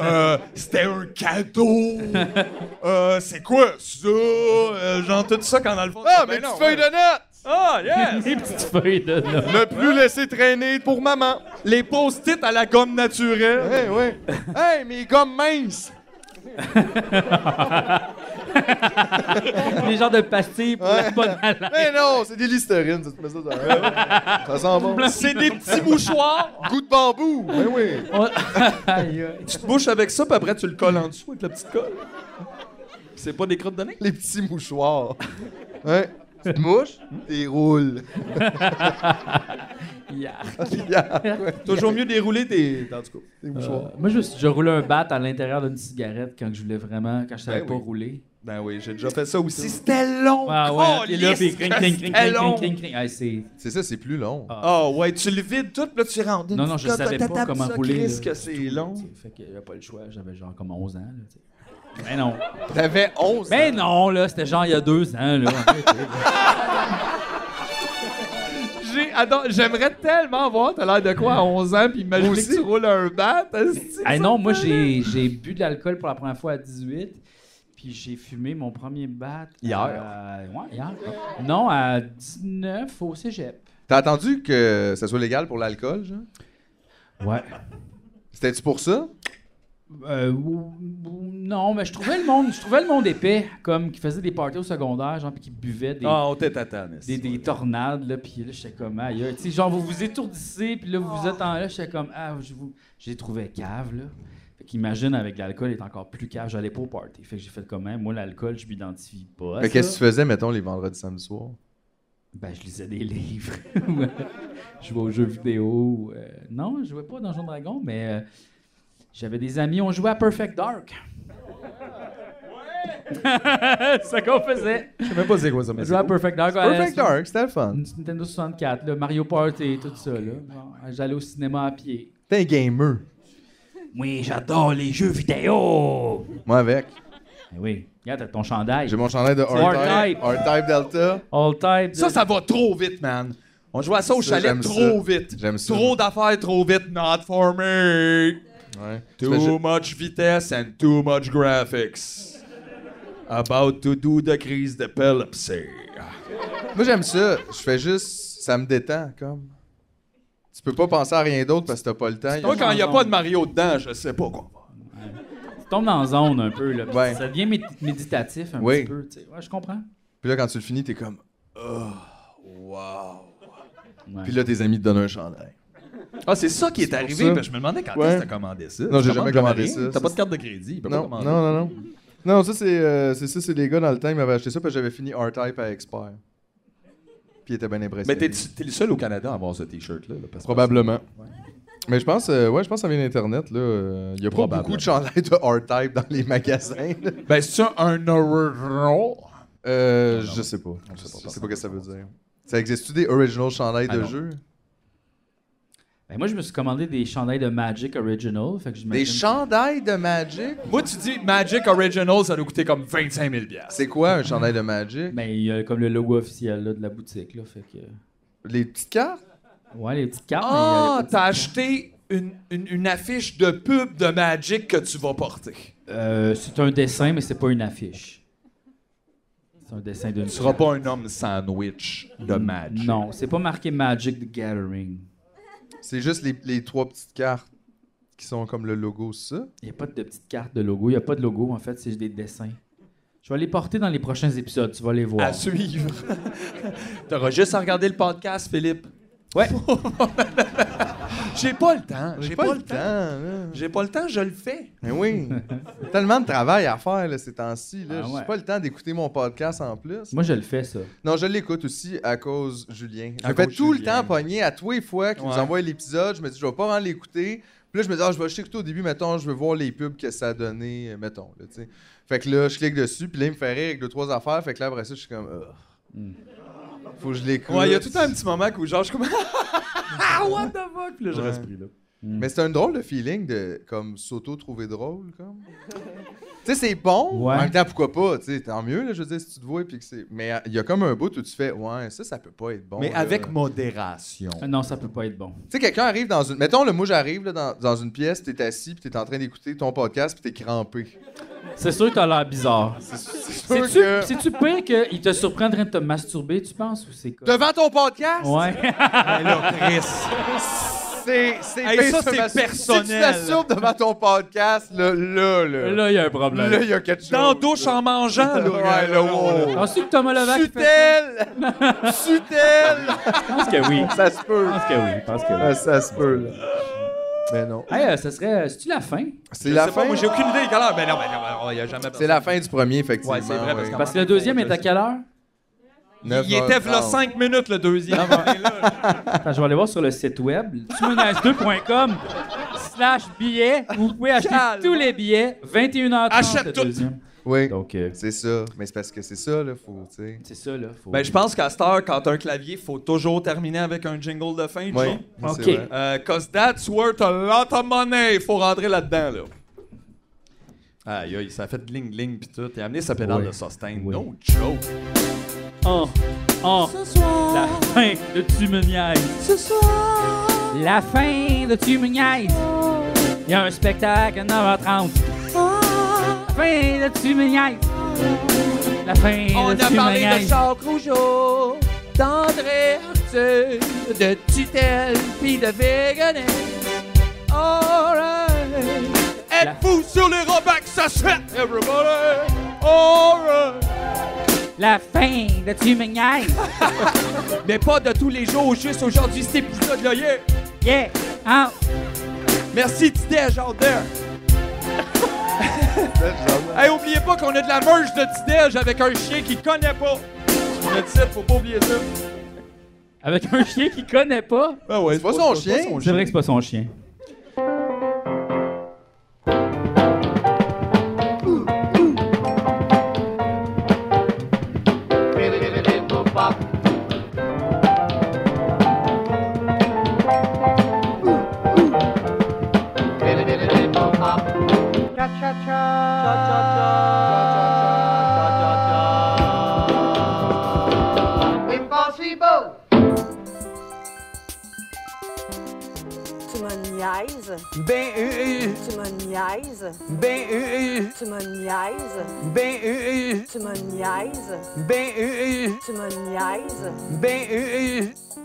C: Euh, c'était un cadeau. Euh, c'est quoi ça? Euh, genre, tout ça quand dans le fond.
D: Ah,
C: c'est
D: mais
C: ben non,
D: tu feuilles
C: ouais.
D: de notes.
C: Ah, yes!
A: Des petites feuilles de notes.
D: Ne plus laisser traîner pour maman.
C: les post-it à la gomme naturelle.
D: Hey, ouais. Hey, mes gommes minces.
A: Des genres de pastilles pour la bonne haleine.
D: Mais non, c'est des listerines. Ça, tu mets ça, dans- ça sent bon.
C: C'est des petits mouchoirs.
D: Ah. Goût de bambou. Ben oui.
A: On- Aïe, aïe.
C: Tu te bouches avec ça, puis après, tu le colles en dessous avec la petite colle. C'est pas des crottes de nez?
D: Les petits mouchoirs. Hein? Tu te mouches, t'es roule.
A: Yeah.
C: Toujours mieux dérouler tes. En tout cas.
D: Tes mouchoirs.
A: Moi, je, me suis- je roulais un bat à l'intérieur d'une cigarette quand je voulais vraiment, quand je savais
D: Ben
A: pas
D: oui.
A: rouler.
D: Ben oui, j'ai déjà fait ça aussi.
C: Si c'était long!
A: Ah ouais,
C: Oh,
A: et là, puis
C: lisse,
A: cring, cring, cring,
C: c'était
A: cring,
C: long.
A: cring, cring, cring. Ah, c'est-
D: C'est ça, c'est plus long.
A: Ah.
C: Ah ouais, tu le vides tout, puis là, tu rentres.
A: Non, non, je savais pas comment rouler,
C: Qu'est-ce
A: là.
C: que c'est long?
A: Fait que j'avais pas le choix, j'avais genre comme 11 ans. Là, tu sais. ben non.
D: T'avais 11 ans.
A: Ben non, là, c'était genre il y a deux ans. Là, en fait,
C: J'ai- attends, J'aimerais tellement voir, t'as l'air de quoi à 11 ans, puis imaginer que tu roules un bat. esti.
A: Ah non, moi j'ai, j'ai bu de l'alcool pour la première fois à 18, puis j'ai fumé mon premier bat.
D: Hier.
A: à- ouais, hier. Non, à 19 au cégep.
D: T'as attendu que ça soit légal pour l'alcool, genre?
A: Ouais.
D: C'était-tu pour ça?
A: Euh, ou- ou- non, mais je trouvais le monde, je trouvais le monde épais, comme qui faisait des parties au secondaire, genre, puis qui buvait des,
C: Ah, on t'est à
A: des, des tornades, là, puis là, j'étais comme, aïe, aïe. tu sais, genre, vous vous étourdissez, puis là, vous êtes en là, j'étais comme, ah, je vous, j'ai trouvé cave, là. Fait qu'imagine, avec l'alcool, il est encore plus cave, j'allais pas au party. Fait que j'ai fait comme, hein, moi, l'alcool, je m'identifie pas. à
D: Mais
A: ça.
D: Ben, qu'est-ce que tu faisais, mettons, les vendredis, samedi soir?
A: Ben, je lisais des livres. Ou, euh, je jouais aux jeux vidéo. ou, euh, non, je jouais pas à Donjon Dragon, mais euh, j'avais des amis, on jouait à Perfect Dark. c'est ça qu'on faisait.
C: Je sais même pas c'est quoi ça,
D: Ben,
A: On
C: mais
A: jouait à Perfect Dark. à la-
D: Perfect Dark, c'était le fun.
A: Nintendo 64, là, Mario Party, tout ça. là. Bon, J'allais au cinéma à pied.
D: T'es un gamer.
A: Oui, j'adore les jeux vidéo.
D: Moi avec.
A: Ben oui, regarde, t'as ton chandail.
D: J'ai mon chandail de
A: R-Type.
D: R-Type. R-Type Delta.
A: All type. de-
C: Ça, ça va trop vite, man. On joue à ça au
D: Ça,
C: chalet
D: j'aime
C: trop
D: ça.
C: vite.
D: J'aime ça.
C: Trop d'affaires trop vite. Not for me.
D: Ouais.
C: Too much vitesse and too much graphics. About to do the crise de Pellipsy.
D: Moi, j'aime ça. Je fais juste... Ça me détend, comme. Tu peux pas penser à rien d'autre parce que t'as pas le temps.
C: Moi, quand il n'y a pas de Mario dedans, je sais pas quoi.
A: Tu tombes dans la zone un peu. Là, puis
D: Ouais.
A: Ça devient médi- méditatif un
D: Oui.
A: petit peu. tu sais. Ouais, je comprends.
D: Puis là, quand tu le finis, t'es comme... oh,
A: Ouais.
D: Puis là, tes amis te donnent un chandail.
C: Ah, c'est ça qui est,
D: ça.
C: arrivé. Ben, je me demandais quand
D: Ouais.
C: est-ce que t'as commandé ça.
D: Non, j'ai
C: Tu
D: jamais
C: commandes
D: commandé
C: rien.
D: ça.
C: T'as
D: Ça,
C: pas de carte de crédit. il peut pas
D: Non, non,
C: commander.
D: non, non. Non, ça, c'est euh, c'est ça, c'est les gars dans le temps, ils m'avaient acheté ça parce que j'avais fini R-Type à Expert. Puis il était bien impressionné.
C: Mais t'es, t'es le seul au Canada à avoir ce t-shirt-là. là, parce que-
D: Probablement. Mais je pense, euh, ouais, je pense que ça vient d'Internet. là. Euh, Il y a pas
C: Probablement.
D: beaucoup de chandails de R-Type dans les magasins. là.
C: Ben, c'est ça un original?
D: Euh, je sais pas. Je sais pas ce que ça veut dire. Ça existe-tu des original chandails
C: Ah
D: de
C: non.
D: jeu?
A: Ben, moi, je me suis commandé des chandails de Magic Original. Fait que j'imagine-
D: Des chandails de Magic?
C: Moi, tu dis Magic Original, ça doit coûter comme 25 000
D: C'est quoi un chandail de Magic?
A: Ben, il y a comme le logo officiel là, de la boutique. Là, fait que...
D: Les petites cartes?
A: Ouais, les petites cartes.
C: Ah,
A: mais il y a-
C: t'as acheté une, une- une affiche de pub de Magic que tu vas porter.
A: Euh, c'est un dessin, mais c'est pas une affiche. C'est un dessin d'une.
C: Tu seras pas un homme sandwich de Magic.
A: Non, c'est pas marqué Magic the Gathering.
D: C'est juste les, les trois petites cartes qui sont comme le logo, ça?
A: Il n'y a pas de petite carte de logo. Il n'y a pas de logo, en fait, c'est juste des dessins. Je vais les porter dans les prochains épisodes, tu vas les voir.
C: À suivre. T'auras juste à regarder le podcast, Philippe. Ouais. J'ai pas le temps. J'ai pas, le temps.
D: là.
C: J'ai pas le temps, je le fais.
D: Mais oui, tellement de travail à faire là, ces temps-ci. là.
A: Ah ouais.
D: J'ai pas le temps d'écouter mon podcast en plus.
A: Moi, je le fais, ça.
D: Non, je l'écoute aussi à cause Julien. Je
C: À
D: me fais
C: cause
D: tout le
C: Julien.
D: temps pogner à tous les fois qu'il
C: Ouais.
D: nous envoie l'épisode. Je me dis, je vais pas vraiment l'écouter. Puis là, je me dis, ah, je vais juste écouter au début, mettons, je veux voir les pubs que ça a donné, euh, mettons. Là, tu sais. fait que là, je clique dessus, puis là, il me fait rire avec deux, trois affaires. Fait que là, après ça, je suis comme, Ugh. faut que je l'écoute.
C: Hmm. Ouais, il y a tout un petit moment où genre, je suis comme. Ah, what the fuck? Puis là, je
D: Ouais.
C: reste pris là.
D: Mais c'est un drôle de feeling de comme s'auto-trouver drôle, comme. tu sais, c'est bon.
A: Ouais.
D: En même temps, pourquoi pas? Tu sais, tant mieux, là, je veux dire, si tu te vois et que c'est. Mais euh, il y a comme un bout où tu fais Ouais, ça, ça peut pas être bon.
C: Mais
D: là.
C: avec modération.
A: Ah Non, ça peut pas être bon.
D: Tu sais, quelqu'un arrive dans une. Mettons, le moi j'arrive là, dans, dans une pièce, t'es assis, puis t'es en train d'écouter ton podcast, puis t'es crampé.
A: C'est sûr que t'as l'air bizarre.
D: C'est sûr
A: C'est-tu
D: que-
A: c'est-tu pire qu'il te surprend en train de te masturber, tu penses, ou c'est quoi?
D: Devant ton podcast,
A: Ouais.
D: c'est. c'est
C: Hey,
D: bien
C: ça,
D: se
C: c'est
D: mastur-
C: personnel.
D: Si tu t'assures devant ton podcast, là, là, là.
A: Là, il y a un
D: là,
A: problème.
D: il y a quelque chose.
C: Dans la douche en mangeant, là.
D: Ouais, là, wow, là.
A: Penses-tu que Thomas Levac fait...
D: Sutel! Sutel!
A: Je pense que oui.
D: Ça se peut.
A: Je pense que oui. Je pense que oui.
D: Ah, ça se peut, là. Mais non.
A: Hey, euh, ça serait... euh, C'est-tu la fin?
D: C'est
C: Ah, Je
D: la
C: sais
D: fin.
C: Pas, moi, j'ai aucune idée de quelle heure. Ben non, ben non, il y a jamais
D: C'est la fin du premier, effectivement.
C: Ouais, c'est vrai, parce qu'en
A: Parce que le deuxième est à quelle heure?
C: Il était là 5 minutes, le deuxième.
A: Attends, je vais aller voir sur le site web, tumenace2.com slash billets. Vous pouvez acheter
C: Calme.
A: tous les billets, 21h30
C: Achète
A: le
C: tout.
A: deuxième.
D: Oui,
A: Donc, euh,
D: c'est ça. Mais c'est parce que c'est ça, là, faut, tu sais.
A: c'est ça, là. Faut...
C: Ben, je pense qu'à cette heure, quand t'as un clavier, faut toujours terminer avec un jingle de fin,
D: Oui,
C: Joe.
D: c'est
A: Ok.
D: vrai.
C: Euh, Cause that's worth a lot of money. Faut rentrer là-dedans, là. Aïe, aïe, ça a fait gling gling pis tout. Et amené sa pédale
A: Oui.
C: de sustain.
A: Oui.
C: No joke.
A: En, en, la fin de Tu me niaises.
J: Ce soir,
A: La fin de Tu me niaises. Il y a un spectacle à 9h30.
J: ah,
A: La fin de Tu me niaises. La fin
C: On
A: de
C: a
A: Tu me
C: parlé de
A: niaises.
C: Charles Rougeau, d'André Arthur, de tutelle pis de véganet. Alright. Êtes-vous sur les robacs, ça se fait, everybody? Alright.
A: La fin de Tu me niaises.
C: Mais pas de tous les jours, juste aujourd'hui, cet épisode-là, yeah.
A: Yeah. Ah. En,
C: Merci, Tidé, Jardin. Hey, oubliez pas qu'on a de la merge de Tidège avec un chien qui connaît pas. Le titre, faut pas oublier ça.
A: avec un chien qu'il connaît pas.
C: Ah ouais,
D: Ben C'est pas son chien.
A: C'est vrai que c'est pas son chien.
H: Impossible!
B: Tu me niaises.
G: Ben,
B: eh,
G: euh, euh,
B: Tu me niaises.
G: ben,
B: eh,
G: euh, euh,
B: Tu me niaises.
G: ben,
B: eh,
G: euh, euh,
B: Tu me niaises. eh,
G: ben, euh, euh,
B: Tu me niaises.
G: ben, euh, euh.